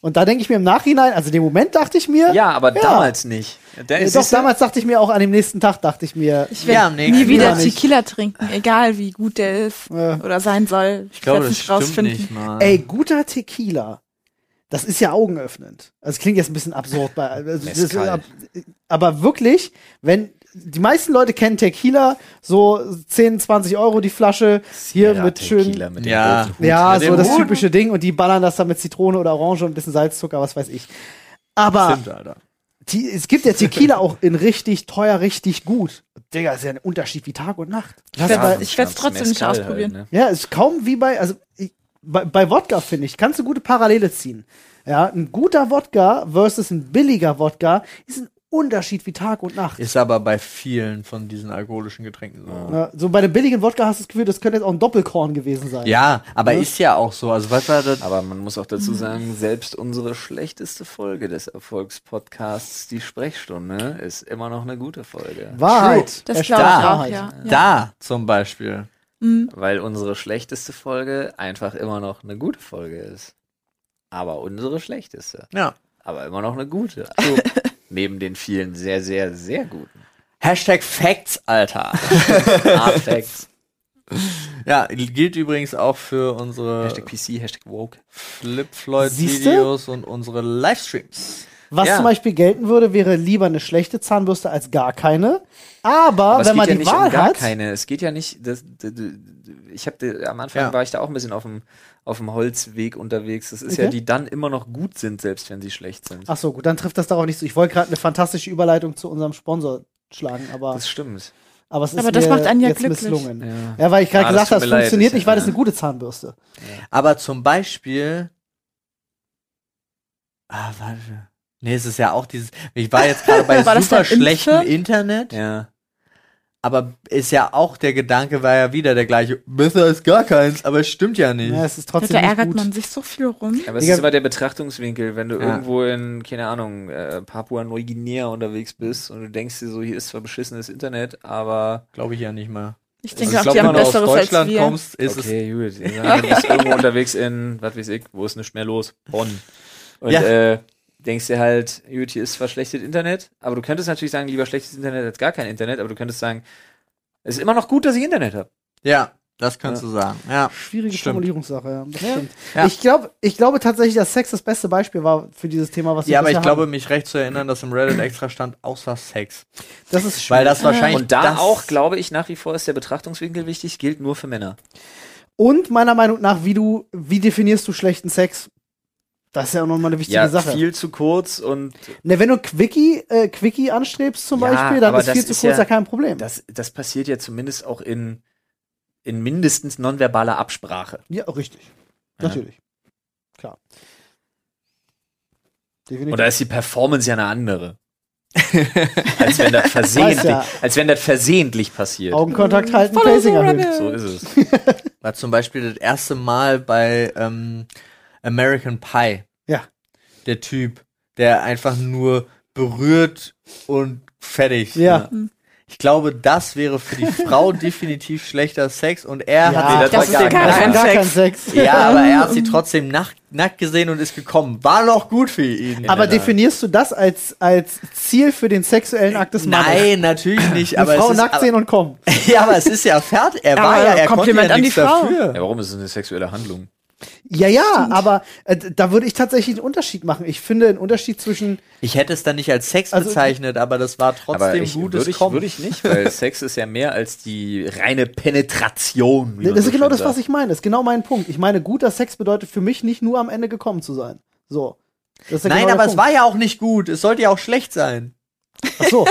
Speaker 1: Und da denke ich mir im Nachhinein, also in dem Moment dachte ich mir,
Speaker 3: Ja, aber damals nicht. Da
Speaker 1: äh,
Speaker 3: ist
Speaker 1: doch
Speaker 3: siehst du-
Speaker 1: damals dachte ich mir auch an dem nächsten Tag dachte ich mir,
Speaker 2: Ich
Speaker 4: Ja,
Speaker 2: werde
Speaker 4: am nächsten
Speaker 2: nie wieder
Speaker 1: Jahr nicht.
Speaker 2: Tequila trinken, egal wie gut der ist
Speaker 1: Ja.
Speaker 2: oder sein soll.
Speaker 4: Ich glaube, das
Speaker 2: werd's
Speaker 4: stimmt nicht mal.
Speaker 1: äh, ey, guter Tequila. Das ist ja augenöffnend. Also es klingt jetzt ein bisschen absurd bei also, das ist,
Speaker 3: Mezcal.
Speaker 1: ab, aber wirklich, wenn die meisten Leute kennen Tequila, so 10, 20 Euro die Flasche, hier
Speaker 3: Ja,
Speaker 1: mit schön
Speaker 3: Tequila mit dem
Speaker 4: Ja.
Speaker 3: roten Hut.
Speaker 1: Ja,
Speaker 4: Mit
Speaker 1: so
Speaker 4: dem
Speaker 1: das
Speaker 4: Hut.
Speaker 1: typische Ding und die ballern das dann mit Zitrone oder Orange und ein bisschen Salzzucker, was weiß ich. Aber
Speaker 4: Stimmt, Alter.
Speaker 1: die, es gibt ja Tequila auch in richtig teuer, richtig gut. Digga, ist ja ein Unterschied wie Tag und Nacht.
Speaker 2: Ich
Speaker 1: Ja,
Speaker 2: werde es trotzdem nicht
Speaker 3: Mezcal halt,
Speaker 2: ausprobieren.
Speaker 3: ne?
Speaker 1: Ja, ist kaum wie bei, also ich, bei, bei Wodka finde ich, kannst du gute Parallele ziehen. Ja, ein guter Wodka versus ein billiger Wodka ist ein Unterschied wie Tag und Nacht.
Speaker 4: Ist aber bei vielen von diesen alkoholischen Getränken so.
Speaker 1: Ja, so bei dem billigen Wodka hast du das Gefühl, das könnte jetzt auch ein Doppelkorn gewesen sein.
Speaker 4: Ja, aber ist ja auch so. Also was war das?
Speaker 3: Aber man muss auch dazu sagen, selbst unsere schlechteste Folge des Erfolgspodcasts, die Sprechstunde, ist immer noch eine gute Folge.
Speaker 1: Wahrheit.
Speaker 2: Das
Speaker 1: Erstaunlich
Speaker 2: glaube ich
Speaker 4: da. halt.
Speaker 2: auch,
Speaker 1: Wahrheit.
Speaker 2: ja. ja.
Speaker 4: Da zum Beispiel.
Speaker 3: Weil unsere schlechteste Folge einfach immer noch eine gute Folge ist. Aber unsere schlechteste.
Speaker 4: Ja.
Speaker 3: Aber immer noch
Speaker 1: *laughs*
Speaker 3: eine gute. Also, Neben den vielen sehr, sehr, sehr guten.
Speaker 4: Hashtag Facts, Alter.
Speaker 3: Artfacts.
Speaker 4: ja, gilt übrigens auch für unsere
Speaker 3: Hashtag PC, Hashtag Woke.
Speaker 1: Siehste?
Speaker 4: Flip-Floyd-Videos und unsere Livestreams.
Speaker 1: Was
Speaker 3: Ja.
Speaker 1: zum Beispiel gelten würde, wäre lieber eine schlechte Zahnbürste als gar keine. Aber,
Speaker 3: Aber es
Speaker 1: Oh, wenn man
Speaker 3: geht ja
Speaker 1: die
Speaker 3: nicht
Speaker 1: Wahl
Speaker 3: um gar
Speaker 1: hat,
Speaker 3: keine. Es geht ja nicht. Das, d- d- d- ich habe am Anfang
Speaker 4: Ja.
Speaker 3: war ich da auch ein bisschen auf dem auf dem Holzweg unterwegs. Das ist ja
Speaker 1: Okay. Ah.
Speaker 3: die dann immer noch gut sind, selbst wenn sie schlecht sind.
Speaker 1: ach so gut, dann trifft das darauf nicht so. Ich wollte gerade eine fantastische Überleitung zu unserem Sponsor schlagen, aber,
Speaker 3: Das stimmt.
Speaker 1: aber es ist
Speaker 2: Aber das
Speaker 1: mir
Speaker 2: macht einen ja
Speaker 1: jetzt
Speaker 2: glücklich.
Speaker 1: misslungen.
Speaker 3: Ja.
Speaker 1: Ja, weil ich gerade
Speaker 3: Ah, das
Speaker 1: gesagt habe,
Speaker 3: tut mir
Speaker 1: es
Speaker 3: leid, äh,
Speaker 1: funktioniert
Speaker 3: ist ja-
Speaker 1: nicht, weil das
Speaker 3: ja.
Speaker 1: eine gute Zahnbürste.
Speaker 4: Aber zum Beispiel. Ah, warte. Nee, es ist ja auch dieses. Ich war jetzt gerade bei
Speaker 2: *laughs* War das
Speaker 4: super
Speaker 2: dein
Speaker 4: schlechtem
Speaker 2: Impfschirm?
Speaker 4: Internet,
Speaker 3: Ja.
Speaker 4: aber ist ja auch der Gedanke, war ja wieder der gleiche. Besser als gar keins, aber es stimmt ja nicht.
Speaker 1: Ja, es ist
Speaker 2: Da
Speaker 1: trotzdem nicht
Speaker 2: ärgert
Speaker 1: gut.
Speaker 2: man sich so viel rum.
Speaker 3: Aber es
Speaker 1: Digga.
Speaker 3: ist immer der Betrachtungswinkel, wenn du
Speaker 4: Ja.
Speaker 3: irgendwo in, keine Ahnung, äh, Papua-Neuguinea unterwegs bist und du denkst dir so, hier ist zwar beschissenes Internet, aber.
Speaker 4: Glaube ich ja nicht mal.
Speaker 2: Ich
Speaker 4: Also
Speaker 2: denke
Speaker 4: ich
Speaker 2: auch, die
Speaker 4: glaube, wenn
Speaker 2: haben
Speaker 4: du aus
Speaker 2: besseres als
Speaker 4: Deutschland
Speaker 2: wir.
Speaker 4: kommst, ist es
Speaker 3: okay, *laughs* gut. Ja, du bist irgendwo unterwegs in, was weiß ich, wo ist nicht mehr los? Bonn. Und
Speaker 4: Ja.
Speaker 3: äh, denkst dir halt, gut, hier ist zwar schlechtes Internet, aber du könntest natürlich sagen, lieber schlechtes Internet als gar kein Internet, aber du könntest sagen, es ist immer noch gut, dass ich Internet habe.
Speaker 4: Ja, das kannst du sagen. Ja.
Speaker 1: Schwierige
Speaker 4: Stimmt.
Speaker 1: Formulierungssache, ja. Das stimmt.
Speaker 4: Ja.
Speaker 1: Ich, glaub, ich glaube tatsächlich, dass Sex das beste Beispiel war für dieses Thema, was wir
Speaker 4: ja, aber ich
Speaker 1: bisher
Speaker 4: glaube,
Speaker 1: haben.
Speaker 4: mich recht zu erinnern, dass im Reddit extra stand, außer Sex.
Speaker 1: das ist
Speaker 4: Weil
Speaker 1: schwierig.
Speaker 4: das wahrscheinlich.
Speaker 3: Und da
Speaker 4: das
Speaker 3: auch, glaube ich, nach wie vor ist der Betrachtungswinkel wichtig, gilt nur für Männer.
Speaker 1: Und meiner Meinung nach, wie du, wie definierst du schlechten Sex? Das ist ja auch nochmal eine wichtige
Speaker 3: Ja,
Speaker 1: Sache.
Speaker 3: viel zu kurz und
Speaker 1: Ne, wenn du Quickie, äh, Quickie anstrebst zum
Speaker 3: Ja,
Speaker 1: Beispiel, dann
Speaker 3: aber
Speaker 1: ist
Speaker 3: das
Speaker 1: viel zu
Speaker 3: ist
Speaker 1: kurz ja,
Speaker 3: ja-
Speaker 1: kein Problem.
Speaker 3: das, das passiert ja zumindest auch in, in mindestens nonverbaler Absprache.
Speaker 1: ja, oh, richtig.
Speaker 3: Ja.
Speaker 1: Natürlich. Klar. Definitiv.
Speaker 3: Und da ist die Performance ja eine andere.
Speaker 1: *laughs*
Speaker 3: als wenn das
Speaker 1: Weiß
Speaker 3: versehentlich,
Speaker 1: ja.
Speaker 3: als wenn das versehentlich passiert.
Speaker 1: Augenkontakt halten,
Speaker 2: Follow the
Speaker 1: Pacing erhöhen.
Speaker 2: rabbit.
Speaker 3: So ist
Speaker 1: *laughs*
Speaker 3: es.
Speaker 4: War zum Beispiel das erste Mal bei ähm, American Pie.
Speaker 1: Ja.
Speaker 4: Der Typ, der einfach nur berührt und fertig.
Speaker 1: Ja.
Speaker 4: Ich glaube, das wäre für
Speaker 1: *laughs*
Speaker 4: die Frau definitiv schlechter Sex und er
Speaker 1: Ja.
Speaker 4: hat
Speaker 1: Nee,
Speaker 4: sie
Speaker 1: das
Speaker 4: trotzdem
Speaker 2: ist ja gar
Speaker 1: Das war
Speaker 2: kein
Speaker 1: gar
Speaker 2: Sex.
Speaker 1: kein Sex.
Speaker 4: Ja, aber er hat sie trotzdem nack, nackt gesehen und ist gekommen. War noch gut für ihn.
Speaker 1: Aber
Speaker 3: der Tat.
Speaker 1: definierst du das als, als Ziel für den sexuellen Akt des Mannes?
Speaker 4: Nein, natürlich nicht.
Speaker 1: Eine
Speaker 4: Aber
Speaker 1: Frau
Speaker 4: es ist,
Speaker 1: nackt sehen und kommen.
Speaker 4: *laughs* Ja, aber es ist ja fertig. Er war
Speaker 2: Aber
Speaker 4: Ah, ja, er konnte
Speaker 2: Kompliment
Speaker 4: ja
Speaker 2: an die
Speaker 4: nichts
Speaker 2: Frau.
Speaker 4: dafür.
Speaker 3: Ja, warum ist es eine sexuelle Handlung?
Speaker 1: Ja, ja, aber äh, da würde ich tatsächlich einen Unterschied machen. Ich finde einen Unterschied zwischen
Speaker 4: Ich hätte es dann nicht als Sex
Speaker 1: Also-
Speaker 4: bezeichnet, aber das war
Speaker 3: Aber
Speaker 4: trotzdem
Speaker 3: ich,
Speaker 4: gutes
Speaker 3: würde, ich,
Speaker 4: Kommen.
Speaker 3: würde ich
Speaker 1: *laughs*
Speaker 3: nicht, weil Sex ist ja mehr als die reine Penetration. wie
Speaker 1: Nee,
Speaker 3: man
Speaker 1: das
Speaker 3: so
Speaker 1: ist genau
Speaker 3: schön
Speaker 1: das, was
Speaker 3: sagt.
Speaker 1: ich meine. Das ist genau mein Punkt. Ich meine, guter Sex bedeutet für mich nicht nur am Ende gekommen zu sein. So. Das ist ja
Speaker 4: Nein,
Speaker 1: genau der
Speaker 4: aber es
Speaker 1: Punkt.
Speaker 4: war ja auch nicht gut. Es sollte ja auch schlecht sein.
Speaker 1: Ach so.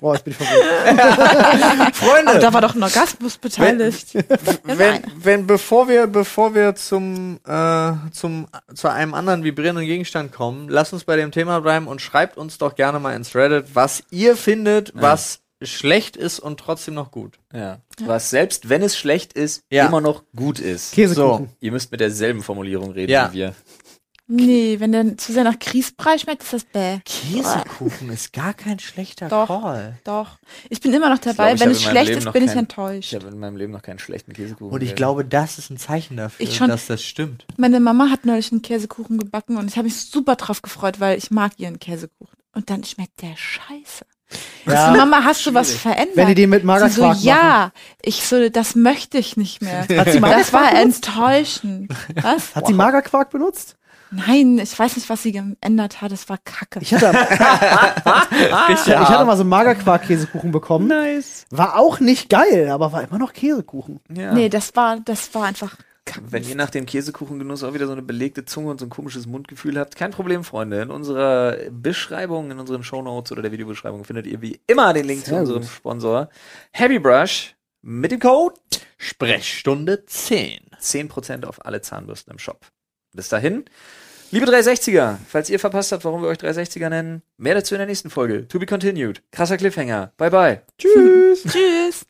Speaker 1: Boah, jetzt bin ich verwirrt.
Speaker 4: Freunde,
Speaker 2: *laughs* Aber da war doch ein Orgasmus beteiligt.
Speaker 4: wenn, wenn bevor wir bevor wir zum äh, zum zu einem anderen vibrierenden Gegenstand kommen, lasst uns bei dem Thema bleiben und schreibt uns doch gerne mal ins Reddit, was ihr findet, was schlecht ist und trotzdem noch gut.
Speaker 3: Ja. Was selbst, wenn es schlecht ist,
Speaker 4: Ja.
Speaker 3: immer noch gut ist.
Speaker 1: Käsekuchen.
Speaker 3: Ihr müsst mit derselben Formulierung reden
Speaker 4: Ja.
Speaker 3: wie wir.
Speaker 2: Nee, wenn der zu sehr nach Grießbrei schmeckt, ist das bäh.
Speaker 4: Käsekuchen ist gar kein schlechter
Speaker 2: Doch.
Speaker 4: Call.
Speaker 2: Doch. Ich bin immer noch
Speaker 3: glaub,
Speaker 2: dabei.
Speaker 3: ich
Speaker 2: wenn
Speaker 3: hab
Speaker 2: es
Speaker 3: in meinem
Speaker 2: schlecht
Speaker 3: Leben
Speaker 2: ist,
Speaker 3: noch
Speaker 2: bin ich
Speaker 3: kein-
Speaker 2: enttäuscht.
Speaker 3: Ich habe in meinem Leben noch keinen schlechten Käsekuchen.
Speaker 4: Und ich
Speaker 3: gegessen.
Speaker 4: glaube, das ist ein Zeichen dafür,
Speaker 2: Ich schon-
Speaker 4: dass das stimmt.
Speaker 2: Meine Mama hat neulich einen Käsekuchen gebacken und ich habe mich super drauf gefreut, weil ich mag ihren Käsekuchen. Und dann schmeckt der scheiße.
Speaker 1: Ja.
Speaker 2: Ja, Mama, hast du was verändert?
Speaker 1: Wenn die den mit Magerquark
Speaker 2: Sie so,
Speaker 1: machen.
Speaker 2: ja, ich so, das möchte ich nicht mehr.
Speaker 1: *laughs* Hat sie
Speaker 2: das war
Speaker 1: Magerquark benutzt?
Speaker 2: enttäuschend. Was?
Speaker 1: Hat sie Magerquark benutzt?
Speaker 2: Nein, ich weiß nicht, was sie geändert hat. Es war kacke.
Speaker 1: Ich
Speaker 4: *laughs*
Speaker 1: hatte,
Speaker 4: Richtig
Speaker 1: ich hatte
Speaker 4: hart.
Speaker 1: mal so einen Magerquark-Käsekuchen bekommen.
Speaker 3: nice.
Speaker 1: War auch nicht geil, aber war immer noch Käsekuchen.
Speaker 3: Ja.
Speaker 2: Nee, das war, das war einfach kacke.
Speaker 3: Wenn ihr nach dem Käsekuchengenuss auch wieder so eine belegte Zunge und so ein komisches Mundgefühl habt, kein Problem, Freunde. In unserer Beschreibung, in unseren Shownotes oder der Videobeschreibung findet ihr wie immer den Link zu
Speaker 1: Sehr
Speaker 3: unserem
Speaker 1: gut.
Speaker 3: Sponsor Happy Brush mit dem Code
Speaker 4: Sprechstunde 10.
Speaker 3: 10% auf alle Zahnbürsten im Shop. Bis dahin, liebe 360er, falls ihr verpasst habt, warum wir euch 360er nennen, mehr dazu in der nächsten Folge. To be continued. Krasser Cliffhanger. Bye bye.
Speaker 2: Tschüss.